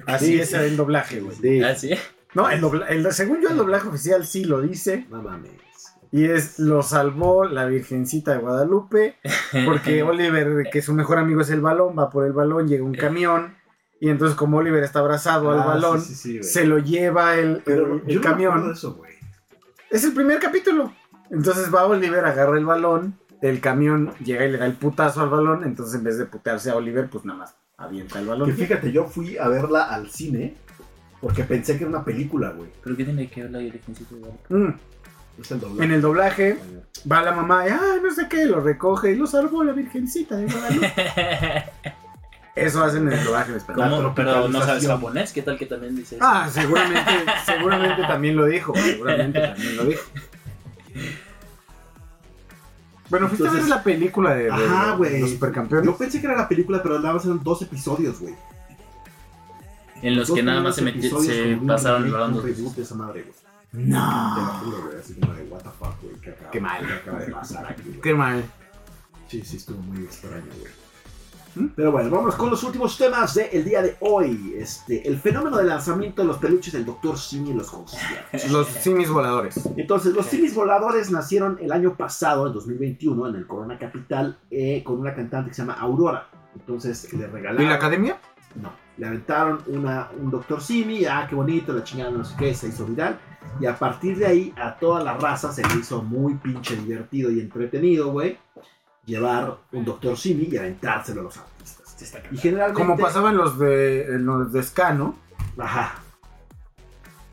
Speaker 4: Así es el doblaje, güey.
Speaker 3: Sí.
Speaker 5: Ah, sí.
Speaker 4: No, el dobla- el, según yo, el doblaje oficial sí lo dice.
Speaker 3: No mames.
Speaker 4: Y es lo salvó la Virgencita de Guadalupe.
Speaker 3: *laughs*
Speaker 4: Porque Oliver, que su mejor amigo es el balón, va por el balón, llega un camión. Y entonces, como Oliver está abrazado al
Speaker 3: Ah,
Speaker 4: balón,
Speaker 3: sí, sí, sí, güey.
Speaker 4: se lo lleva el, el-
Speaker 3: Pero
Speaker 4: el
Speaker 3: yo no me acuerdo de
Speaker 4: camión.
Speaker 3: eso, güey.
Speaker 4: Es el primer capítulo. Entonces va Oliver, agarra el balón. El camión llega y le da el putazo al balón. Entonces, en vez de putearse a Oliver, pues nada más avienta el
Speaker 3: Que
Speaker 4: balón.
Speaker 3: fíjate, yo fui a verla al cine porque pensé que era una película, güey.
Speaker 5: *laughs* ¿Pero qué tiene que ver la virgencita de Guadalupe?
Speaker 4: Mm,
Speaker 3: Es el doblaje.
Speaker 4: En el doblaje
Speaker 3: *laughs*
Speaker 4: va la mamá y, ah, no sé qué, lo recoge y lo salvó la Virgencita de Guadalupe. Eso hacen en el doblaje en español.
Speaker 5: ¿Cómo? Pero no sabes
Speaker 3: tropicalización.
Speaker 5: japonés, ¿qué tal que también dices?
Speaker 4: Ah, seguramente, seguramente también lo dijo. Seguramente también lo dijo. Bueno, fuiste a ver
Speaker 3: Entonces-
Speaker 4: la película de, de-
Speaker 3: Ajá,
Speaker 4: de
Speaker 3: güey.
Speaker 4: los supercampeones.
Speaker 3: Yo pensé que era la película, pero nada más eran dos episodios, güey.
Speaker 5: en los
Speaker 3: Dos
Speaker 5: que nada más
Speaker 3: primeros
Speaker 5: se, meti-
Speaker 3: episodios
Speaker 5: se
Speaker 3: con un
Speaker 5: pasaron
Speaker 3: remake,
Speaker 5: hablando.
Speaker 3: un reboot de esa madre, güey. Te lo
Speaker 4: No.
Speaker 3: juro, güey. Así como de, what the fuck, güey. ¿qué acaba-
Speaker 4: Qué mal.
Speaker 3: qué acaba de pasar aquí, güey?
Speaker 4: Qué mal.
Speaker 3: Sí, sí, estuvo muy extraño, güey. ¿Mm? Pero bueno, vámonos con los últimos temas del día de hoy. Este, el fenómeno del lanzamiento de los peluches del Dr. Simi en los conciertos.
Speaker 4: Los simis voladores.
Speaker 3: Entonces, los simis voladores nacieron el año pasado, en 2021, en el Corona Capital, eh, con una cantante que se llama Aurora. Entonces, le
Speaker 4: ¿Y la
Speaker 3: regalaron...
Speaker 4: academia?
Speaker 3: No, le aventaron una, un Dr. Simi, ah, qué bonito, la chingada, no sé qué, se hizo viral. Y a partir de ahí, a toda la raza se le hizo muy pinche divertido y entretenido, güey, llevar un Dr. Simi y aventárselo a los artistas.
Speaker 5: Sí, está
Speaker 3: Y
Speaker 5: cabrón.
Speaker 3: generalmente.
Speaker 4: Como pasaban los de en los de Ska, ¿no?
Speaker 3: Ajá.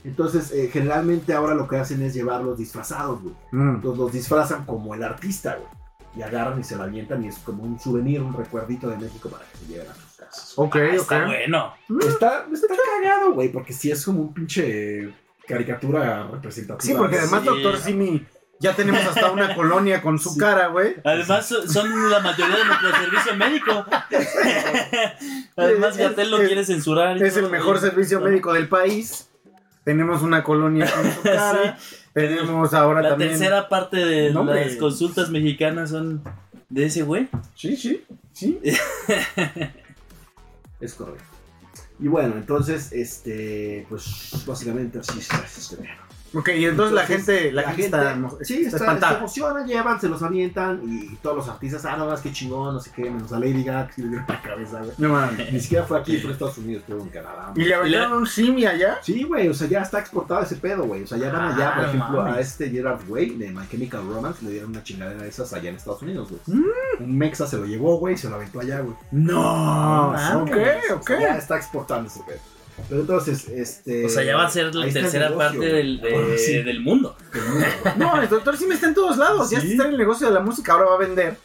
Speaker 3: Entonces, eh, generalmente ahora lo que hacen es llevarlos disfrazados, güey.
Speaker 4: Mm.
Speaker 3: Entonces los disfrazan como el artista, güey. Y agarran y se lo avientan y es como un souvenir, un recuerdito de México para que se lleven a sus casas.
Speaker 4: Ok,
Speaker 5: Ah,
Speaker 4: ok.
Speaker 5: Está bueno.
Speaker 3: Está, está cagado, güey, porque sí es como un pinche caricatura representativa.
Speaker 4: Sí, porque además
Speaker 5: Sí.
Speaker 4: Doctor Simi ya tenemos hasta una colonia con su
Speaker 3: Sí.
Speaker 4: cara, güey.
Speaker 5: Además, so- son la mayoría de nuestro
Speaker 3: *laughs*
Speaker 5: servicio médico.
Speaker 4: Es-
Speaker 5: Además, Gatel lo
Speaker 4: es-
Speaker 5: quiere censurar.
Speaker 4: Es el mejor servicio
Speaker 5: Ajá.
Speaker 4: médico del país. Tenemos una colonia con su cara. Tenemos ahora
Speaker 5: La
Speaker 4: también.
Speaker 5: tercera parte de
Speaker 4: No, hombre.
Speaker 5: las consultas mexicanas son de ese güey.
Speaker 4: Sí, sí, *laughs* sí.
Speaker 3: Es correcto. Y bueno, entonces, este, pues básicamente así está este tema.
Speaker 4: Ok, y entonces, la
Speaker 3: Entonces,
Speaker 4: gente, la gente está, mo-
Speaker 3: sí,
Speaker 4: está
Speaker 3: está- se
Speaker 4: espantada.
Speaker 3: emociona, llevan, se los avientan y, todos los artistas, ah, no, es que chingón, no sé qué, menos a Lady Gaga que se le dio en la cabeza, güey.
Speaker 4: No
Speaker 3: *laughs*
Speaker 4: mames.
Speaker 3: Ni siquiera fue aquí, fue en Estados Unidos, pero en Canadá.
Speaker 4: Y le aventaron
Speaker 5: Le-
Speaker 4: un simi allá.
Speaker 3: Sí, güey, o sea, ya está exportado ese pedo, güey. O sea, ya van allá, por
Speaker 4: Ah,
Speaker 3: ejemplo, a
Speaker 4: mames.
Speaker 3: este Gerard Way de My Chemical Romance, le dieron una chingadera de esas allá en Estados Unidos, güey.
Speaker 4: Mm.
Speaker 3: Un Mexa se lo llevó, güey, y se lo aventó allá, güey.
Speaker 4: No. Ah, Ok,
Speaker 3: mames, o sea,
Speaker 4: ok.
Speaker 3: Ya está exportando ese pedo. Pero entonces, este.
Speaker 5: O sea, ya va a ser la
Speaker 3: ahí está el
Speaker 5: tercera
Speaker 3: negocio,
Speaker 5: parte del, de-
Speaker 3: güey. Ah, sí,
Speaker 5: del mundo.
Speaker 3: del mundo, güey.
Speaker 4: No, el doctor Simi está en todos lados. Ya
Speaker 5: Sí.
Speaker 4: está en el negocio de la música. Ahora va a vender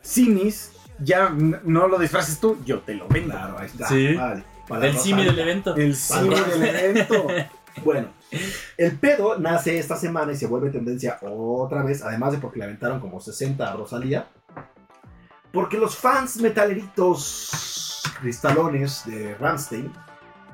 Speaker 4: simis. Ya n- no lo disfraces tú, yo te lo vendo.
Speaker 3: Claro, ahí está.
Speaker 5: Sí.
Speaker 3: vale. Para
Speaker 5: Del simi
Speaker 3: Rosalía.
Speaker 5: del evento.
Speaker 4: El simi
Speaker 3: Para-
Speaker 4: del evento.
Speaker 3: Bueno, el pedo nace esta semana y se vuelve tendencia otra vez, además de porque le aventaron como 60 a Rosalía. Porque los fans metaleritos cristalones de Ramstein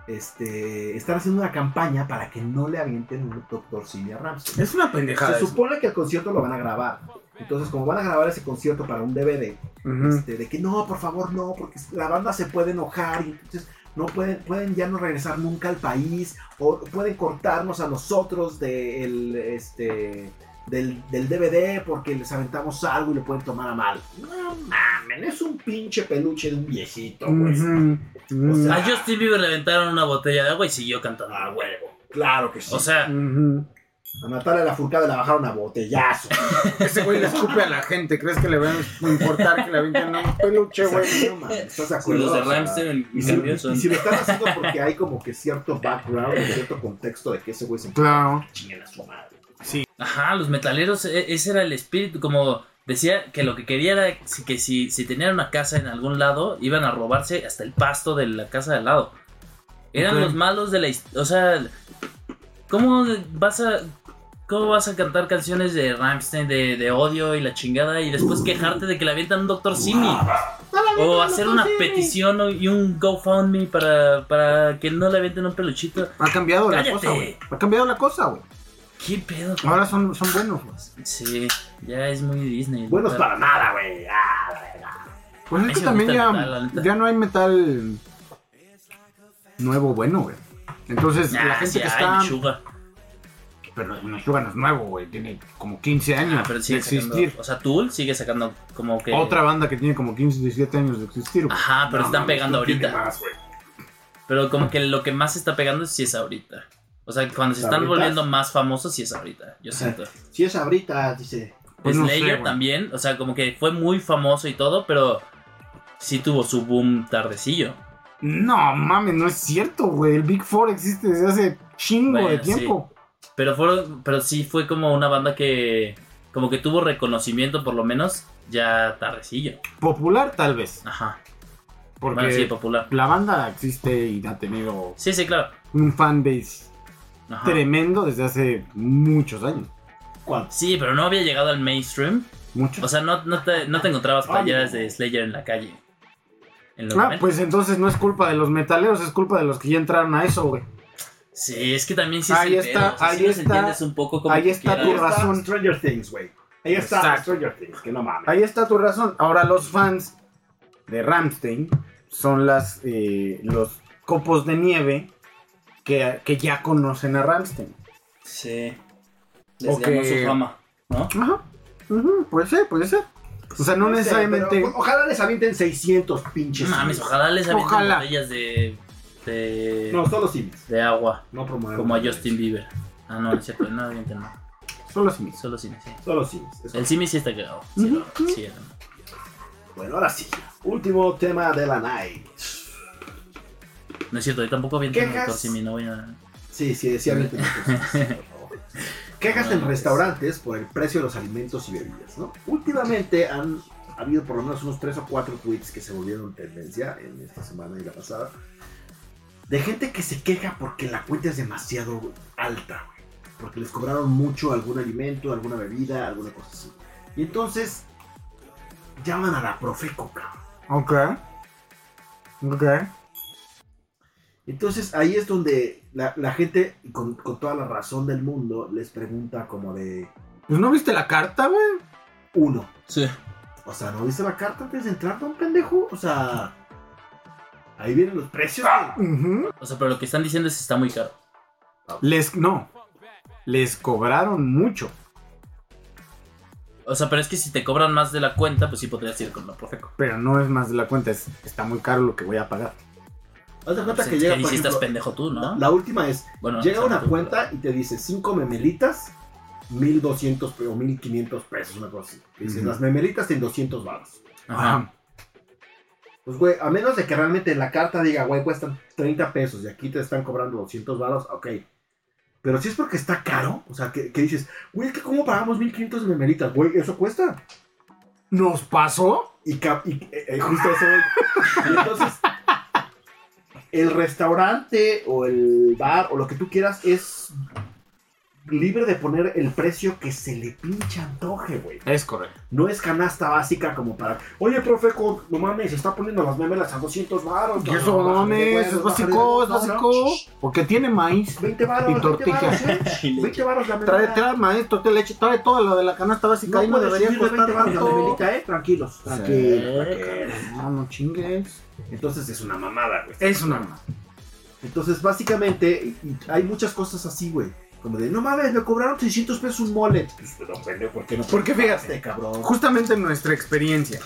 Speaker 3: este, están haciendo una campaña para que no le avienten un Doctor Simi a Ramstein.
Speaker 4: Es una pendejada.
Speaker 3: Se
Speaker 4: eso.
Speaker 3: supone que el concierto lo van a grabar. Entonces, como van a grabar ese concierto para un DVD,
Speaker 4: Ujú.
Speaker 3: este, de que no, por favor, no, porque la banda se puede enojar y entonces no pueden, pueden ya no regresar nunca al país o pueden cortarnos a nosotros de el, este, del, del DVD porque les aventamos algo y lo pueden tomar a mal. No mamen, es un pinche peluche de un viejito, pues. güey.
Speaker 4: Ujú.
Speaker 3: O sea,
Speaker 5: A Justin Bieber le aventaron una botella de agua y siguió cantando. Ah,
Speaker 3: A huevo, claro que sí.
Speaker 5: O sea,
Speaker 4: Ujú.
Speaker 3: a Natalia la furcada la bajaron a *laughs* botellazo.
Speaker 4: Ese güey le escupe a la gente. ¿Crees que le va a importar que le avienten un peluche,
Speaker 3: O sea,
Speaker 4: güey?
Speaker 3: no mames, ¿estás de acuerdo?
Speaker 5: los de
Speaker 3: O sea,
Speaker 5: Ramstein,
Speaker 3: Y
Speaker 5: en
Speaker 3: si,
Speaker 5: cambio,
Speaker 3: y
Speaker 5: son.
Speaker 3: si lo están haciendo porque hay como que cierto background, cierto contexto de que ese
Speaker 5: *laughs*
Speaker 3: güey se
Speaker 4: Claro.
Speaker 3: chinguen a su madre.
Speaker 5: Ajá, los metaleros, e- ese era el espíritu, como decía que lo que quería era si- que si, si tenían una casa en algún lado, iban a robarse hasta el pasto de la casa de al lado. Eran
Speaker 4: Ok.
Speaker 5: los malos de la his- o sea, ¿cómo vas a cómo vas a cantar canciones de Rammstein de, de odio y la chingada y después quejarte de que le avientan un Dr. Simi? O hacer una petición o- y un GoFundMe para, para que no le avienten un peluchito.
Speaker 4: Ha cambiado
Speaker 5: Cállate.
Speaker 4: la cosa, güey. Ha cambiado la cosa, güey.
Speaker 5: ¿Qué pedo? con-
Speaker 4: Ahora son, son buenos, güey.
Speaker 5: Sí, ya es muy Disney. ¿no?
Speaker 3: Buenos
Speaker 5: Pero-
Speaker 3: para nada, güey. Ah, la verga.
Speaker 4: Pues
Speaker 5: A mí
Speaker 4: es que
Speaker 5: sí me
Speaker 4: también
Speaker 5: gusta
Speaker 4: ya,
Speaker 5: el metal, la neta.
Speaker 4: ya no hay metal nuevo bueno, güey. Entonces,
Speaker 5: Ah,
Speaker 4: la gente
Speaker 5: sí,
Speaker 4: que
Speaker 5: ay,
Speaker 4: está.
Speaker 5: Meshuggah.
Speaker 4: Pero Meshuggah no es nuevo, güey. Tiene como 15 años
Speaker 5: Ah, pero
Speaker 4: de
Speaker 5: sigue sacando-
Speaker 4: existir.
Speaker 5: o sea, Tool sigue sacando como que.
Speaker 4: Otra banda que tiene como 15, 17 años de existir, güey.
Speaker 5: Ajá, pero
Speaker 3: No,
Speaker 5: están
Speaker 3: mames,
Speaker 5: pegando
Speaker 3: no tiene
Speaker 5: ahorita.
Speaker 3: más, güey.
Speaker 5: Pero como que lo que más se está pegando sí es ahorita. O sea, cuando se están
Speaker 3: ¿Ahorita?
Speaker 5: volviendo más famosos sí es ahorita, yo siento.
Speaker 3: Si es ahorita, dice.
Speaker 4: Pues no sé,
Speaker 5: Slayer
Speaker 4: güey.
Speaker 5: también, o sea, como que fue muy famoso y todo, pero sí tuvo su boom tardecillo.
Speaker 4: No mames, no es cierto, güey. El Big Four existe desde hace chingo de
Speaker 5: Bueno, sí.
Speaker 4: tiempo.
Speaker 5: Pero fueron, pero sí fue como una banda que como que tuvo reconocimiento por lo menos ya tardecillo.
Speaker 4: Popular, tal vez.
Speaker 5: Ajá.
Speaker 4: Porque
Speaker 5: Bueno, sí, popular.
Speaker 4: la banda existe y ha tenido
Speaker 5: Sí, sí, claro.
Speaker 4: un fanbase
Speaker 5: Ajá.
Speaker 4: tremendo desde hace muchos años.
Speaker 3: ¿Cuántos?
Speaker 5: Sí, pero no había llegado al mainstream.
Speaker 4: Muchos.
Speaker 5: O sea, no, no, te, no te encontrabas playeras de Slayer en la calle. En los
Speaker 4: Ah,
Speaker 5: 90.
Speaker 4: pues entonces no es culpa de los metaleros, es culpa de los que ya entraron a eso, güey.
Speaker 5: Sí, es que también sí es
Speaker 4: Ahí
Speaker 5: el
Speaker 4: está,
Speaker 5: pedo, o sea,
Speaker 4: ahí
Speaker 5: sí los
Speaker 4: está,
Speaker 5: entiendes un poco como
Speaker 4: ahí
Speaker 5: que
Speaker 4: está tu
Speaker 3: Ahí
Speaker 5: quieras.
Speaker 3: está
Speaker 4: razón.
Speaker 3: Stranger Things, güey. Ahí está
Speaker 4: Exacto.
Speaker 3: Stranger Things, que no mames.
Speaker 4: Ahí está tu razón. Ahora los fans de Ramstein son las eh, los copos de nieve que, que ya conocen a Ramstein.
Speaker 5: Sí. Les
Speaker 4: O
Speaker 5: ganó
Speaker 4: que-
Speaker 5: su fama, ¿no?
Speaker 4: Ajá. Ujú, puede ser, puede ser. O sea, no
Speaker 3: Sí,
Speaker 4: necesariamente.
Speaker 3: pero ojalá les avienten 600 pinches.
Speaker 5: No mames,
Speaker 3: CDs.
Speaker 5: ojalá les avienten
Speaker 4: Ojalá.
Speaker 5: botellas de, de,
Speaker 3: No, solo CDs.
Speaker 5: de agua,
Speaker 3: No promovemos.
Speaker 5: como a Justin Bieber. Ah, no, no es cierto, no avienten nada.
Speaker 4: Solo así mismo.
Speaker 5: Solo cine, sí.
Speaker 3: Solo CDs. Es
Speaker 5: El cine sí está cagado. Sí,
Speaker 4: Ujú.
Speaker 5: lo- sí, lo-
Speaker 3: Bueno, ahora sí. Último tema de la night.
Speaker 5: No es cierto, yo tampoco avienten
Speaker 3: Quejas.
Speaker 5: el Simi, no voy a...
Speaker 3: Sí, sí, decía bien. Quejas en restaurantes por el precio de los alimentos y bebidas, ¿no? Últimamente han habido por lo menos unos tres o cuatro tweets que se volvieron tendencia en esta semana y la pasada. De gente que se queja porque la cuenta es demasiado alta, güey. Porque les cobraron mucho algún alimento, alguna bebida, alguna cosa así. Y entonces llaman a la Profeco, cabrón.
Speaker 4: Ok. Ok.
Speaker 3: Entonces ahí es donde la, la gente, con, con toda la razón del mundo, les pregunta como de
Speaker 4: Pues no viste la carta, güey.
Speaker 3: uno.
Speaker 5: Sí.
Speaker 3: O sea, ¿no viste la carta antes de entrar, don pendejo? O sea, ahí vienen los precios. güey.
Speaker 4: Ujú.
Speaker 5: O sea, pero lo que están diciendo es que está muy caro.
Speaker 4: Les. No. Les cobraron mucho.
Speaker 5: O sea, pero es que si te cobran más de la cuenta, pues sí podrías ir con la Profeco.
Speaker 4: Pero no es más de la cuenta. es- está muy caro lo que voy a pagar.
Speaker 3: Haz de cuenta
Speaker 5: Pues,
Speaker 3: que
Speaker 5: es
Speaker 3: llega,
Speaker 5: ahí
Speaker 3: por
Speaker 5: sí estás
Speaker 3: ejemplo,
Speaker 5: pendejo tú,
Speaker 3: la,
Speaker 5: ¿no?
Speaker 3: la última es,
Speaker 5: Bueno,
Speaker 3: llega
Speaker 5: o sea,
Speaker 3: una
Speaker 5: no tú,
Speaker 3: cuenta y te dice cinco memelitas, 1200 pe- o 1500 pesos, una cosa así. Te Dicen
Speaker 4: Ujú.
Speaker 3: las memelitas en 200 baros.
Speaker 5: pero- Ajá.
Speaker 3: Pues, güey, a menos de que realmente la carta diga, güey, cuestan 30 pesos y aquí te están cobrando 200 varos, ok. Pero si es porque está caro, o sea, que, que dices, güey, es que ¿cómo pagamos 1500 de memelitas? Güey, eso cuesta.
Speaker 4: ¿Nos pasó?
Speaker 3: Y, ca- y, eh, eh, justo eso. güey. Y entonces, el restaurante o el bar o lo que tú quieras es libre de poner el precio que se le pinche antoje, güey.
Speaker 4: Es correcto.
Speaker 3: No es canasta básica como para, oye, profe, co- no mames, se está poniendo las memelas a 200 baros.
Speaker 4: Y eso no mames, es básico, es básico. Porque tiene maíz.
Speaker 3: 20 baros,
Speaker 4: Y
Speaker 3: 20
Speaker 4: tortilla.
Speaker 3: baros,
Speaker 4: *laughs*
Speaker 3: ¿eh?
Speaker 5: Y le-
Speaker 3: 20 baros la memela.
Speaker 4: Trae, trae maíz, tortilla de leche, trae todo lo de la canasta básica.
Speaker 3: no
Speaker 4: Ahí no
Speaker 3: puedes
Speaker 4: debería
Speaker 3: subir de 20
Speaker 4: costar
Speaker 3: baros la
Speaker 4: tanto.
Speaker 3: memelita, ¿eh? Tranquilos,
Speaker 5: Sí,
Speaker 3: tranquilos. tranquilos.
Speaker 4: No, no chingues.
Speaker 3: Entonces es una mamada, güey.
Speaker 4: Es una mamá.
Speaker 3: Entonces, básicamente, y- y hay muchas cosas así, güey. Como de, no mames, me cobraron 600 pesos un mole. Pues, no, pendejo, ¿por qué no?
Speaker 4: Porque fíjate,
Speaker 3: cabrón.
Speaker 4: Justamente en nuestra experiencia.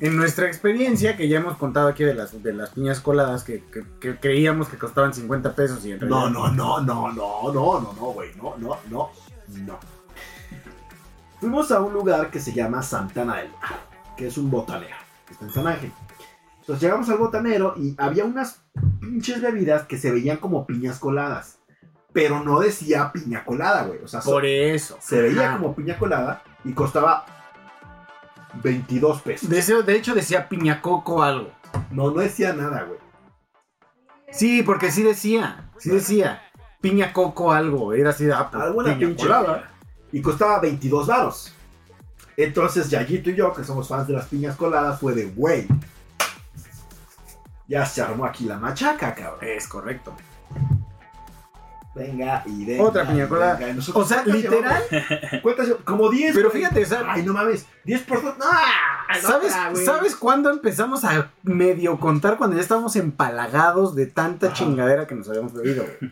Speaker 4: En nuestra experiencia, que ya hemos contado aquí de las, de las piñas coladas que, que- que creíamos que costaban 50 pesos y en realidad.
Speaker 3: No, no, no, no, no, no, no, no, güey. No, no, no, no. Fuimos a un lugar que se llama Santana del Mar, que es un botanero. que Está en San Ángel. Entonces llegamos al botanero y había unas pinches bebidas que se veían como piñas coladas. Pero no decía piña colada, güey. O sea,
Speaker 4: Por eso.
Speaker 3: se veía
Speaker 4: Ajá.
Speaker 3: como piña colada y costaba 22 pesos.
Speaker 4: De, ese- de hecho, decía piñacoco algo.
Speaker 3: No, no decía nada, güey.
Speaker 4: Sí, porque sí decía. Sí decía. Piñacoco algo. Era así de. ah, pues,
Speaker 3: Alguna
Speaker 4: piña
Speaker 3: pinche
Speaker 4: colada.
Speaker 3: bebida. Y costaba 22 varos. Entonces, Yayito y yo, que somos fans de las piñas coladas, fue de, güey, ya se armó aquí la machaca, cabrón.
Speaker 4: Es correcto.
Speaker 3: Venga y venga.
Speaker 4: Otra piña
Speaker 3: y
Speaker 4: colada.
Speaker 3: venga. Y nosotros,
Speaker 4: O sea,
Speaker 3: ¿cuántas
Speaker 4: literal.
Speaker 3: llevamos? ¿Cuántas llevamos? Como 10.
Speaker 4: Pero
Speaker 3: güey.
Speaker 4: fíjate, o sea,
Speaker 3: Ay, no mames. 10 por ¡Ah! 2. ¡No!
Speaker 4: ¿Sabes,
Speaker 3: otra, güey.
Speaker 4: ¿Sabes cuándo empezamos a medio contar cuando ya estábamos empalagados de tanta
Speaker 3: Ajá.
Speaker 4: chingadera que nos habíamos bebido? güey?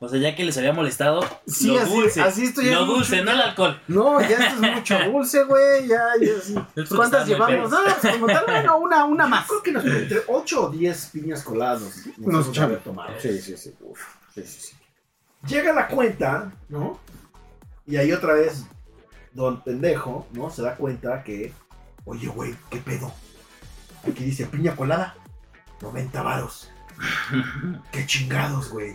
Speaker 5: O sea, ya que les había molestado,
Speaker 4: Sí,
Speaker 5: lo
Speaker 4: así-
Speaker 5: dulce.
Speaker 4: así estoy
Speaker 5: lo
Speaker 4: en un
Speaker 5: dulce,
Speaker 4: chute.
Speaker 5: no el alcohol.
Speaker 4: No, ya esto es mucho dulce, güey. Ya, ya sí.
Speaker 5: Es porque
Speaker 4: ¿Cuántas
Speaker 5: estaban
Speaker 4: llevamos?
Speaker 5: muy
Speaker 4: No, pues, como tal, bueno, una, una
Speaker 3: Yo *laughs*
Speaker 4: más.
Speaker 3: Ah, Creo que nos, entre 8 o 10 piñas coladas nos, nos
Speaker 4: Nos
Speaker 3: hemos de haber
Speaker 4: echamos.
Speaker 3: tomado.
Speaker 4: Sí, sí, sí. Uf, sí, sí, sí.
Speaker 3: Llega la cuenta, ¿no? Y ahí otra vez, don pendejo, ¿no? Se da cuenta que, oye, güey, ¿qué pedo? Aquí dice piña colada, 90
Speaker 4: *laughs*
Speaker 3: varos. ¡Qué chingados, güey!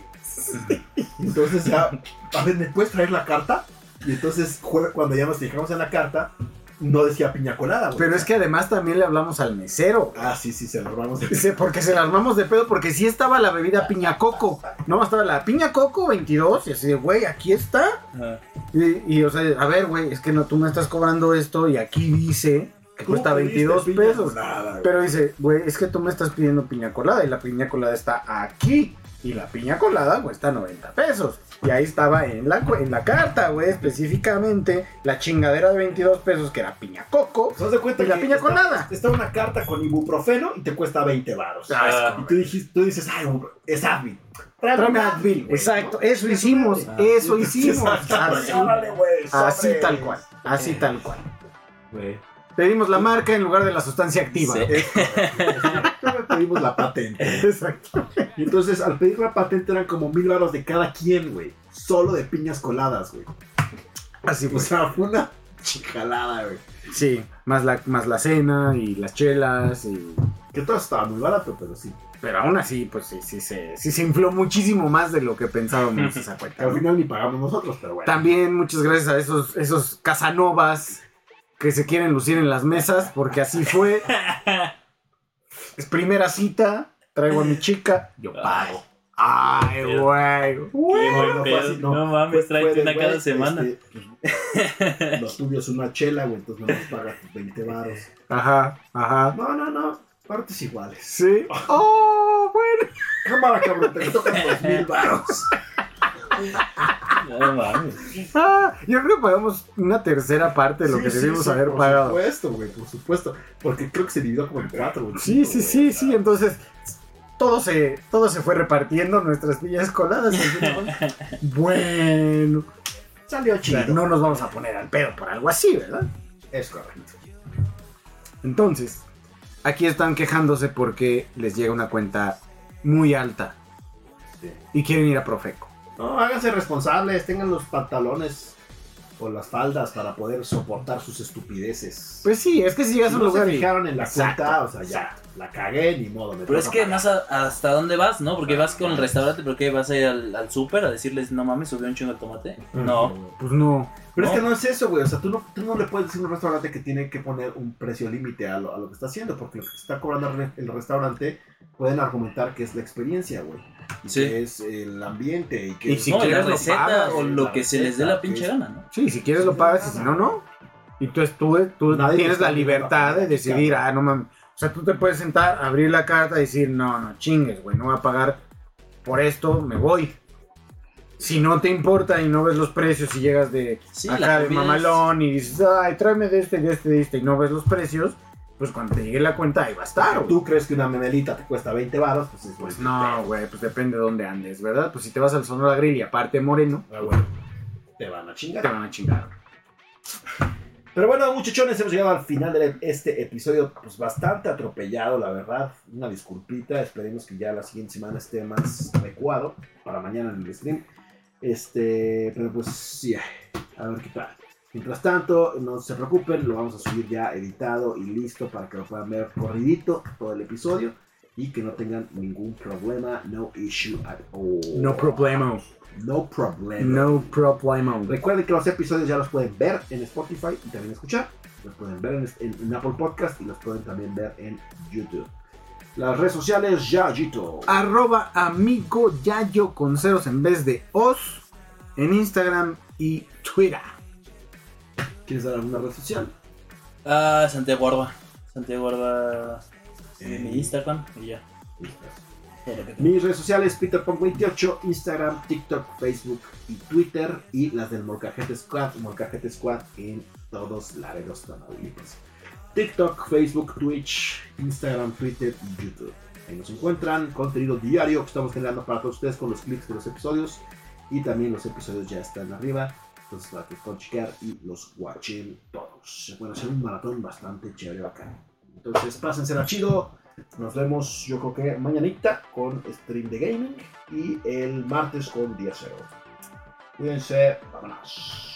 Speaker 3: Entonces ya, a ver, ¿me puedes traer la carta? Y entonces, jue- cuando ya nos fijamos en la carta, no decía piña colada, güey.
Speaker 4: Pero es que además también le hablamos al mesero.
Speaker 3: Ah, sí, sí, se lo robamos.
Speaker 4: *laughs*
Speaker 3: de-
Speaker 4: Dice, porque se la armamos de pedo, porque sí estaba la bebida piña coco. No, estaba la piña coco 22. Y así de, güey, aquí está.
Speaker 5: Ajá.
Speaker 4: Y, y, o sea, a ver, güey, es que no, tú me estás cobrando esto y aquí dice que
Speaker 3: ¿Cómo
Speaker 4: cuesta
Speaker 3: pediste
Speaker 4: 22
Speaker 3: piña
Speaker 4: pesos.
Speaker 3: colada, güey?
Speaker 4: Pero dice, güey, es que tú me estás pidiendo piña colada y la piña colada está aquí. Y la piña colada cuesta 90 pesos. Y ahí estaba en la, cu- en la carta, güey, específicamente la chingadera de 22 pesos que era piña coco.
Speaker 3: ¿Te das Pues, de cuenta
Speaker 4: Y la
Speaker 3: que
Speaker 4: piña
Speaker 3: está-
Speaker 4: colada.
Speaker 3: Está una carta con ibuprofeno y te cuesta 20 varos.
Speaker 5: Ah, es
Speaker 3: y tú, dijiste, tú dices, ay, güey, es Advil. Tráeme
Speaker 4: Tráeme
Speaker 3: un
Speaker 4: Advil,
Speaker 3: güey,
Speaker 4: exacto,
Speaker 3: ¿no?
Speaker 4: eso hicimos,
Speaker 3: Tráeme.
Speaker 5: Ah.
Speaker 4: eso
Speaker 3: Y entonces,
Speaker 4: hicimos.
Speaker 3: Así,
Speaker 4: Así,
Speaker 3: órale, Ah, güey,
Speaker 4: así
Speaker 3: sobres.
Speaker 4: tal cual, así tal cual.
Speaker 5: Güey.
Speaker 4: Pedimos la marca en lugar de la sustancia activa.
Speaker 3: Eh,
Speaker 5: Sí.
Speaker 3: *laughs* Pedimos la patente.
Speaker 4: Exacto.
Speaker 3: Y entonces, al pedir la patente eran como mil varos de cada quien, güey. Solo de piñas coladas, güey.
Speaker 4: Así
Speaker 3: O
Speaker 4: pues.
Speaker 3: sea, fue una chicalada, güey.
Speaker 4: Sí, más la, más la cena y las chelas y
Speaker 3: Que todo estaba muy barato, pero sí.
Speaker 4: Pero aún así, pues sí, sí, se, sí se infló muchísimo más de lo que
Speaker 5: *laughs*
Speaker 4: pensábamos esa
Speaker 3: Que
Speaker 4: cuenta.
Speaker 3: al final ni pagamos nosotros, pero bueno.
Speaker 4: También muchas gracias a esos, esos casanovas que se quieren lucir en las mesas, porque así fue. Es primera cita, traigo a mi chica, yo pago. Ay,
Speaker 5: Qué
Speaker 4: güey.
Speaker 5: Qué buen
Speaker 3: no,
Speaker 5: pedo.
Speaker 3: fue así,
Speaker 5: no,
Speaker 3: no.
Speaker 5: mames,
Speaker 3: Fue- este. fue
Speaker 5: tráete
Speaker 3: de,
Speaker 5: una
Speaker 3: güey,
Speaker 5: pues, cada semana.
Speaker 3: este, los tuyos una chela, güey, entonces no nos pagas tus 20 varos.
Speaker 4: Ajá, ajá.
Speaker 3: No, no, no, partes iguales.
Speaker 4: Sí. Oh, bueno.
Speaker 3: Cámara, cabrón, te
Speaker 5: *laughs*
Speaker 3: tocan 2000 varos.
Speaker 5: No mames.
Speaker 4: Ah, yo creo que pagamos una tercera parte de lo
Speaker 3: Sí,
Speaker 4: que
Speaker 3: sí,
Speaker 4: debimos
Speaker 3: sí,
Speaker 4: haber
Speaker 3: por
Speaker 4: pagado.
Speaker 3: Por supuesto, güey, por supuesto. Porque creo que se dividió como en cuatro, güey.
Speaker 4: Sí, sí, sí, sí. Entonces, todo se, todo se fue repartiendo nuestras villas coladas.
Speaker 3: *laughs*
Speaker 4: bueno,
Speaker 3: Salió
Speaker 4: o sea,
Speaker 3: chido.
Speaker 4: no nos vamos a poner al pedo por algo así, ¿verdad?
Speaker 3: Es correcto.
Speaker 4: Entonces, aquí están quejándose porque les llega una cuenta muy alta
Speaker 3: Sí.
Speaker 4: y quieren ir a Profeco.
Speaker 3: No, háganse responsables, tengan los pantalones o las faldas para poder soportar sus estupideces.
Speaker 4: Pues sí, es que si
Speaker 3: Si
Speaker 4: llegas a un
Speaker 3: no
Speaker 4: lugar
Speaker 3: se
Speaker 4: y...
Speaker 3: fijaron en la
Speaker 4: Exacto,
Speaker 3: cuenta, o sea, ya, la cagué, ni modo. me
Speaker 5: Pero es
Speaker 3: toca
Speaker 5: que
Speaker 3: pagar.
Speaker 5: más a- hasta dónde vas, ¿no? Porque vas con el restaurante, pero ¿qué? ¿Vas a ir al, al súper a decirles, no mames, subió un chingo de tomate? No.
Speaker 4: Pues no.
Speaker 3: Pero es
Speaker 5: ¿no?
Speaker 3: que no es eso, güey. O sea, tú no, tú no le puedes decir a un restaurante que tiene que poner un precio límite a lo, a lo que está haciendo, porque lo que está cobrando el re- el restaurante pueden argumentar que es la experiencia, güey. Y
Speaker 5: Sí.
Speaker 3: que es el ambiente. Y que
Speaker 4: Y
Speaker 3: es-
Speaker 4: si
Speaker 5: no, y la
Speaker 4: quieres lo
Speaker 5: receta
Speaker 4: pagas,
Speaker 5: o
Speaker 3: sí,
Speaker 5: lo
Speaker 3: la
Speaker 5: que se les dé
Speaker 3: receta,
Speaker 5: la pinche
Speaker 3: que es-
Speaker 5: gana, ¿no?
Speaker 4: Sí, si quieres lo pagas y si no, no. Y tú, es- tú, tú
Speaker 3: Nadie te
Speaker 4: tienes
Speaker 3: está
Speaker 4: la
Speaker 3: viendo
Speaker 4: libertad
Speaker 3: para
Speaker 4: de decidir,
Speaker 3: practicar.
Speaker 4: ah, no mames. O sea, tú te puedes sentar, abrir la carta y decir, no, no chingues, güey, no voy a pagar por esto, me voy. Si no te importa y no ves los precios y llegas de
Speaker 5: Sí,
Speaker 4: acá de
Speaker 5: comida es-
Speaker 4: mamalón y dices, ay, tráeme de este, de este, de este, y no ves los precios, pues cuando te llegue la cuenta ahí va a estar, güey.
Speaker 3: tú crees que una memelita te cuesta 20 baros, pues es
Speaker 4: Pues
Speaker 3: bueno.
Speaker 4: no, güey, pues depende de dónde andes, ¿verdad? Pues si te vas al Sonora Grill y aparte moreno,
Speaker 3: Ah, bueno, te van a
Speaker 4: te
Speaker 3: chingar.
Speaker 4: van a chingar.
Speaker 3: Pero bueno, muchachones, hemos llegado al final de este episodio, pues bastante atropellado, la verdad. Una disculpita, esperemos que ya la siguiente semana esté más adecuado para mañana en el stream. Este, pero pues sí, a ver qué tal. Mientras tanto, no se preocupen, lo vamos a subir ya editado y listo para que lo puedan ver corridito todo el episodio y que no tengan ningún problema, no issue at all.
Speaker 4: No problemo,
Speaker 3: No problem.
Speaker 4: no problemo.
Speaker 3: Recuerden que los episodios ya los pueden ver en Spotify y también escuchar. Los pueden ver en, en- en Apple Podcast y los pueden también ver en YouTube. Las redes sociales, Yayito.
Speaker 4: Ah. arroba amigo yayo con ceros en vez de os en Instagram y Twitter.
Speaker 3: ¿Quieres dar alguna red social?
Speaker 5: Ah, Santiago Arba. Santiago Arba. en mi Instagram y ya. Todo lo que tengo.
Speaker 3: Mis redes sociales, PeterPunk28, Instagram, TikTok, Facebook y Twitter. Y las del Molcajete Squad, Molcajete Squad en todos laredos Tamaulipas. TikTok, Facebook, Twitch, Instagram, Twitter y YouTube. Ahí nos encuentran contenido diario que estamos generando para todos ustedes con los clips de los episodios. Y también los episodios ya están arriba. Entonces para que puedan checar y los watchen todos. Se puede hacer un maratón bastante chévere bacán. Entonces pásensela chido. Nos vemos yo creo que mañanita con stream de gaming y el martes con día cero. Cuídense, vámonos.